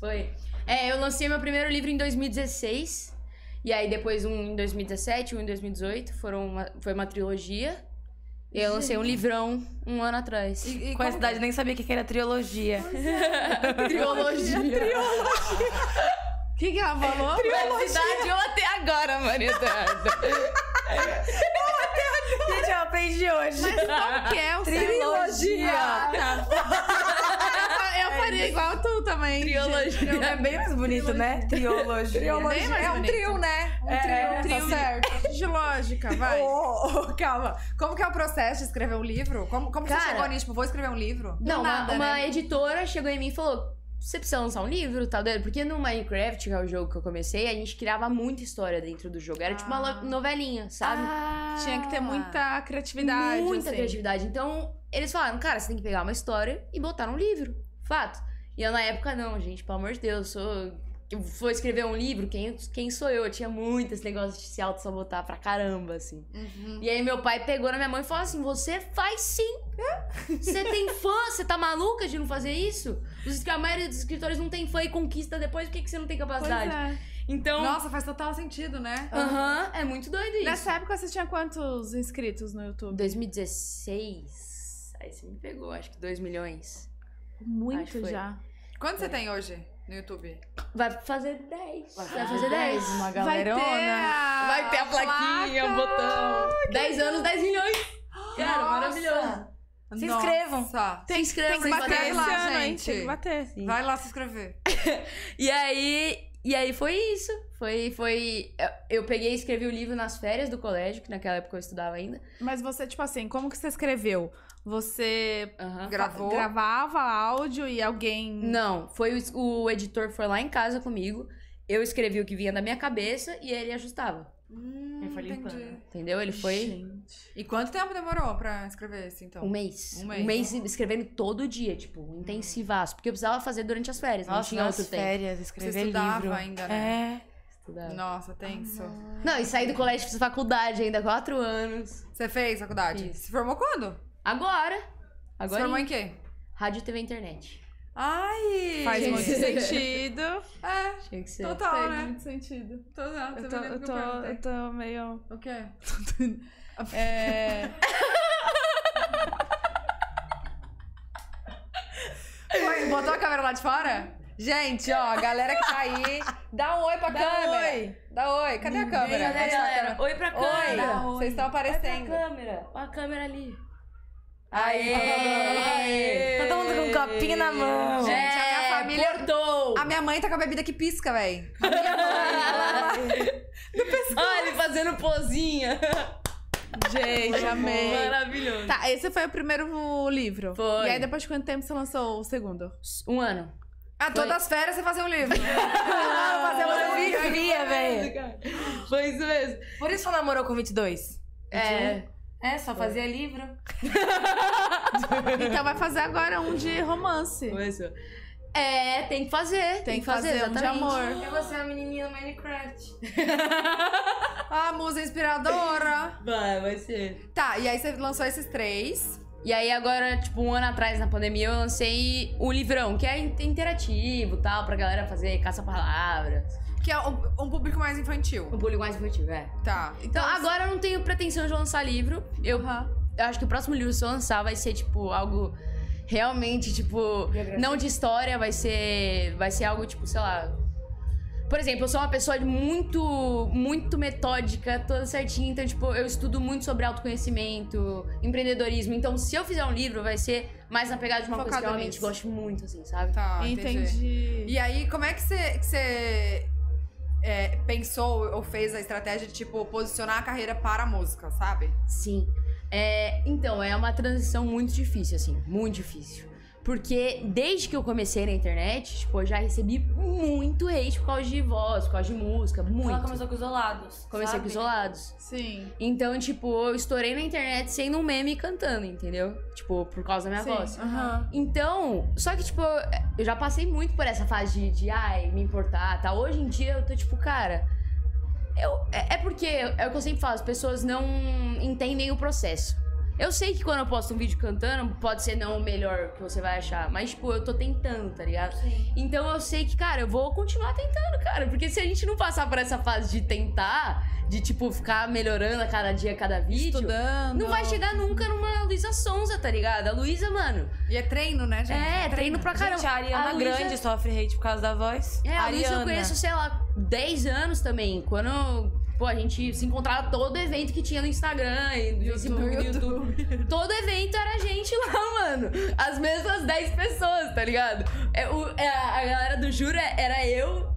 [SPEAKER 4] Foi. É, eu lancei meu primeiro livro em 2016. E aí depois um em 2017, um em 2018. Foram uma- foi uma trilogia. E eu lancei um livrão um ano atrás. [laughs]
[SPEAKER 1] E, e
[SPEAKER 3] Com
[SPEAKER 1] como-
[SPEAKER 3] essa idade nem sabia o que que era trilogia. [laughs]
[SPEAKER 4] [laughs] Trilogia.
[SPEAKER 2] O que, que ela
[SPEAKER 1] [laughs]
[SPEAKER 2] falou?
[SPEAKER 4] Idade ou até agora, Maria [laughs] Eduarda.
[SPEAKER 3] Gente, eu aprendi hoje.
[SPEAKER 2] Que é o seu-
[SPEAKER 1] [laughs]
[SPEAKER 3] Trilogia.
[SPEAKER 2] Eu faria igual tu também.
[SPEAKER 4] Trilogia.
[SPEAKER 3] É bem
[SPEAKER 4] assim,
[SPEAKER 3] mais bonito, né? Triologia.
[SPEAKER 2] Bem mais
[SPEAKER 1] é um
[SPEAKER 2] bonito.
[SPEAKER 1] trio, né? Um
[SPEAKER 3] É,
[SPEAKER 1] trio,
[SPEAKER 3] tá
[SPEAKER 1] trio certo.
[SPEAKER 2] De lógica, vai.
[SPEAKER 1] Ô, ô, calma. Como que é o processo de escrever um livro? Como, como você
[SPEAKER 4] Cara-
[SPEAKER 1] chegou nisso? Tipo, vou escrever um livro?
[SPEAKER 4] Não, uma-
[SPEAKER 1] nada,
[SPEAKER 4] uma,
[SPEAKER 1] né?
[SPEAKER 4] editora chegou em mim e falou: você precisa lançar um livro, tal, dele? Porque no Minecraft, que é o jogo que eu comecei, a gente criava muita história dentro do jogo. Era tipo uma lo- novelinha, sabe?
[SPEAKER 2] Tinha que ter muita criatividade.
[SPEAKER 4] Muita
[SPEAKER 2] assim.
[SPEAKER 4] criatividade. Então, eles falaram, cara, você tem que pegar uma história e botar num livro. Fato. E eu, na época, não, gente, pelo amor de Deus, eu sou. Eu vou escrever um livro, quem, quem sou eu? Eu tinha muito esse negócio de se auto-sabotar pra caramba, assim.
[SPEAKER 1] Uhum.
[SPEAKER 4] E aí meu pai pegou na minha mãe e falou assim: você faz sim! Você tem fã, você tá maluca de não fazer isso? Os, a maioria dos escritores não tem fã e conquista depois, por que, que você não tem
[SPEAKER 2] Pois
[SPEAKER 4] capacidade?
[SPEAKER 2] é.
[SPEAKER 4] Então.
[SPEAKER 1] Nossa, faz total sentido, né?
[SPEAKER 4] Aham, é muito doido isso.
[SPEAKER 2] Nessa época você tinha quantos inscritos no YouTube?
[SPEAKER 4] 2016. Aí você me pegou, acho que 2 milhões. Acho que
[SPEAKER 2] Muito
[SPEAKER 4] foi.
[SPEAKER 2] já.
[SPEAKER 1] Quanto
[SPEAKER 2] É.
[SPEAKER 1] você tem hoje no YouTube?
[SPEAKER 4] Vai fazer 10. Vai fazer 10.
[SPEAKER 3] Uma
[SPEAKER 2] Vai ter,
[SPEAKER 3] galerona.
[SPEAKER 2] a...
[SPEAKER 4] o botão. 10 anos, 10 milhões. Cara,
[SPEAKER 1] Nossa!
[SPEAKER 4] maravilhoso.
[SPEAKER 3] Se inscrevam.
[SPEAKER 1] Nossa.
[SPEAKER 4] Tem, inscreva,
[SPEAKER 2] Tem que bater
[SPEAKER 1] lá,
[SPEAKER 2] esse ano, hein?
[SPEAKER 1] gente.
[SPEAKER 2] Tem que bater.
[SPEAKER 1] Vai lá se inscrever.
[SPEAKER 4] E aí, e aí foi isso. Foi, foi... Eu eu peguei e escrevi o livro nas férias do colégio, que naquela época eu estudava ainda.
[SPEAKER 2] Mas você, tipo assim, como que você escreveu? Você
[SPEAKER 4] Aham.
[SPEAKER 1] Gravou.
[SPEAKER 2] gravava áudio e alguém...
[SPEAKER 4] Não, foi o, o editor foi lá em casa comigo. Eu escrevi o que vinha da minha cabeça e ele ajustava.
[SPEAKER 1] Hum,
[SPEAKER 3] Ele foi limpando.
[SPEAKER 1] entendi.
[SPEAKER 4] Entendeu? Ele foi
[SPEAKER 2] Gente.
[SPEAKER 1] E quanto tempo demorou pra escrever esse, então?
[SPEAKER 4] um mês.
[SPEAKER 1] Um
[SPEAKER 4] Um
[SPEAKER 1] mês.
[SPEAKER 4] mês. escrevendo todo dia, tipo, intensivaço. Porque eu precisava fazer durante as férias, não
[SPEAKER 3] Nossa,
[SPEAKER 4] tinha
[SPEAKER 3] nas
[SPEAKER 4] outro tempo.
[SPEAKER 3] férias,
[SPEAKER 1] Você
[SPEAKER 3] escrever
[SPEAKER 1] estudava
[SPEAKER 3] livro.
[SPEAKER 1] ainda, né?
[SPEAKER 3] É.
[SPEAKER 4] Estudava.
[SPEAKER 1] Nossa, tenso.
[SPEAKER 4] Não, e saí do colégio, fiz faculdade ainda, quatro anos.
[SPEAKER 1] Você fez faculdade?
[SPEAKER 4] Fiz.
[SPEAKER 1] Se formou quando?
[SPEAKER 4] Agora.
[SPEAKER 1] Se
[SPEAKER 4] Agora.
[SPEAKER 1] formou
[SPEAKER 4] em
[SPEAKER 1] em quê?
[SPEAKER 4] Rádio, TV e internet.
[SPEAKER 1] Ai!
[SPEAKER 2] Faz
[SPEAKER 4] Gente.
[SPEAKER 2] [laughs] muito sentido.
[SPEAKER 1] É,
[SPEAKER 4] Tinha que ser.
[SPEAKER 1] total, né?
[SPEAKER 2] muito sentido.
[SPEAKER 1] Tô, não,
[SPEAKER 2] Eu
[SPEAKER 1] você
[SPEAKER 2] tô,
[SPEAKER 1] me lembra
[SPEAKER 2] eu
[SPEAKER 1] que
[SPEAKER 2] tô,
[SPEAKER 1] eu perguntei.
[SPEAKER 2] eu tô meio...
[SPEAKER 1] O quê?
[SPEAKER 2] É...
[SPEAKER 1] Oi, botou a câmera lá de fora? Gente, ó, a galera que tá aí, dá um oi pra câmera. Dá um oi. Cadê a câmera?
[SPEAKER 4] Cadê,
[SPEAKER 1] Onde tá a
[SPEAKER 4] galera?
[SPEAKER 1] câmera?
[SPEAKER 4] Oi pra
[SPEAKER 1] Oi,
[SPEAKER 4] câmera.
[SPEAKER 1] vocês estão aparecendo.
[SPEAKER 4] Olha a câmera. Olha a câmera ali.
[SPEAKER 1] Aê!
[SPEAKER 4] Aê!
[SPEAKER 3] Todo mundo com um copinho na mão.
[SPEAKER 1] Gente, a minha
[SPEAKER 4] É,
[SPEAKER 1] família-
[SPEAKER 4] Cortou.
[SPEAKER 1] A minha mãe tá com a bebida que pisca, véi.
[SPEAKER 4] Olha ele fazendo pozinha.
[SPEAKER 2] Gente, amei.
[SPEAKER 4] Maravilhoso.
[SPEAKER 2] Tá, esse foi o primeiro livro.
[SPEAKER 4] Foi.
[SPEAKER 2] E aí, depois de quanto tempo você lançou o segundo?
[SPEAKER 4] Um ano.
[SPEAKER 1] A Ah, todas as férias você fazer um livro. Ah,
[SPEAKER 3] é
[SPEAKER 1] fazer um livro.
[SPEAKER 3] Queria, velho.
[SPEAKER 4] Foi isso mesmo.
[SPEAKER 3] Por isso você namorou com 22?
[SPEAKER 4] É.
[SPEAKER 3] É, só fazia livro.
[SPEAKER 2] Então vai fazer agora um de romance.
[SPEAKER 4] Começou. É, tem que fazer. Tem, que fazer,
[SPEAKER 2] um de
[SPEAKER 4] exatamente.
[SPEAKER 2] amor.
[SPEAKER 3] E você é a menininha do Minecraft.
[SPEAKER 1] Ah, musa inspiradora.
[SPEAKER 4] Vai, vai ser.
[SPEAKER 1] Tá, e aí você lançou esses três.
[SPEAKER 4] E aí agora, tipo, um ano atrás na pandemia, eu lancei o livrão, que é in- interativo e tal, pra galera fazer caça-palavras.
[SPEAKER 1] Que é um, um público mais infantil.
[SPEAKER 4] Um público mais infantil, é.
[SPEAKER 1] Tá.
[SPEAKER 4] Então, agora eu não tenho pretensão de lançar livro. Eu, eu acho que o próximo livro, se eu lançar, vai ser, tipo, algo realmente, tipo, não de história, vai ser. Vai ser algo, tipo, sei lá. Por exemplo, eu sou uma pessoa de muito, muito metódica, toda certinha. Então, tipo, eu estudo muito sobre autoconhecimento, empreendedorismo. Então, se eu fizer um livro, vai ser mais na pegada de uma coisa que eu
[SPEAKER 1] Focado
[SPEAKER 4] realmente
[SPEAKER 1] nisso.
[SPEAKER 4] gosto muito, assim, sabe?
[SPEAKER 1] Tá, entendi.
[SPEAKER 2] Ah, Entendi.
[SPEAKER 1] E aí, como é que você, que você é, pensou ou fez a estratégia de, tipo, posicionar a carreira para a música, sabe?
[SPEAKER 4] Sim. É, então, é uma transição muito difícil, assim, muito difícil. Porque desde que eu comecei na internet, tipo, eu já recebi muito hate por causa de voz, por causa de música, muito.
[SPEAKER 3] Ela começou com isolados.
[SPEAKER 4] Comecei
[SPEAKER 3] sabe?
[SPEAKER 4] com isolados.
[SPEAKER 2] Sim.
[SPEAKER 4] Então, tipo, eu estourei na internet sendo um meme e cantando, entendeu? Tipo, por causa da minha
[SPEAKER 2] Sim.
[SPEAKER 4] voz.
[SPEAKER 2] Aham.
[SPEAKER 4] Então, só que, tipo, eu já passei muito por essa fase de, de ai, me importar, tá? Hoje em dia eu tô, tipo, cara. Eu, é, é porque, é o que eu sempre falo, as pessoas não entendem o processo. Eu sei que quando eu posto um vídeo cantando, pode ser não o melhor que você vai achar, mas, tipo, eu tô tentando, tá ligado? Então eu sei que, cara, eu vou continuar tentando, cara, porque se a gente não passar por essa fase de tentar, de, tipo, ficar melhorando a cada dia, a cada vídeo.
[SPEAKER 1] Estudando.
[SPEAKER 4] Não vai chegar nunca numa Luísa Sonza, tá ligado? A Luísa, mano,
[SPEAKER 1] E é treino, né, gente?
[SPEAKER 4] é, treino pra caramba.
[SPEAKER 3] Gente, a Ariana é
[SPEAKER 4] Luísa-
[SPEAKER 3] Grande sofre hate por causa da voz.
[SPEAKER 4] É, a Luísa eu
[SPEAKER 3] Ariana.
[SPEAKER 4] conheço, sei lá, 10 anos também. Quando, pô, a gente se encontrava todo evento que tinha no Instagram e no Facebook, no YouTube. Todo evento era a gente lá, mano. As mesmas 10 pessoas, tá ligado? É, o- é, a a galera do Jura era eu,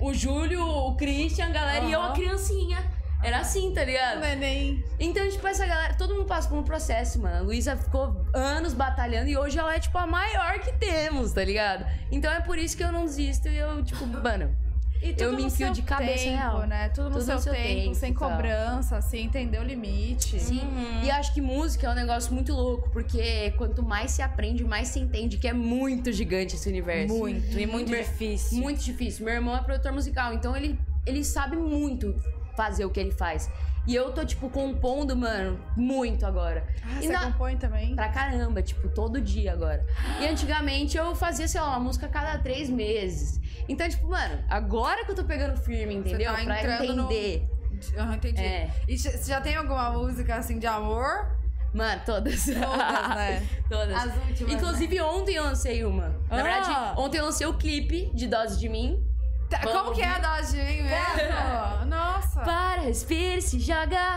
[SPEAKER 4] o Júlio, o Christian, a galera e eu, a
[SPEAKER 2] Aham.
[SPEAKER 4] criancinha. Era assim, tá ligado?
[SPEAKER 2] Neném.
[SPEAKER 4] Então, tipo, essa galera, todo mundo passa por um processo, mano. A Luísa ficou anos batalhando e hoje ela é, tipo, a maior que temos, tá ligado? Então é por isso que eu não desisto e eu, tipo, mano.
[SPEAKER 2] E tudo
[SPEAKER 4] Eu me
[SPEAKER 2] no
[SPEAKER 4] enfio
[SPEAKER 2] seu
[SPEAKER 4] de cabeça
[SPEAKER 2] tempo,
[SPEAKER 4] real.
[SPEAKER 2] né? Tudo, no seu, tempo, sem
[SPEAKER 4] tal.
[SPEAKER 2] cobrança, sem entender o limite.
[SPEAKER 4] Sim. E eu acho que música é um negócio muito louco, porque quanto mais se aprende, mais se entende que é muito gigante esse universo.
[SPEAKER 3] Muito, e muito
[SPEAKER 4] Mer-
[SPEAKER 3] difícil.
[SPEAKER 4] Muito difícil. Meu irmão é produtor musical, então ele, ele sabe muito fazer o que ele faz. E eu tô, tipo, compondo, mano, muito agora.
[SPEAKER 2] Ah,
[SPEAKER 4] E
[SPEAKER 2] você
[SPEAKER 4] na-
[SPEAKER 2] compõe também?
[SPEAKER 4] Pra caramba, tipo, todo dia agora. E antigamente eu fazia, sei lá, uma música a cada três meses. Então, tipo, mano, agora que eu tô pegando firme, entendeu?
[SPEAKER 1] tá
[SPEAKER 4] pra
[SPEAKER 1] entrando no-
[SPEAKER 4] entender.
[SPEAKER 1] Eu entendi.
[SPEAKER 4] É.
[SPEAKER 1] E ch- você já tem alguma música assim de amor?
[SPEAKER 4] Mano, todas.
[SPEAKER 1] Todas, né?
[SPEAKER 4] [laughs] Todas.
[SPEAKER 1] As últimas. né?
[SPEAKER 4] Inclusive, ontem eu lancei uma. Na
[SPEAKER 1] Ah!
[SPEAKER 4] verdade, ontem eu lancei o clipe de Dose de Mim.
[SPEAKER 1] né? Tá, Como que é a dose de mim mesmo? Nossa.
[SPEAKER 4] Para, respira, se joga.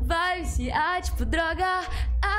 [SPEAKER 4] Vai viciar, tipo droga.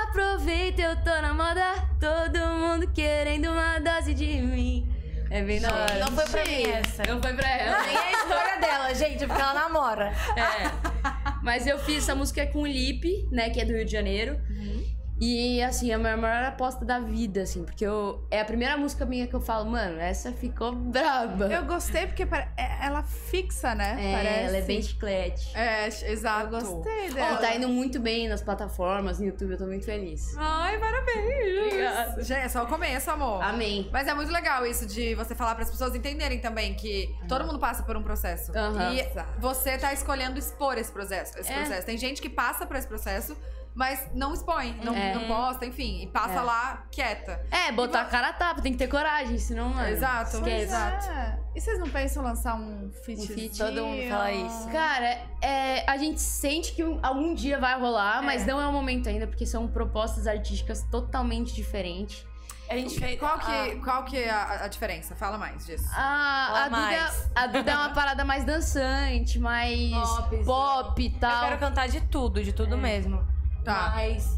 [SPEAKER 4] Aproveita, eu tô na moda. Todo mundo querendo uma dose de mim. É bem da hora.
[SPEAKER 3] Não foi pra mim essa.
[SPEAKER 4] Não foi pra ela.
[SPEAKER 3] Nem é a história dela, gente, porque ela namora.
[SPEAKER 4] É. Mas eu fiz essa música é com o Lipe, né? Que é do Rio de Janeiro.
[SPEAKER 2] Uhum.
[SPEAKER 4] E, assim, é a minha maior aposta da vida, assim. Porque eu, é a primeira música minha que eu falo, mano, essa ficou braba.
[SPEAKER 2] Eu gostei porque pare- é- ela fixa, né?
[SPEAKER 4] É,
[SPEAKER 2] Parece. É
[SPEAKER 4] ela é bem chiclete.
[SPEAKER 1] É, ch- exato.
[SPEAKER 2] Gostei
[SPEAKER 4] Ó,
[SPEAKER 2] dela.
[SPEAKER 4] tá indo muito bem nas plataformas, no YouTube, eu tô muito feliz.
[SPEAKER 2] Ai, parabéns.
[SPEAKER 4] Obrigada.
[SPEAKER 1] Gente, é só o começo, amor.
[SPEAKER 4] Amém.
[SPEAKER 1] Mas é muito legal isso de você falar para as pessoas entenderem também que todo mundo passa por um processo.
[SPEAKER 4] Aham.
[SPEAKER 1] E você tá escolhendo expor esse processo. Esse
[SPEAKER 4] É.
[SPEAKER 1] processo. Tem gente que passa por esse processo, mas não expõe, não,
[SPEAKER 4] É.
[SPEAKER 1] não posta, enfim, e passa
[SPEAKER 4] É.
[SPEAKER 1] lá quieta.
[SPEAKER 4] É, botar a cara a tapa, tem que ter coragem, senão, mano.
[SPEAKER 1] Exato.
[SPEAKER 4] esquece.
[SPEAKER 1] Exato.
[SPEAKER 2] É. E vocês não pensam em lançar um feat? um
[SPEAKER 4] feat?
[SPEAKER 3] Todo mundo fala isso.
[SPEAKER 4] Cara, é, a gente sente que um- algum dia vai rolar, mas não é o momento ainda, porque são propostas artísticas totalmente diferentes.
[SPEAKER 3] A gente fez.
[SPEAKER 1] Qual que, qual que é a, a diferença? Fala mais disso.
[SPEAKER 4] Ah, a
[SPEAKER 3] Fala
[SPEAKER 4] Duda,
[SPEAKER 3] mais.
[SPEAKER 4] a Duda é uma parada mais dançante, mais
[SPEAKER 3] Pop,
[SPEAKER 4] pop e
[SPEAKER 3] Eu
[SPEAKER 4] tal.
[SPEAKER 3] quero cantar de tudo, de
[SPEAKER 1] É.
[SPEAKER 3] tudo mesmo.
[SPEAKER 1] Tá.
[SPEAKER 3] Mas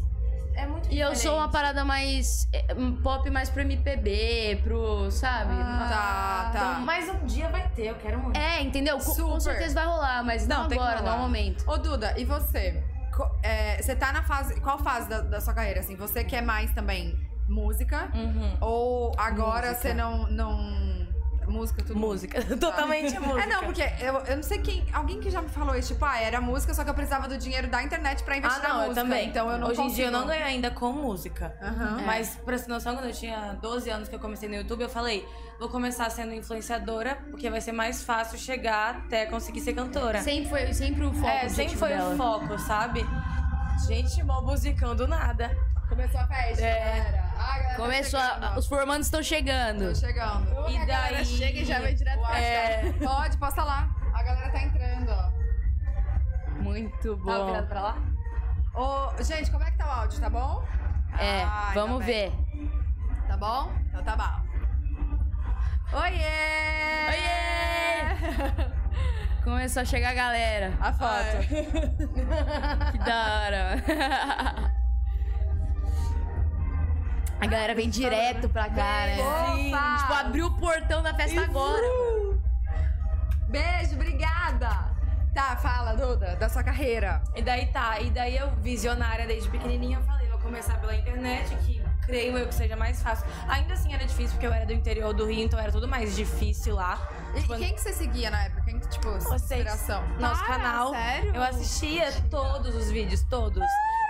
[SPEAKER 3] é muito
[SPEAKER 4] E eu sou uma
[SPEAKER 3] diferente.
[SPEAKER 4] parada mais é, um pop mais pro MPB, pro, sabe?
[SPEAKER 1] Tá, tá.
[SPEAKER 3] Então, mas um dia vai ter, eu quero muito.
[SPEAKER 4] É, entendeu? Com, com
[SPEAKER 1] Super.
[SPEAKER 4] certeza vai rolar, mas não,
[SPEAKER 1] Não, tem que
[SPEAKER 4] agora, não é o
[SPEAKER 1] rolar.
[SPEAKER 4] momento.
[SPEAKER 1] Ô, Duda, e você? Co- é, você tá na fase. Qual fase da, da sua carreira? Assim, você quer mais também música?
[SPEAKER 3] Uhum.
[SPEAKER 1] Ou agora
[SPEAKER 4] Música.
[SPEAKER 1] você não. não... Música, tudo
[SPEAKER 3] Música. [laughs] Totalmente música.
[SPEAKER 1] É, não, porque eu, eu não sei quem. Alguém que já me falou isso, tipo, ah, era música, só que eu precisava do dinheiro da internet pra
[SPEAKER 3] Ah,
[SPEAKER 1] investir na
[SPEAKER 3] não, eu
[SPEAKER 1] música.
[SPEAKER 3] também.
[SPEAKER 1] Então eu não
[SPEAKER 3] Hoje em dia
[SPEAKER 1] consigo.
[SPEAKER 3] eu
[SPEAKER 1] É.
[SPEAKER 3] não ganho ainda com música.
[SPEAKER 1] Aham.
[SPEAKER 3] Mas, pra você ter noção, quando eu tinha 12 anos que eu comecei no YouTube, eu falei: vou começar sendo influenciadora, porque vai ser mais fácil chegar até conseguir ser cantora.
[SPEAKER 4] Sempre foi sempre o foco.
[SPEAKER 3] é, sempre foi o foco, sabe? Gente, mó musicão do nada.
[SPEAKER 1] Começou a festa,
[SPEAKER 3] É.
[SPEAKER 1] galera. Ah, a galera tá
[SPEAKER 4] Começou, a-
[SPEAKER 1] chegando.
[SPEAKER 4] os formandos estão
[SPEAKER 1] Tô
[SPEAKER 4] chegando.
[SPEAKER 1] Tá chegando.
[SPEAKER 3] E
[SPEAKER 1] A galera
[SPEAKER 3] daí-
[SPEAKER 1] chega e já vai direto. pra
[SPEAKER 3] É.
[SPEAKER 1] festa. Pode, posta lá. A galera tá entrando, ó.
[SPEAKER 4] Muito
[SPEAKER 1] Tá
[SPEAKER 4] bom.
[SPEAKER 1] virando pra lá? Ô, gente, como é que tá o áudio, tá bom?
[SPEAKER 4] É,
[SPEAKER 1] Ai, tá
[SPEAKER 4] vamos
[SPEAKER 1] bem.
[SPEAKER 4] ver.
[SPEAKER 1] Tá bom? Então tá bom. Oiê!
[SPEAKER 4] Começou a chegar a galera.
[SPEAKER 1] A foto. É.
[SPEAKER 3] [laughs]
[SPEAKER 4] Que da hora. A galera vem direto pra cá, né?
[SPEAKER 1] Opa!
[SPEAKER 4] Tipo, abriu o portão da festa agora.
[SPEAKER 1] Beijo, obrigada! Tá, fala, Duda, da sua carreira.
[SPEAKER 3] E daí tá, e daí eu, visionária desde pequenininha, eu falei, vou começar pela internet, que Creio eu que seja mais fácil. Ainda assim era difícil, porque eu era do interior do Rio, então era tudo mais difícil lá.
[SPEAKER 1] E
[SPEAKER 3] Tipo,
[SPEAKER 1] quem que você seguia na época? Quem que, tipo,
[SPEAKER 3] Vocês.
[SPEAKER 1] inspiração?
[SPEAKER 3] Nosso
[SPEAKER 2] Para,
[SPEAKER 3] canal.
[SPEAKER 2] sério?
[SPEAKER 3] Eu assistia todos os vídeos, todos.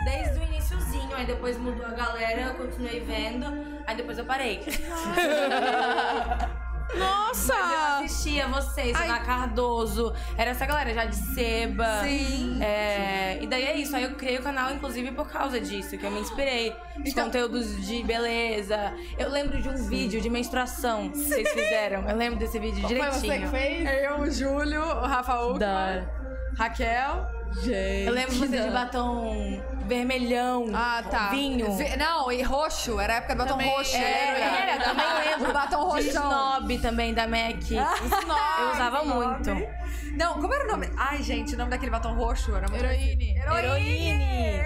[SPEAKER 3] Desde o iniciozinho, aí depois mudou a galera, eu continuei vendo, aí depois eu parei. [laughs] Mas eu
[SPEAKER 2] Nossa!
[SPEAKER 3] assistia vocês, Ana Cardoso, era essa galera já de seba.
[SPEAKER 1] Sim.
[SPEAKER 3] É, e daí é isso, aí eu criei o canal, inclusive, por causa disso, que eu me inspirei. Os
[SPEAKER 1] Então-
[SPEAKER 3] conteúdos de beleza. Eu lembro de um vídeo de menstruação que vocês fizeram. Eu lembro desse vídeo
[SPEAKER 1] Foi
[SPEAKER 3] direitinho.
[SPEAKER 1] você que fez? Eu, o Júlio, o Rafa Uckmann, Raquel.
[SPEAKER 3] Eu lembro de você de batom vermelhão.
[SPEAKER 1] Ah, tá.
[SPEAKER 3] Vinho.
[SPEAKER 1] Ve- Não, e roxo. Era a época do batom
[SPEAKER 2] Também
[SPEAKER 1] roxo.
[SPEAKER 3] era,
[SPEAKER 1] lembra?
[SPEAKER 3] era, É, também lembro.
[SPEAKER 1] O batom
[SPEAKER 3] De
[SPEAKER 1] roxão. Ah,
[SPEAKER 3] snob também, da MAC. Eu usava muito.
[SPEAKER 1] Não, como era o nome? Ai, gente, o nome daquele batom roxo era muito...
[SPEAKER 2] Heroíne.
[SPEAKER 3] Heroíne.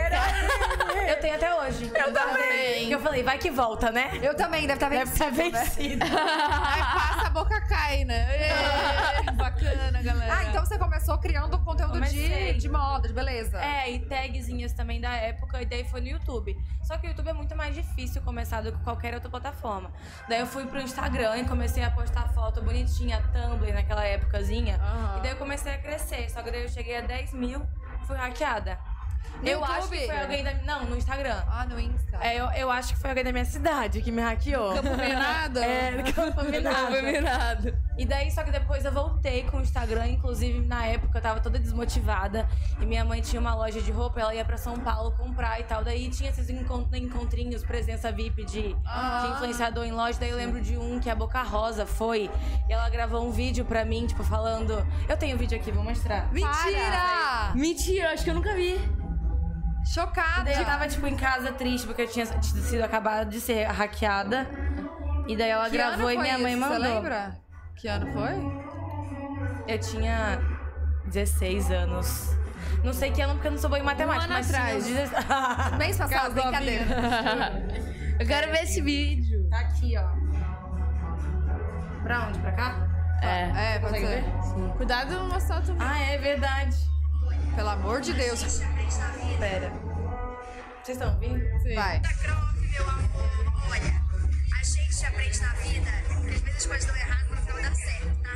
[SPEAKER 3] Eu tenho até hoje. Eu
[SPEAKER 1] também. é
[SPEAKER 3] Eu falei, vai que volta, né?
[SPEAKER 1] Eu também, deve estar vendo.
[SPEAKER 3] Deve estar vencida.
[SPEAKER 2] Aí passa a boca cai,
[SPEAKER 1] É.
[SPEAKER 2] né? Ê, [laughs] Bacana, galera.
[SPEAKER 1] Ah, então você começou criando um conteúdo de,
[SPEAKER 3] Comecei.
[SPEAKER 1] de moda, de beleza.
[SPEAKER 3] É, e tagzinhas também da época, e daí foi no YouTube. Só que o YouTube é muito mais difícil começar do que qualquer outra plataforma. Daí eu fui pro Instagram e comecei a postar foto bonitinha, Tumblr naquela épocazinha. E daí eu comecei a crescer, só que daí eu cheguei a 10 mil, fui hackeada.
[SPEAKER 1] No
[SPEAKER 3] eu acho
[SPEAKER 1] YouTube?
[SPEAKER 3] que foi alguém da. Não, no Instagram.
[SPEAKER 1] Ah, no Insta.
[SPEAKER 3] É, eu, eu acho que foi alguém da minha cidade que me hackeou. [laughs]
[SPEAKER 2] Combinado?
[SPEAKER 3] É, no Campo Minado. E daí, só que depois eu voltei com o Instagram. Inclusive, na época, eu tava toda desmotivada. E minha mãe tinha uma loja de roupa, ela ia pra São Paulo comprar e tal. Daí tinha esses encon- encontrinhos, presença VIP de,
[SPEAKER 1] Ah.
[SPEAKER 3] de influenciador em loja. Daí eu lembro de um que a Boca Rosa foi. E ela gravou um vídeo pra mim, tipo, falando... Eu tenho o vídeo aqui, vou mostrar.
[SPEAKER 1] Mentira!
[SPEAKER 4] Mentira, acho que eu nunca vi.
[SPEAKER 1] Chocada.
[SPEAKER 3] Daí eu tava, tipo, em casa triste, porque eu tinha sido acabada de ser hackeada. E daí ela
[SPEAKER 1] Que ano
[SPEAKER 3] gravou
[SPEAKER 1] foi
[SPEAKER 3] e minha mãe
[SPEAKER 1] isso?
[SPEAKER 3] mandou.
[SPEAKER 1] Você lembra? Que ano foi?
[SPEAKER 3] Eu tinha 16 anos. Não sei que ano, porque eu não sou boa em matemática,
[SPEAKER 4] ano
[SPEAKER 3] mas
[SPEAKER 4] atrás.
[SPEAKER 3] tinha uns 16...
[SPEAKER 1] Mês passado, brincadeira.
[SPEAKER 4] Eu quero ver esse vídeo.
[SPEAKER 3] [laughs] Tá aqui, ó. Pra onde? Pra cá?
[SPEAKER 4] É.
[SPEAKER 1] É, pode
[SPEAKER 3] Consegue
[SPEAKER 1] ser.
[SPEAKER 2] Cuidado não mostrar o
[SPEAKER 3] Ah, é verdade.
[SPEAKER 1] Pelo amor de Deus.
[SPEAKER 3] Pera. Vocês estão ouvindo?
[SPEAKER 1] Vai.
[SPEAKER 5] Da Croc, meu amor. Olha, a gente aprende na vida que às vezes as coisas dão errado, mas no final dá certo, tá?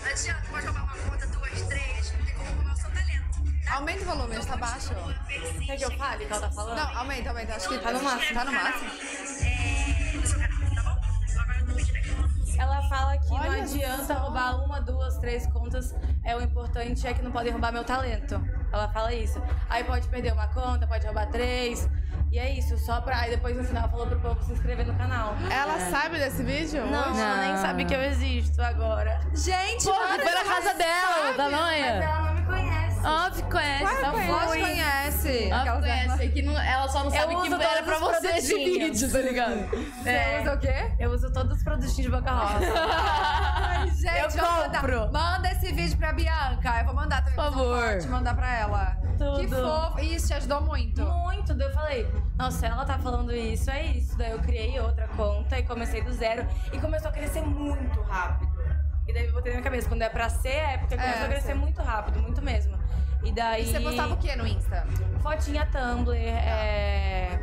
[SPEAKER 5] Não adianta, pode roubar uma conta, duas, três, não tem como roubar o seu talento.
[SPEAKER 1] Aumenta o volume, hoje tá baixo.
[SPEAKER 3] Quer que eu fale o que ela tá falando?
[SPEAKER 1] Não, aumenta, aumenta. Acho que tá
[SPEAKER 3] no máximo.
[SPEAKER 1] Tá no máximo.
[SPEAKER 5] É, no seu canal, tá bom? Agora eu tô pedindo aqui.
[SPEAKER 3] Ela fala que não adianta roubar uma, duas, três contas. É o importante é que não podem roubar meu talento. Ela fala isso. Aí pode perder uma conta, pode roubar três. E é isso, só pra. Aí depois no final ela falou pro povo se inscrever no canal.
[SPEAKER 2] Ela sabe desse vídeo?
[SPEAKER 3] Não,
[SPEAKER 2] Hoje?
[SPEAKER 3] ela nem sabe que eu existo agora.
[SPEAKER 1] Gente,
[SPEAKER 4] Pô, tu foi na casa dela, da
[SPEAKER 3] Mas
[SPEAKER 4] Noia.
[SPEAKER 3] ela não me conhece.
[SPEAKER 4] Óbvio que conhece, tá bom.
[SPEAKER 1] Lógico que conhece.
[SPEAKER 4] Óbvio que conhece. é que não- ela só não sabe que
[SPEAKER 3] uso
[SPEAKER 4] era
[SPEAKER 3] todos
[SPEAKER 4] pra
[SPEAKER 3] os
[SPEAKER 4] você esse
[SPEAKER 3] produtinhos.
[SPEAKER 4] vídeo, tá ligado?
[SPEAKER 3] É.
[SPEAKER 1] Você usa o quê?
[SPEAKER 3] Eu uso todos os produtinhos de
[SPEAKER 1] [laughs]
[SPEAKER 3] boca rosa.
[SPEAKER 1] Ai, gente,
[SPEAKER 3] Eu
[SPEAKER 1] vou mandar.
[SPEAKER 3] compro.
[SPEAKER 1] Manda esse vídeo pra Bianca. Eu vou mandar também.
[SPEAKER 4] Por
[SPEAKER 1] fazer um
[SPEAKER 4] favor.
[SPEAKER 1] corte e mandar pra ela.
[SPEAKER 3] Tudo.
[SPEAKER 1] Que fofo. Isso te ajudou muito.
[SPEAKER 3] Muito, daí eu falei, nossa, ela tá falando isso, é isso. Daí eu criei outra conta e comecei do zero. E começou a crescer muito rápido. E daí eu botei na minha cabeça, quando é pra ser, é porque começou a crescer muito rápido, muito mesmo. E daí.
[SPEAKER 1] E você postava o quê no Insta?
[SPEAKER 3] Fotinha Tumblr, é...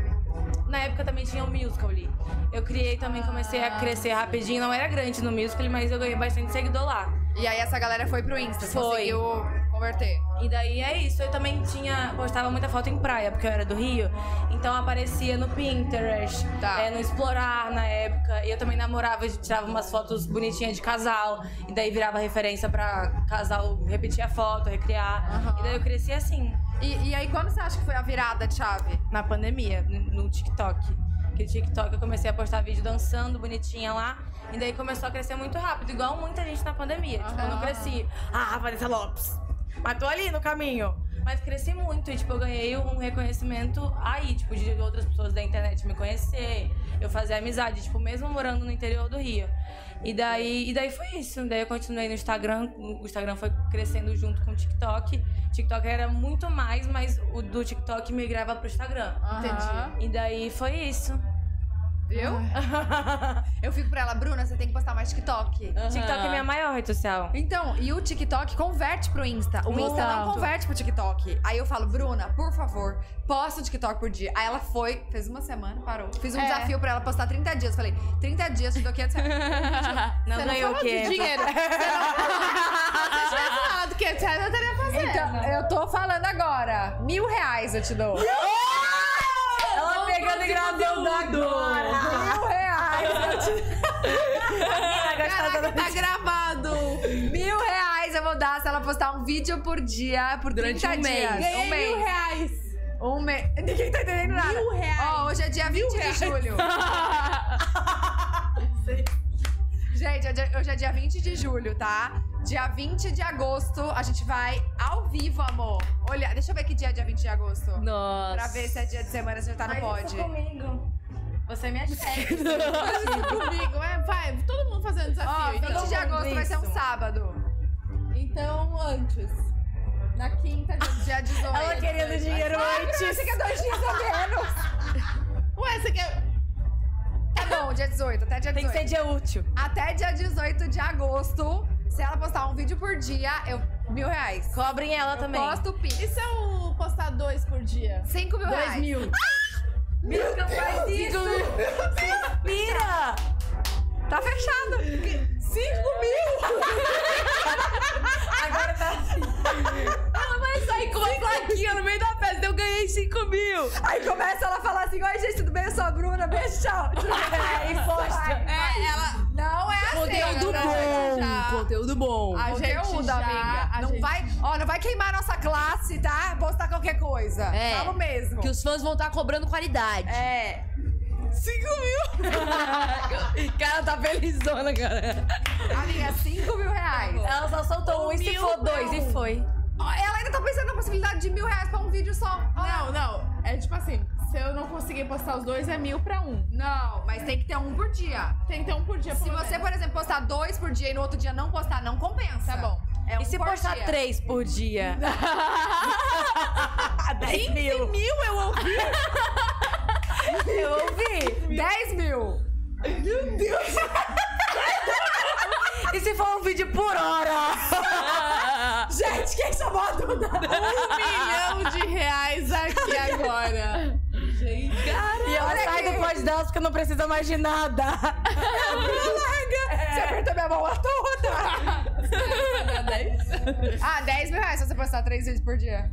[SPEAKER 3] Na época também tinha o Musical.ly. Eu criei também, comecei
[SPEAKER 1] Ah,
[SPEAKER 3] a crescer rapidinho. Não era grande no Musical.ly, mas eu ganhei bastante seguidor lá.
[SPEAKER 1] E aí essa galera foi pro Insta.
[SPEAKER 3] Foi.
[SPEAKER 1] Conseguiu converter.
[SPEAKER 3] E daí é isso, eu também tinha postava muita foto em praia, porque eu era do Rio. Então aparecia no Pinterest,
[SPEAKER 1] Tá.
[SPEAKER 3] é, no Explorar na época. E eu também namorava, tirava umas fotos bonitinhas de casal. E daí virava referência pra casal repetir a foto, recriar.
[SPEAKER 1] Aham.
[SPEAKER 3] E daí eu cresci assim,
[SPEAKER 1] E, e aí, quando você acha que foi a virada de chave?
[SPEAKER 3] na pandemia, no no TikTok. Que o TikTok eu comecei a postar vídeo dançando bonitinha lá. E daí começou a crescer muito rápido, igual muita gente na pandemia. Tipo, eu não cresci. Ah, Vanessa Lopes. Mas tô ali no caminho. Mas cresci muito e, tipo, eu ganhei um reconhecimento aí, tipo, de outras pessoas da internet me conhecer, eu fazer amizade, tipo, mesmo morando no interior do Rio. E daí, e daí foi isso. Daí eu continuei no Instagram, o Instagram foi crescendo junto com o TikTok. TikTok era muito mais, mas o do TikTok migrava pro Instagram.
[SPEAKER 1] Entendi.
[SPEAKER 3] E daí foi isso.
[SPEAKER 1] Viu? Eu fico pra ela, Bruna, você tem que postar mais TikTok.
[SPEAKER 3] TikTok é minha maior rede
[SPEAKER 1] [laughs]
[SPEAKER 3] social.
[SPEAKER 1] Então, e o TikTok converte pro Insta. O Insta não
[SPEAKER 2] Exato.
[SPEAKER 1] converte pro TikTok. Aí eu falo, Bruna, por favor, posta o TikTok por dia. Aí ela foi, fez uma semana, parou. Fiz um
[SPEAKER 2] É.
[SPEAKER 1] desafio pra ela postar 30 dias. Falei, 30 dias, te dou 500 [laughs] reais.
[SPEAKER 3] Não
[SPEAKER 2] Você não
[SPEAKER 3] ganhou o
[SPEAKER 2] falou
[SPEAKER 3] quê?
[SPEAKER 2] de dinheiro. Se eu tivesse falado que eu não teria fazendo.
[SPEAKER 1] Então, eu tô falando agora. Mil reais eu te dou. Mil
[SPEAKER 3] Ela pegando e gravando agora.
[SPEAKER 1] reais!
[SPEAKER 3] Ela gastou
[SPEAKER 1] Caraca,
[SPEAKER 3] toda-
[SPEAKER 1] tá gravado! Mil reais eu vou dar se ela postar um vídeo por dia por
[SPEAKER 4] Durante
[SPEAKER 1] 30
[SPEAKER 4] um mês.
[SPEAKER 1] dias.
[SPEAKER 2] Ganhei
[SPEAKER 1] Um mês.
[SPEAKER 2] mil reais.
[SPEAKER 1] Um mês. Ninguém tá entendendo nada.
[SPEAKER 2] Mil reais.
[SPEAKER 1] Ó, hoje é dia 20 de
[SPEAKER 2] [laughs]
[SPEAKER 1] julho. Gente, hoje- hoje é dia 20 de julho, tá? Dia 20 de agosto, a gente vai ao vivo, amor. Olha, deixa eu ver que dia é dia 20 de agosto.
[SPEAKER 4] Nossa.
[SPEAKER 1] Pra ver se é dia de semana, se a gente tá no
[SPEAKER 3] Faz
[SPEAKER 1] pod.
[SPEAKER 3] isso comigo. Você me achei.
[SPEAKER 2] Faz isso comigo, é, vai. Todo mundo fazendo
[SPEAKER 1] Ó,
[SPEAKER 2] desafio.
[SPEAKER 1] 20
[SPEAKER 2] então.
[SPEAKER 1] de agosto vai ser um
[SPEAKER 3] isso.
[SPEAKER 1] sábado.
[SPEAKER 2] Então, antes. Na quinta de...
[SPEAKER 1] [laughs] Dia 18.
[SPEAKER 3] Ela querendo dinheiro antes.
[SPEAKER 1] é Você quer dois dias a menos?
[SPEAKER 2] Ué, você quer...
[SPEAKER 1] Tá bom, dia 18, até dia 18.
[SPEAKER 3] Tem que ser dia útil.
[SPEAKER 1] Até dia 18 de agosto, se ela postar um vídeo por dia, eu. Mil reais.
[SPEAKER 3] Cobrem ela também.
[SPEAKER 1] [laughs] Posto o PIN.
[SPEAKER 2] E se eu postar dois por dia?
[SPEAKER 1] Cinco mil
[SPEAKER 2] Dois
[SPEAKER 1] reais. Ah!
[SPEAKER 2] mil.
[SPEAKER 3] Faz isso. Inspira.
[SPEAKER 1] Tá fechado. Cinco mil?
[SPEAKER 3] Agora tá
[SPEAKER 2] Sai com uma plaquinha no meio da festa. Eu ganhei 5 mil.
[SPEAKER 1] Aí começa ela a falar assim: Oi, gente, tudo bem? Eu sou a Bruna. Beijo, tchau.
[SPEAKER 3] aí posta.
[SPEAKER 1] É, ela. Não é assim.
[SPEAKER 4] Conteúdo
[SPEAKER 1] né,
[SPEAKER 4] bom.
[SPEAKER 1] gente, já.
[SPEAKER 4] Conteúdo bom.
[SPEAKER 1] A
[SPEAKER 2] Conteúdo
[SPEAKER 1] gente
[SPEAKER 2] já,
[SPEAKER 1] amiga.
[SPEAKER 2] a
[SPEAKER 1] Não
[SPEAKER 2] gente-
[SPEAKER 1] vai. Ó, não vai queimar a nossa classe, tá? Postar qualquer coisa.
[SPEAKER 4] É.
[SPEAKER 1] Falo mesmo.
[SPEAKER 4] Que os fãs vão estar cobrando qualidade.
[SPEAKER 1] É.
[SPEAKER 4] 5 mil! cara tá felizona, cara.
[SPEAKER 1] Amiga, cinco mil reais.
[SPEAKER 3] Ela só soltou um e se
[SPEAKER 2] Mil
[SPEAKER 3] for dois
[SPEAKER 2] não.
[SPEAKER 3] e foi.
[SPEAKER 1] Ó, Ela ainda tá pensando na possibilidade de mil reais pra um vídeo só. Ó,
[SPEAKER 2] Não, não. É tipo assim, se eu não conseguir postar os dois, é mil pra um.
[SPEAKER 1] Não, mas tem que ter um por dia.
[SPEAKER 2] Tem que ter um por dia
[SPEAKER 1] Se
[SPEAKER 2] pelo
[SPEAKER 1] você,
[SPEAKER 2] menos.
[SPEAKER 1] por exemplo, postar dois por dia e no outro dia não postar, não compensa.
[SPEAKER 2] Tá bom.
[SPEAKER 1] É um
[SPEAKER 3] E se
[SPEAKER 1] por
[SPEAKER 3] postar
[SPEAKER 1] dia.
[SPEAKER 3] três por [laughs] dia? 10 mil.
[SPEAKER 2] mil eu ouvi.
[SPEAKER 3] [laughs] Eu ouvi.
[SPEAKER 1] 10 mil.
[SPEAKER 3] E se for um vídeo por hora? Gente, quem chamou a Duda?
[SPEAKER 2] Um milhão de reais
[SPEAKER 1] [laughs]
[SPEAKER 2] aqui agora.
[SPEAKER 3] E ela
[SPEAKER 1] Olha
[SPEAKER 3] sai
[SPEAKER 1] aqui.
[SPEAKER 3] do pod dela porque não precisa mais de nada.
[SPEAKER 1] Você apertou minha mão à toda. ah, 10 mil reais se você postar três vídeos por dia.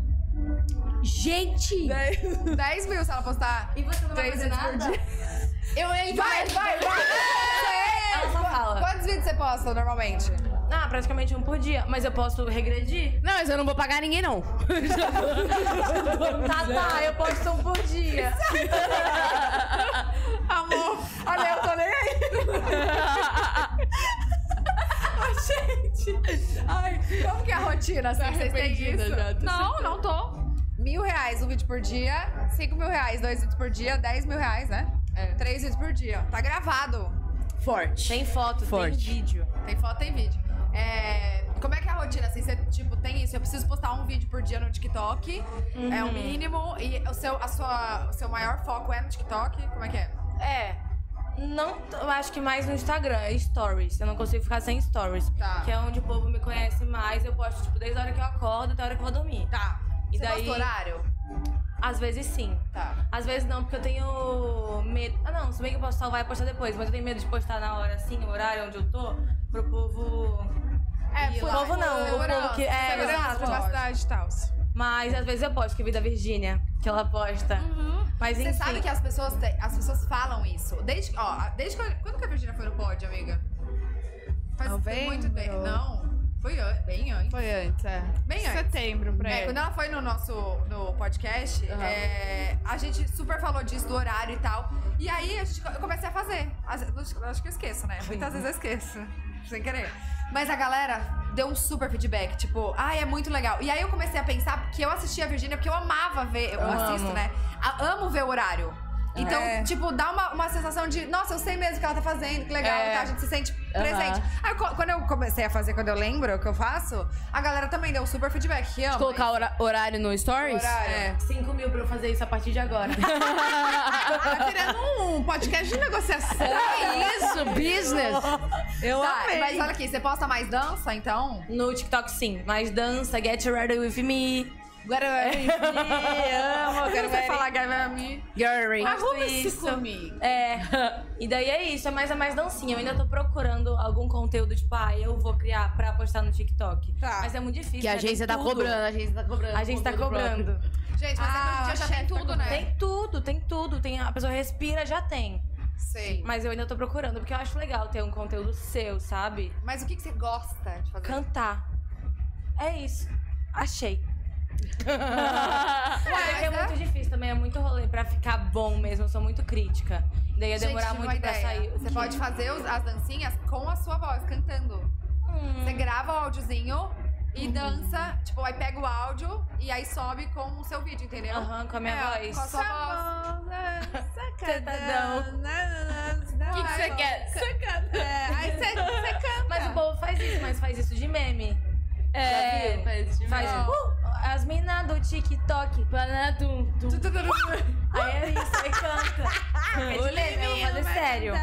[SPEAKER 4] Gente!
[SPEAKER 1] 10 mil se ela postar
[SPEAKER 3] E você não
[SPEAKER 1] três vídeos por dia.
[SPEAKER 2] Eu entro.
[SPEAKER 1] Vai, vai,
[SPEAKER 2] [laughs]
[SPEAKER 1] vai.
[SPEAKER 3] Ela só fala.
[SPEAKER 1] Quantos vídeos você posta normalmente?
[SPEAKER 3] Ah, praticamente um por dia. Mas eu posso regredir?
[SPEAKER 4] Não, mas eu não vou pagar ninguém, não.
[SPEAKER 3] Tá, tá, eu posto um por
[SPEAKER 2] [laughs]
[SPEAKER 3] dia.
[SPEAKER 2] Amor.
[SPEAKER 1] Olha, eu tô nem
[SPEAKER 2] [laughs]
[SPEAKER 1] aí.
[SPEAKER 2] Ai,
[SPEAKER 1] Como que é a rotina? Assim,
[SPEAKER 2] Tá
[SPEAKER 1] vocês têm
[SPEAKER 2] arrependida
[SPEAKER 1] isso?
[SPEAKER 2] já, tô
[SPEAKER 1] não, não tô. Mil reais um vídeo por dia, cinco mil reais dois vídeos por dia, dez mil reais, né?
[SPEAKER 2] É.
[SPEAKER 1] Três vídeos por dia. Tá gravado.
[SPEAKER 4] Forte.
[SPEAKER 3] Tem foto,
[SPEAKER 4] Forte.
[SPEAKER 3] tem vídeo.
[SPEAKER 1] Tem foto, tem vídeo. É, como é que é a rotina? Assim, você, tipo, tem isso? Eu preciso postar um vídeo por dia no TikTok. É
[SPEAKER 2] Uhum.
[SPEAKER 1] o mínimo. E o seu, a sua, o seu maior foco é no TikTok? Como é que é?
[SPEAKER 3] É. Não, t- eu acho que mais no Instagram, é stories. Eu não consigo ficar sem stories.
[SPEAKER 1] Tá.
[SPEAKER 3] Que é onde o povo me conhece mais. Eu posto, tipo, desde a hora que eu acordo até a hora que eu vou dormir.
[SPEAKER 1] Tá.
[SPEAKER 3] E
[SPEAKER 1] você
[SPEAKER 3] daí-
[SPEAKER 1] posta horário?
[SPEAKER 3] Às vezes sim.
[SPEAKER 1] Tá.
[SPEAKER 3] Às vezes não, porque eu tenho medo. Ah, não, se bem que eu posso salvar e postar depois, mas eu tenho medo de postar na hora, assim, no horário onde eu tô, pro povo.
[SPEAKER 1] É,
[SPEAKER 3] E o povo não, o povo que- é,
[SPEAKER 1] segurança, privacidade.
[SPEAKER 3] exato.
[SPEAKER 2] privacidade e tal.
[SPEAKER 3] Mas às vezes eu posto, que vi da Virgínia, que ela posta. Mas enfim.
[SPEAKER 1] Uhum. Você sabe que as pessoas, te- as pessoas falam isso. Desde, ó, desde que, quando que a Virginia foi no pod, amiga? Faz
[SPEAKER 2] Novembro.
[SPEAKER 1] muito tempo. Não, foi an- bem antes.
[SPEAKER 2] Foi antes, é.
[SPEAKER 1] Bem antes.
[SPEAKER 2] Setembro, pra
[SPEAKER 1] É,
[SPEAKER 2] ele.
[SPEAKER 1] quando ela foi no nosso no podcast, é, a gente super falou disso, do horário e tal. E aí a gente, eu comecei a fazer. As- eu Acho, eu acho que eu esqueço, né? Muitas vezes eu esqueço, [laughs] sem querer. Mas a galera deu um super feedback, tipo, ai, é muito legal. E aí eu comecei a pensar que eu assistia a Virgínia porque eu amava ver, eu, assisto, né? A- amo ver o horário. Então,
[SPEAKER 6] É.
[SPEAKER 1] tipo, dá uma, uma sensação de, nossa, eu sei mesmo o que ela tá fazendo, que legal,
[SPEAKER 6] É.
[SPEAKER 1] tá? A gente se sente presente. Aí, co- quando eu comecei a fazer, quando eu lembro o que eu faço, a galera também deu super feedback, que ama.
[SPEAKER 4] Colocar hora- horário no Stories?
[SPEAKER 1] Horário.
[SPEAKER 3] 5 mil pra eu fazer isso a partir de agora.
[SPEAKER 2] Tá virando um podcast de negociação.
[SPEAKER 4] Isso, business!
[SPEAKER 3] [laughs]
[SPEAKER 2] Eu
[SPEAKER 1] É Tá,
[SPEAKER 2] amei.
[SPEAKER 1] mas olha aqui, você posta mais dança, então?
[SPEAKER 3] No TikTok, sim. Mas dança, get ready with
[SPEAKER 4] [laughs]
[SPEAKER 3] me.
[SPEAKER 1] É. [laughs] amo, quero ver falar Gavami.
[SPEAKER 4] Gary.
[SPEAKER 2] Arrume-se
[SPEAKER 3] isso.
[SPEAKER 2] comigo.
[SPEAKER 3] É. E daí é isso, é mais a mais dancinha. Eu ainda tô procurando algum conteúdo, tipo, ah, eu vou criar pra postar no TikTok.
[SPEAKER 1] Tá.
[SPEAKER 3] Mas é muito difícil.
[SPEAKER 4] Que a
[SPEAKER 3] né? Tem
[SPEAKER 4] agência tá
[SPEAKER 3] tudo.
[SPEAKER 4] cobrando, a agência tá cobrando.
[SPEAKER 3] A agência tá
[SPEAKER 4] conteúdo próprio.
[SPEAKER 3] cobrando.
[SPEAKER 1] Gente, mas é que hoje em dia já tem tudo, né?
[SPEAKER 3] Tem tudo, tem tudo. Tem, a pessoa respira, já tem.
[SPEAKER 1] Sei.
[SPEAKER 3] Mas eu ainda tô procurando, porque eu acho legal ter um conteúdo seu, sabe?
[SPEAKER 1] Mas o que, que você gosta de fazer?
[SPEAKER 3] Cantar. É isso.
[SPEAKER 1] [laughs]
[SPEAKER 3] Achei.
[SPEAKER 1] Ué,
[SPEAKER 3] Mas é
[SPEAKER 1] mas é?
[SPEAKER 3] muito difícil também, é muito rolê pra ficar bom mesmo. Eu sou muito crítica. Daí ia
[SPEAKER 1] Gente,
[SPEAKER 3] demorar
[SPEAKER 1] tive uma
[SPEAKER 3] muito pra
[SPEAKER 1] ideia.
[SPEAKER 3] sair. O
[SPEAKER 1] Você
[SPEAKER 3] quê?
[SPEAKER 1] pode fazer os- as dancinhas com a sua voz, cantando.
[SPEAKER 3] Hum.
[SPEAKER 1] Você grava o áudiozinho e dança, tipo, aí pega o áudio e aí sobe com o seu vídeo, entendeu?
[SPEAKER 3] Aham, com a minha
[SPEAKER 1] É,
[SPEAKER 3] voz.
[SPEAKER 1] Com a sua voz.
[SPEAKER 3] Sacadão.
[SPEAKER 1] O
[SPEAKER 4] O que que você quer?
[SPEAKER 1] É, aí você você canta.
[SPEAKER 3] Mas o povo faz isso, mas faz isso de meme. Já viu?
[SPEAKER 4] faz tipo...
[SPEAKER 3] é, Faz
[SPEAKER 1] Não.
[SPEAKER 3] uh, as minas do TikTok.
[SPEAKER 4] Panatum, tum.
[SPEAKER 3] Aí é isso, aí [laughs] canta. É de meme, eu vou fazer sério.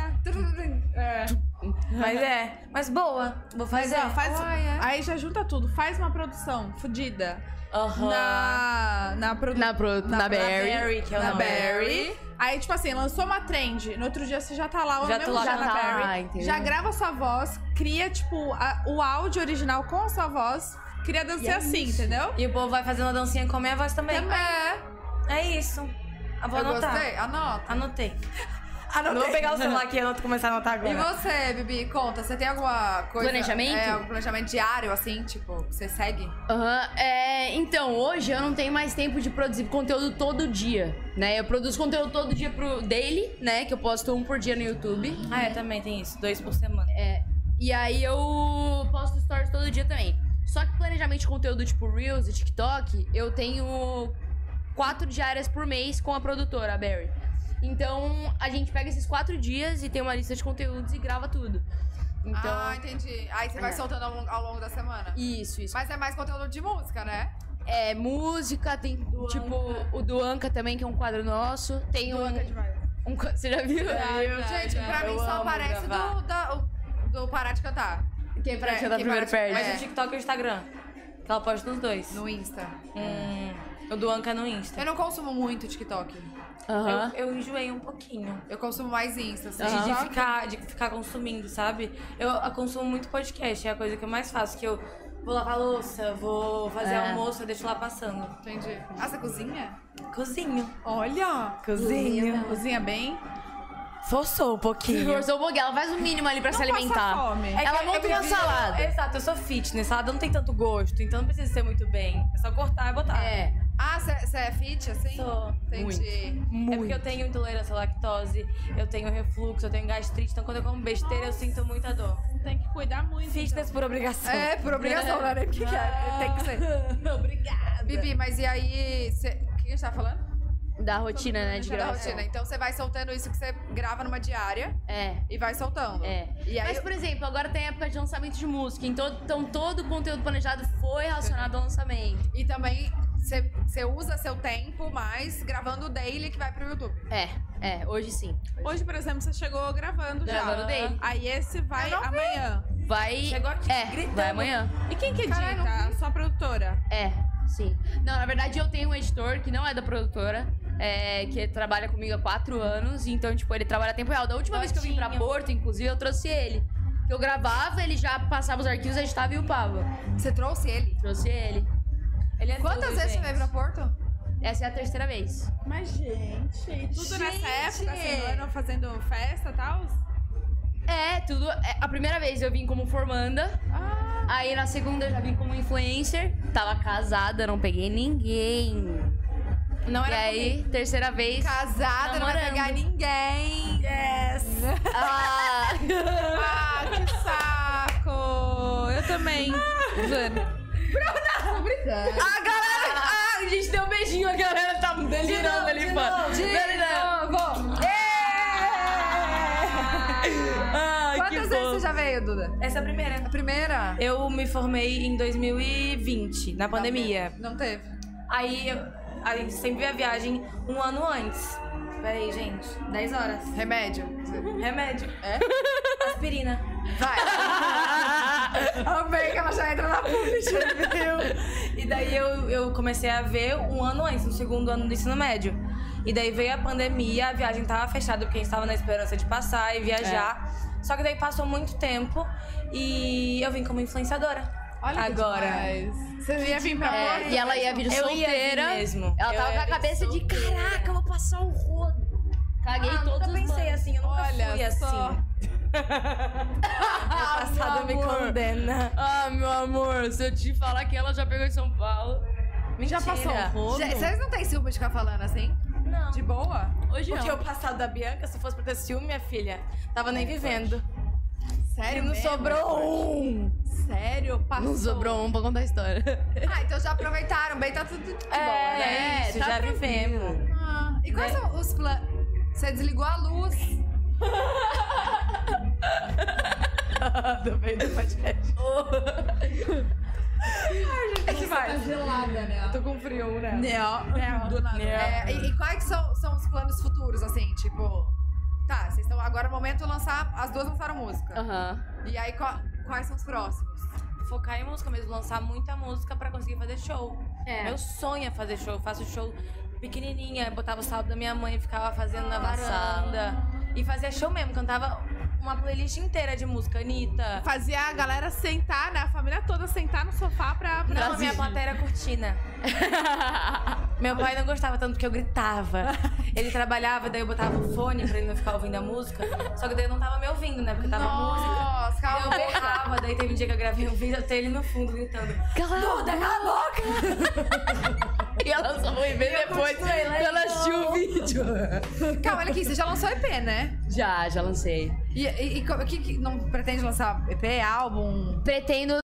[SPEAKER 3] Mas é. Mas boa, vou
[SPEAKER 2] Mas
[SPEAKER 3] fazer.
[SPEAKER 2] ó, faz.
[SPEAKER 1] Uai, é.
[SPEAKER 2] Aí já junta tudo. Faz uma produção fodida.
[SPEAKER 3] Aham.
[SPEAKER 2] Na. Na produção.
[SPEAKER 4] Na, pro, na,
[SPEAKER 2] na
[SPEAKER 4] Barry.
[SPEAKER 3] Barry, que é o
[SPEAKER 2] Na
[SPEAKER 3] nome.
[SPEAKER 2] Barry. Aí, tipo assim, lançou uma trend. No outro dia você já tá lá,
[SPEAKER 3] Já
[SPEAKER 2] no
[SPEAKER 3] tô
[SPEAKER 2] mesmo
[SPEAKER 3] lá,
[SPEAKER 2] dia
[SPEAKER 3] já Ah,
[SPEAKER 2] na
[SPEAKER 4] tá lá,
[SPEAKER 2] Barry.
[SPEAKER 4] entendeu?
[SPEAKER 2] já grava sua voz, cria, tipo, a- o áudio original com a sua voz. Cria dançar assim, entendeu?
[SPEAKER 3] E o povo vai fazendo a dancinha com a minha voz também.
[SPEAKER 1] É,
[SPEAKER 3] É isso. Ah, vou
[SPEAKER 1] eu
[SPEAKER 3] anotar.
[SPEAKER 1] gostei. Anota. [laughs]
[SPEAKER 3] Anotei. Anotei. Vou pegar o celular aqui e anoto- começar a anotar
[SPEAKER 1] E
[SPEAKER 3] agora.
[SPEAKER 1] você, Bibi, conta, você tem alguma coisa...
[SPEAKER 4] Planejamento?
[SPEAKER 1] É, algum planejamento diário, assim, tipo, que você segue?
[SPEAKER 4] Aham, é, então, hoje eu não tenho mais tempo de produzir conteúdo todo dia, né? Eu produzo conteúdo todo dia pro daily, né? Que eu posto um por dia no YouTube.
[SPEAKER 3] Ah, é, também tem isso. Dois por semana.
[SPEAKER 1] É.
[SPEAKER 4] E aí eu posto stories todo dia também. Só que planejamento de conteúdo tipo Reels e TikTok, eu tenho quatro diárias por mês com a produtora, a Barry. Então a gente pega esses quatro dias e tem uma lista de conteúdos e grava tudo. Então.
[SPEAKER 1] Ah, entendi. Aí você vai
[SPEAKER 4] É.
[SPEAKER 1] soltando ao longo, ao longo da semana.
[SPEAKER 4] Isso, isso.
[SPEAKER 1] Mas é mais conteúdo de música, né?
[SPEAKER 4] É música, tem tipo o do Anca também, que é um quadro nosso. Tem um. um qua- você já viu?
[SPEAKER 1] É,
[SPEAKER 4] Ah,
[SPEAKER 1] Gente, pra mim só aparece do, da, o- do Parar de Cantar.
[SPEAKER 4] Quem pra
[SPEAKER 1] É,
[SPEAKER 4] é, da
[SPEAKER 1] quem
[SPEAKER 4] primeiro
[SPEAKER 1] para-
[SPEAKER 4] perde.
[SPEAKER 3] Mas
[SPEAKER 1] É.
[SPEAKER 3] o TikTok e o Instagram. Que ela posta nos dois.
[SPEAKER 1] No Insta.
[SPEAKER 3] Hum, o do Anca no Insta.
[SPEAKER 1] Eu não consumo muito TikTok.
[SPEAKER 4] Aham.
[SPEAKER 3] Eu, eu enjoei um pouquinho.
[SPEAKER 1] Eu consumo mais Insta, assim.
[SPEAKER 3] De, de
[SPEAKER 1] TikTok.
[SPEAKER 3] ficar, de ficar consumindo, sabe? Eu ah, consumo muito podcast, é a coisa que eu mais faço. Que eu vou lavar louça, vou fazer
[SPEAKER 4] É.
[SPEAKER 3] almoço, eu deixo lá passando.
[SPEAKER 1] Entendi. Ah, você cozinha?
[SPEAKER 3] Cozinho.
[SPEAKER 2] assim, Olha!
[SPEAKER 3] Cozinha.
[SPEAKER 2] Cozinha bem.
[SPEAKER 3] Forçou um pouquinho.
[SPEAKER 4] Forçou o Ela faz o mínimo ali pra se
[SPEAKER 2] Não passa
[SPEAKER 4] alimentar.
[SPEAKER 2] fome.
[SPEAKER 3] É que
[SPEAKER 4] Ela
[SPEAKER 3] eu-
[SPEAKER 4] monta
[SPEAKER 3] eu
[SPEAKER 4] uma
[SPEAKER 3] preciso-
[SPEAKER 4] salada.
[SPEAKER 3] Exato, eu sou fitness, salada não tem tanto gosto, então não precisa ser muito bem. É só cortar e botar.
[SPEAKER 4] É.
[SPEAKER 1] Ah, você você é fit, assim?
[SPEAKER 3] Sou.
[SPEAKER 1] Entendi.
[SPEAKER 3] É porque eu tenho intolerância à lactose, eu tenho refluxo, eu tenho gastrite, então quando eu como besteira eu sinto muita dor.
[SPEAKER 2] É, Tem que cuidar muito.
[SPEAKER 3] Fitness por obrigação.
[SPEAKER 1] É, por obrigação, não é nem porque quer. Tem que ser. Obrigada. Bibi, mas e aí... cê- O que a gente tava falando?
[SPEAKER 4] Da rotina, né? De
[SPEAKER 1] Da
[SPEAKER 4] gravação.
[SPEAKER 1] rotina. Então você vai soltando isso que você grava numa diária
[SPEAKER 4] É,
[SPEAKER 1] e vai soltando.
[SPEAKER 4] é.
[SPEAKER 1] E aí...
[SPEAKER 4] Mas, por exemplo, agora tem época de lançamento de música, então, então todo o conteúdo planejado foi relacionado ao lançamento.
[SPEAKER 1] E também você usa seu tempo mais gravando o daily que vai pro YouTube.
[SPEAKER 4] É, é, hoje sim.
[SPEAKER 2] Hoje, por exemplo, você chegou gravando já.
[SPEAKER 4] Gravando dele.
[SPEAKER 2] Aí esse vai amanhã.
[SPEAKER 4] Vai.
[SPEAKER 3] Chegou aqui
[SPEAKER 4] é,
[SPEAKER 3] gritando.
[SPEAKER 4] vai amanhã.
[SPEAKER 2] E quem que edita?
[SPEAKER 1] Caralho, não
[SPEAKER 2] a sua produtora.
[SPEAKER 4] É, sim. Não, na verdade eu tenho um editor que não é da produtora, é, que trabalha comigo há quatro anos, então, tipo, ele trabalha a tempo real. Da última vez que eu vim pra
[SPEAKER 3] Botinho.
[SPEAKER 4] Porto, inclusive, eu trouxe ele. Eu gravava, ele já passava os arquivos, editava e upava.
[SPEAKER 1] Você trouxe ele?
[SPEAKER 4] Trouxe ele.
[SPEAKER 3] Ele é
[SPEAKER 1] Quantas
[SPEAKER 3] tudo,
[SPEAKER 1] vezes
[SPEAKER 3] gente.
[SPEAKER 1] você veio pra Porto?
[SPEAKER 4] Essa é a terceira vez.
[SPEAKER 2] Mas, gente, e tudo nessa época, assim, não eram fazendo festa e tal?
[SPEAKER 4] É, tudo. é, A primeira vez eu vim como formanda.
[SPEAKER 3] Ah.
[SPEAKER 4] Aí na segunda eu já vim como influencer. Tava casada, não peguei ninguém.
[SPEAKER 3] Não
[SPEAKER 4] E
[SPEAKER 3] era
[SPEAKER 4] aí, terceira vez.
[SPEAKER 1] Casada, não vai
[SPEAKER 4] Namorando.
[SPEAKER 1] pegar ninguém.
[SPEAKER 3] [laughs]
[SPEAKER 4] Ah,
[SPEAKER 1] Ah, que saco! Eu também.
[SPEAKER 4] a galera. Ah, a gente deu um beijinho, a galera tá delirando ali, mano.
[SPEAKER 1] De novo! primeira, Duda?
[SPEAKER 3] Essa é a primeira.
[SPEAKER 1] A primeira?
[SPEAKER 3] Eu me formei em 2020, na pandemia.
[SPEAKER 1] Não teve.
[SPEAKER 3] Aí eu- a gente sempre vê a viagem um ano antes. Peraí, gente. 10 horas.
[SPEAKER 1] Remédio.
[SPEAKER 3] Remédio.
[SPEAKER 1] É?
[SPEAKER 3] [laughs] Aspirina.
[SPEAKER 4] [laughs]
[SPEAKER 1] Vai. Amei que ela já entra na pública.
[SPEAKER 3] E daí eu, eu comecei a ver um ano antes, no segundo ano do ensino médio. E daí veio a pandemia, a viagem tava fechada porque a gente tava na esperança de passar e viajar. Só que daí passou muito tempo e eu vim como influenciadora.
[SPEAKER 2] Olha que
[SPEAKER 3] Agora.
[SPEAKER 2] demais.
[SPEAKER 1] Você ia vir pra
[SPEAKER 4] É, e ela ia vir
[SPEAKER 3] Eu ia vir
[SPEAKER 4] solteira.
[SPEAKER 3] mesmo.
[SPEAKER 4] Ela
[SPEAKER 3] Eu
[SPEAKER 4] tava
[SPEAKER 3] ia
[SPEAKER 4] com a
[SPEAKER 3] vir
[SPEAKER 4] cabeça de
[SPEAKER 3] solteira.
[SPEAKER 4] caraca, eu vou passar o rodo. Caguei
[SPEAKER 3] Ah,
[SPEAKER 4] todos
[SPEAKER 3] nunca
[SPEAKER 4] os
[SPEAKER 3] pensei
[SPEAKER 4] planos.
[SPEAKER 3] assim, eu nunca
[SPEAKER 2] Olha
[SPEAKER 3] fui
[SPEAKER 2] só.
[SPEAKER 3] assim.
[SPEAKER 4] Ah, meu
[SPEAKER 3] Passado me
[SPEAKER 4] amor.
[SPEAKER 3] condena.
[SPEAKER 4] Ah, meu amor, se eu te falar que ela já pegou em São Paulo.
[SPEAKER 3] Mentira.
[SPEAKER 2] Já passou um rodo?
[SPEAKER 1] Vocês não têm ciúme de ficar falando assim?
[SPEAKER 3] Não.
[SPEAKER 1] De boa?
[SPEAKER 4] Hoje
[SPEAKER 3] Porque
[SPEAKER 4] não.
[SPEAKER 3] o passado da Bianca, se fosse pra ter ciúme, minha filha, tava nem vivendo.
[SPEAKER 2] Sério
[SPEAKER 3] E não
[SPEAKER 2] mesmo?
[SPEAKER 3] sobrou um.
[SPEAKER 2] Sério? Passou.
[SPEAKER 4] Não sobrou um pra contar a história.
[SPEAKER 1] Ah, então já aproveitaram. Bem, tá tudo de boa, né?
[SPEAKER 3] É, isso, já vivemos.
[SPEAKER 1] Ah, e quais
[SPEAKER 3] Né?
[SPEAKER 1] são os planos? Você desligou a luz.
[SPEAKER 3] Do meio do
[SPEAKER 1] [laughs]
[SPEAKER 3] podcast.
[SPEAKER 1] É que vai. Tá gelada, né? Tô com frio, né? Né? Do nada. É, e, e quais são, são os planos futuros, assim? Tipo, tá, vocês estão agora no momento lançar. As duas lançaram música.
[SPEAKER 4] Aham.
[SPEAKER 1] E aí, qual- quais são os próximos?
[SPEAKER 3] Focar em música mesmo, lançar muita música pra conseguir fazer show.
[SPEAKER 4] É.
[SPEAKER 3] Meu sonho é fazer show. Eu faço show pequenininha, botava o saldo da minha mãe e ficava fazendo na varanda. E fazia show mesmo, cantava uma playlist inteira de música, Anitta.
[SPEAKER 2] Fazia a galera sentar, né? A família toda sentar no sofá pra... pra
[SPEAKER 3] Não, a minha plateia era cortina. [laughs] Meu pai não gostava tanto porque
[SPEAKER 1] [laughs]
[SPEAKER 3] eu gritava. Ele trabalhava, daí eu botava o fone pra ele não ficar ouvindo a música. Só que daí eu não tava me ouvindo, né? Porque tava música.
[SPEAKER 1] Nossa,
[SPEAKER 3] Daí Eu
[SPEAKER 1] calma.
[SPEAKER 3] berrava, daí teve um dia que eu gravei um vídeo, eu tenho ele no fundo gritando.
[SPEAKER 4] Cala [laughs] E ela só foi ver depois quando ela assistiu o vídeo.
[SPEAKER 1] Calma, olha aqui, você já lançou EP, né?
[SPEAKER 4] Já, já lancei.
[SPEAKER 1] E, e, e como- que, que- não pretende lançar EP, álbum?
[SPEAKER 4] Pretendo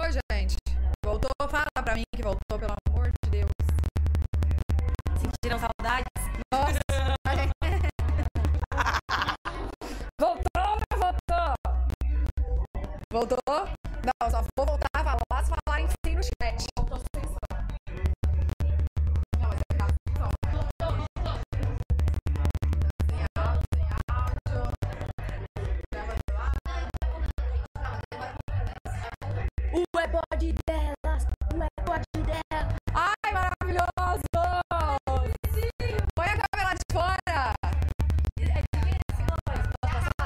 [SPEAKER 1] Oi, gente. Voltou? Fala pra mim que voltou, pelo amor de Deus.
[SPEAKER 3] Sentiram saudade?
[SPEAKER 1] Nossa. [laughs] voltou, né? Voltou. Voltou? Não, só vou voltar a falar se falarem sim no chat. Voltou
[SPEAKER 4] O iPod delas, o iPod delas.
[SPEAKER 1] Ai, maravilhoso! Põe a câmera de fora!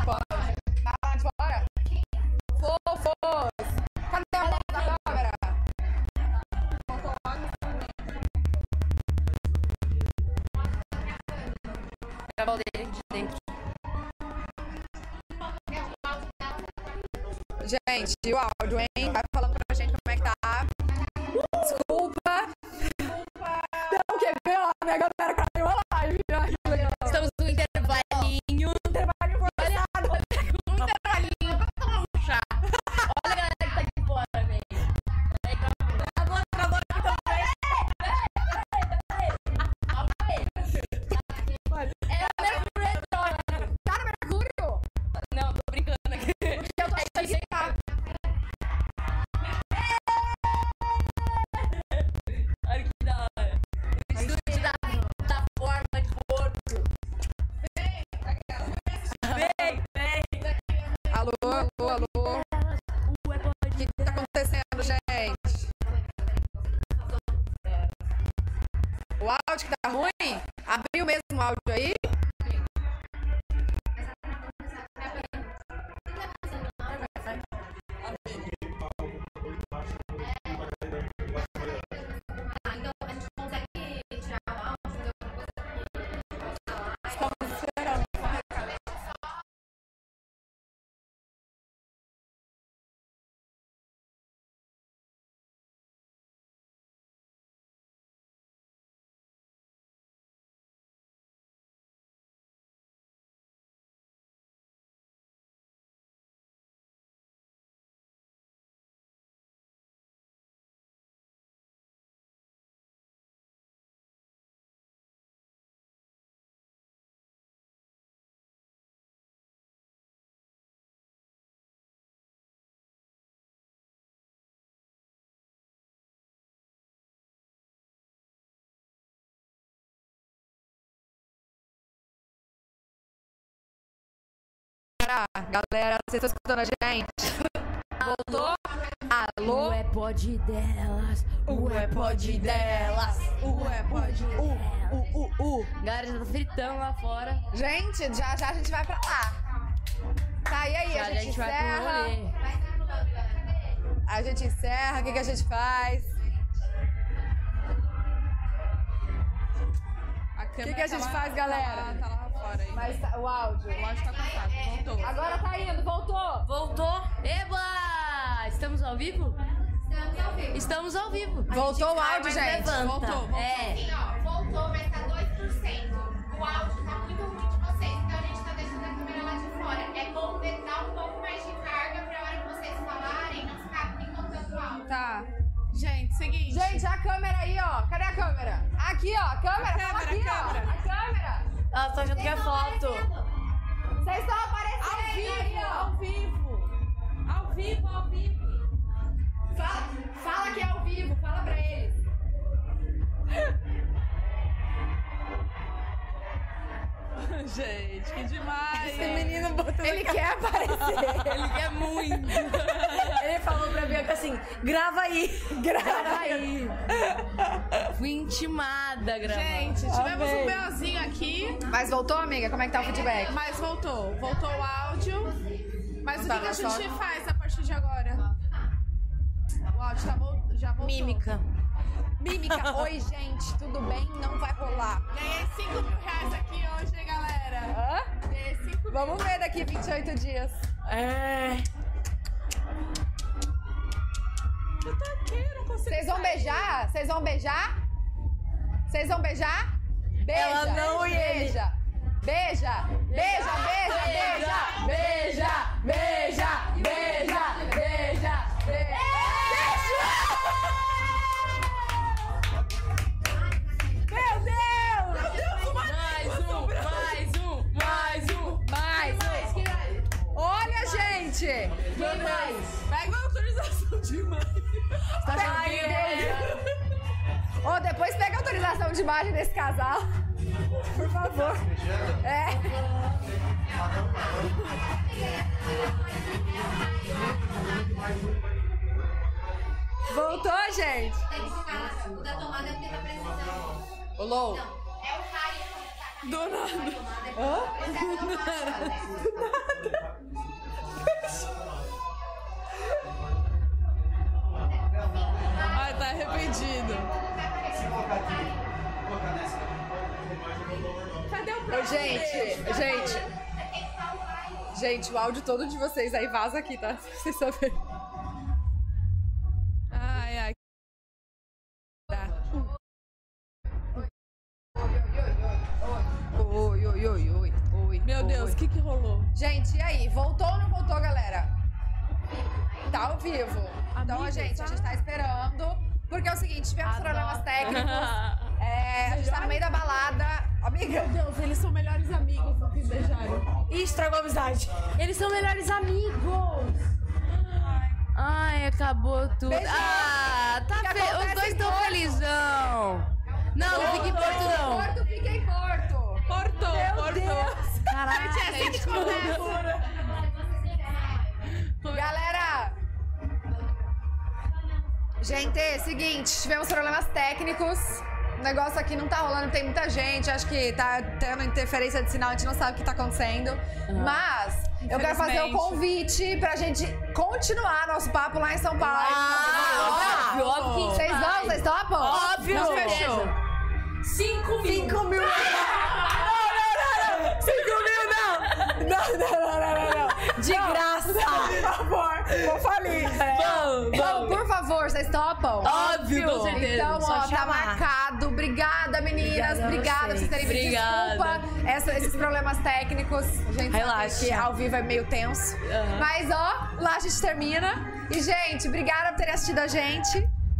[SPEAKER 1] Fala de fora! Fofos! Cadê a mão da câmera?
[SPEAKER 4] Gravar o dele de dentro.
[SPEAKER 1] Gente, o áudio, hein? Vai falando pra gente como é que tá. Desculpa! Não quer ver, ó, a minha Alô, alô. O que que tá acontecendo, gente? O áudio que tá ruim? Abriu mesmo o áudio aí? Será? Galera, vocês estão escutando a gente? [laughs] Voltou? Alô?
[SPEAKER 4] O é pod delas. O é pod delas. O é pod delas.
[SPEAKER 1] Uh, uh, uh.
[SPEAKER 4] Galera, já tá fritando lá fora.
[SPEAKER 1] Gente, já já a gente vai pra lá. Tá, e aí?
[SPEAKER 4] Já,
[SPEAKER 1] a
[SPEAKER 4] já
[SPEAKER 1] gente, encerra.
[SPEAKER 4] vai pro rolê.
[SPEAKER 1] a gente encerra. O que, que a gente faz?
[SPEAKER 6] O
[SPEAKER 1] que que a gente faz, galera?
[SPEAKER 6] Tá lá, fora aí.
[SPEAKER 1] Mas tá- o áudio.
[SPEAKER 6] O
[SPEAKER 4] é assim,
[SPEAKER 6] áudio tá
[SPEAKER 5] É,
[SPEAKER 6] cortado, voltou.
[SPEAKER 1] Agora tá indo, voltou.
[SPEAKER 3] Voltou?
[SPEAKER 4] Eba! Estamos ao vivo?
[SPEAKER 5] Estamos
[SPEAKER 4] Estamos ao
[SPEAKER 5] ao vivo.
[SPEAKER 4] vivo.
[SPEAKER 1] Voltou o áudio,
[SPEAKER 3] mas
[SPEAKER 1] gente.
[SPEAKER 3] levanta.
[SPEAKER 1] Voltou.
[SPEAKER 4] É.
[SPEAKER 5] Ó, voltou, mas tá 2%. O áudio tá muito ruim de vocês, então a gente tá deixando a câmera lá de fora. É bom de- dar um pouco mais de carga pra hora que vocês falarem, não ficar picotando o áudio.
[SPEAKER 2] Tá. Gente, seguinte.
[SPEAKER 1] Gente, a câmera aí, ó. Cadê a câmera? Aqui, ó. A câmera,
[SPEAKER 6] A câmera,
[SPEAKER 1] fala aqui,
[SPEAKER 6] a câmera.
[SPEAKER 1] ó. A câmera.
[SPEAKER 3] Ela tá achando que é foto.
[SPEAKER 1] Vocês estão aparecendo aí, ó.
[SPEAKER 6] vivo. Ao vivo, ao vivo.
[SPEAKER 1] Fala, fala que é ao vivo, fala pra eles.
[SPEAKER 6] Gente, que demais.
[SPEAKER 2] Esse menino botou.
[SPEAKER 1] Ele quer aparecer.
[SPEAKER 2] Ele quer muito.
[SPEAKER 3] Ele falou pra Bianca assim: grava aí.
[SPEAKER 4] Tá aí. Fui intimada a gravar.
[SPEAKER 2] Gente, tivemos um BOzinho aqui,
[SPEAKER 1] Mas voltou, amiga? Como é que tá o feedback?
[SPEAKER 2] mas voltou. Voltou o áudio. Mas
[SPEAKER 1] Não
[SPEAKER 2] o que, que a
[SPEAKER 1] tava
[SPEAKER 2] gente faz a partir de agora? O áudio tá vol- já voltou.
[SPEAKER 3] Mímica.
[SPEAKER 1] Mímica, oi, gente, tudo bem? Não vai rolar.
[SPEAKER 2] Ganhei 5 mil reais aqui hoje, hein, galera?
[SPEAKER 1] Hã?
[SPEAKER 2] Ganhei 5 mil.
[SPEAKER 1] Vamos ver daqui 28 dias.
[SPEAKER 3] É.
[SPEAKER 2] Eu tô aqui, não consigo.
[SPEAKER 1] Vocês vão
[SPEAKER 2] sair.
[SPEAKER 1] beijar? Vocês vão beijar? Vocês vão beijar? Beija.
[SPEAKER 3] Ela não e ele.
[SPEAKER 1] beija. Beija, beija, beija, beija, beija, beija, beija, beija, beija. Meu Deus!
[SPEAKER 4] Mais um, mais um, mais um.
[SPEAKER 1] Mais um. Olha, gente!
[SPEAKER 4] Quem mais?
[SPEAKER 6] Pega uma autorização de mãe.
[SPEAKER 4] Tá achando
[SPEAKER 1] Ai,
[SPEAKER 4] que
[SPEAKER 1] beijo. né? Ô, depois pega a autorização de imagem desse casal. Por favor. É. Voltou, gente?
[SPEAKER 5] Tem que ficar o da tomada é porque tá precisando.
[SPEAKER 1] Ô, Lou.
[SPEAKER 5] Não, é o raio quando tá caindo.
[SPEAKER 6] Do nada.
[SPEAKER 1] é
[SPEAKER 6] Ai, tá arrependido.
[SPEAKER 1] Ô, gente, gente. Gente, o áudio todo de vocês aí vaza aqui, tá? Pra vocês saberem.
[SPEAKER 6] Ai, ai.
[SPEAKER 1] Oi, oi, oi, oi, oi.
[SPEAKER 6] Meu Deus, o que que rolou?
[SPEAKER 1] Gente, e aí? Voltou ou não voltou, galera? Tá ao vivo. então,
[SPEAKER 6] Amiga,
[SPEAKER 1] gente, a gente tá esperando. Porque é o seguinte, tivemos problemas técnicos. É, a gente tá no meio da balada. Amiga,
[SPEAKER 2] Meu Deus, eles são melhores amigos do que beijaram.
[SPEAKER 3] Ih, estragou a amizade.
[SPEAKER 4] Eles são melhores amigos. Ai, acabou tudo.
[SPEAKER 1] Beijão.
[SPEAKER 4] Ah, tá
[SPEAKER 1] Que
[SPEAKER 4] fe... Os
[SPEAKER 1] acontece
[SPEAKER 4] dois
[SPEAKER 1] em
[SPEAKER 4] estão
[SPEAKER 1] Porto.
[SPEAKER 4] felizão. Não, não fique em Porto, não.
[SPEAKER 1] Porto, fica em Porto.
[SPEAKER 6] Cortou, cortou.
[SPEAKER 4] Caraca,
[SPEAKER 2] Gente, é assim que começa.
[SPEAKER 1] Gente, seguinte, tivemos problemas técnicos. O negócio aqui não tá rolando, tem muita gente. Acho que tá tendo interferência de sinal, a gente não sabe o que tá acontecendo. Mas eu quero fazer o
[SPEAKER 2] Infelizmente.
[SPEAKER 1] convite pra gente continuar nosso papo lá em São Paulo.
[SPEAKER 4] Ah, óbvio, óbvio que a
[SPEAKER 1] Vocês
[SPEAKER 4] gente
[SPEAKER 1] vão?
[SPEAKER 4] vai.
[SPEAKER 1] Vocês topam?
[SPEAKER 2] Óbvio!
[SPEAKER 1] Não,
[SPEAKER 2] fechou.
[SPEAKER 4] 5 mil.
[SPEAKER 1] 5 mil. Não, não, não, não, não, não.
[SPEAKER 4] De graça.
[SPEAKER 1] Por favor, vou falir.
[SPEAKER 4] Vamos,
[SPEAKER 1] Então, por favor, vocês topam?
[SPEAKER 4] Óbvio, com certeza.
[SPEAKER 1] Então,
[SPEAKER 4] só
[SPEAKER 1] ó, tá
[SPEAKER 4] chamar.
[SPEAKER 1] marcado. Obrigada, meninas.
[SPEAKER 4] Obrigada a
[SPEAKER 1] Obrigada por vocês terem vindo.
[SPEAKER 4] Obrigada.
[SPEAKER 1] Desculpa essa- esses problemas técnicos. A gente
[SPEAKER 4] Relaxa.
[SPEAKER 1] sabe que ao vivo é meio tenso.
[SPEAKER 4] Aham.
[SPEAKER 1] Mas, ó, lá a gente termina. E, gente, obrigada por terem assistido a gente.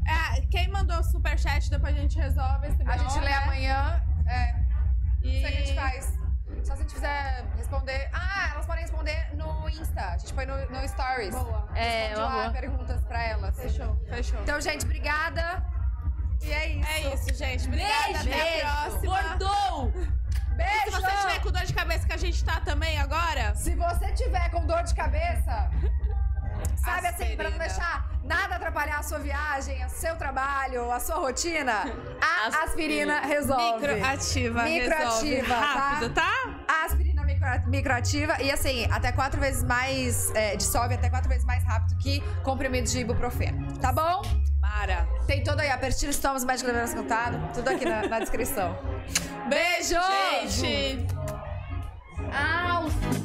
[SPEAKER 2] É, quem mandou o superchat, depois a gente resolve esse
[SPEAKER 1] A gente
[SPEAKER 2] BO,
[SPEAKER 1] lê
[SPEAKER 2] né?
[SPEAKER 1] amanhã. É,
[SPEAKER 2] E...
[SPEAKER 1] isso aí que a gente faz. Só se a gente quiser responder. Ah, elas podem responder no Insta. A gente põe no, no Stories.
[SPEAKER 2] Boa.
[SPEAKER 4] É,
[SPEAKER 1] Responde
[SPEAKER 4] uma
[SPEAKER 1] lá
[SPEAKER 4] boa.
[SPEAKER 1] perguntas pra elas.
[SPEAKER 2] Fechou, fechou.
[SPEAKER 1] Então, gente, obrigada. E é isso.
[SPEAKER 2] é isso, gente. Obrigada,
[SPEAKER 4] Beijo,
[SPEAKER 2] até
[SPEAKER 4] beijo.
[SPEAKER 2] a próxima.
[SPEAKER 4] Gordou.
[SPEAKER 2] E se você estiver com dor de cabeça que a gente tá também agora,
[SPEAKER 1] Se você tiver com dor de cabeça, sabe assim, pra não
[SPEAKER 2] Aspirina.
[SPEAKER 1] deixar nada atrapalhar a sua viagem, o seu trabalho, a sua rotina, a aspirina,
[SPEAKER 4] Aspirina.
[SPEAKER 1] resolve.
[SPEAKER 2] microativa.
[SPEAKER 1] Microativa,
[SPEAKER 2] resolve.
[SPEAKER 1] tá?
[SPEAKER 2] Rápido, tá?
[SPEAKER 1] A aspirina micro- microativa e assim, até quatro vezes mais, é, dissolve até quatro vezes mais rápido que comprimido de ibuprofeno, tá bom?
[SPEAKER 2] Mara.
[SPEAKER 1] Tem todo aí, apertino, estômago, médico, lembrança contado, tudo aqui na, na descrição.
[SPEAKER 2] Beijo! Gente.
[SPEAKER 1] um
[SPEAKER 4] Ah, o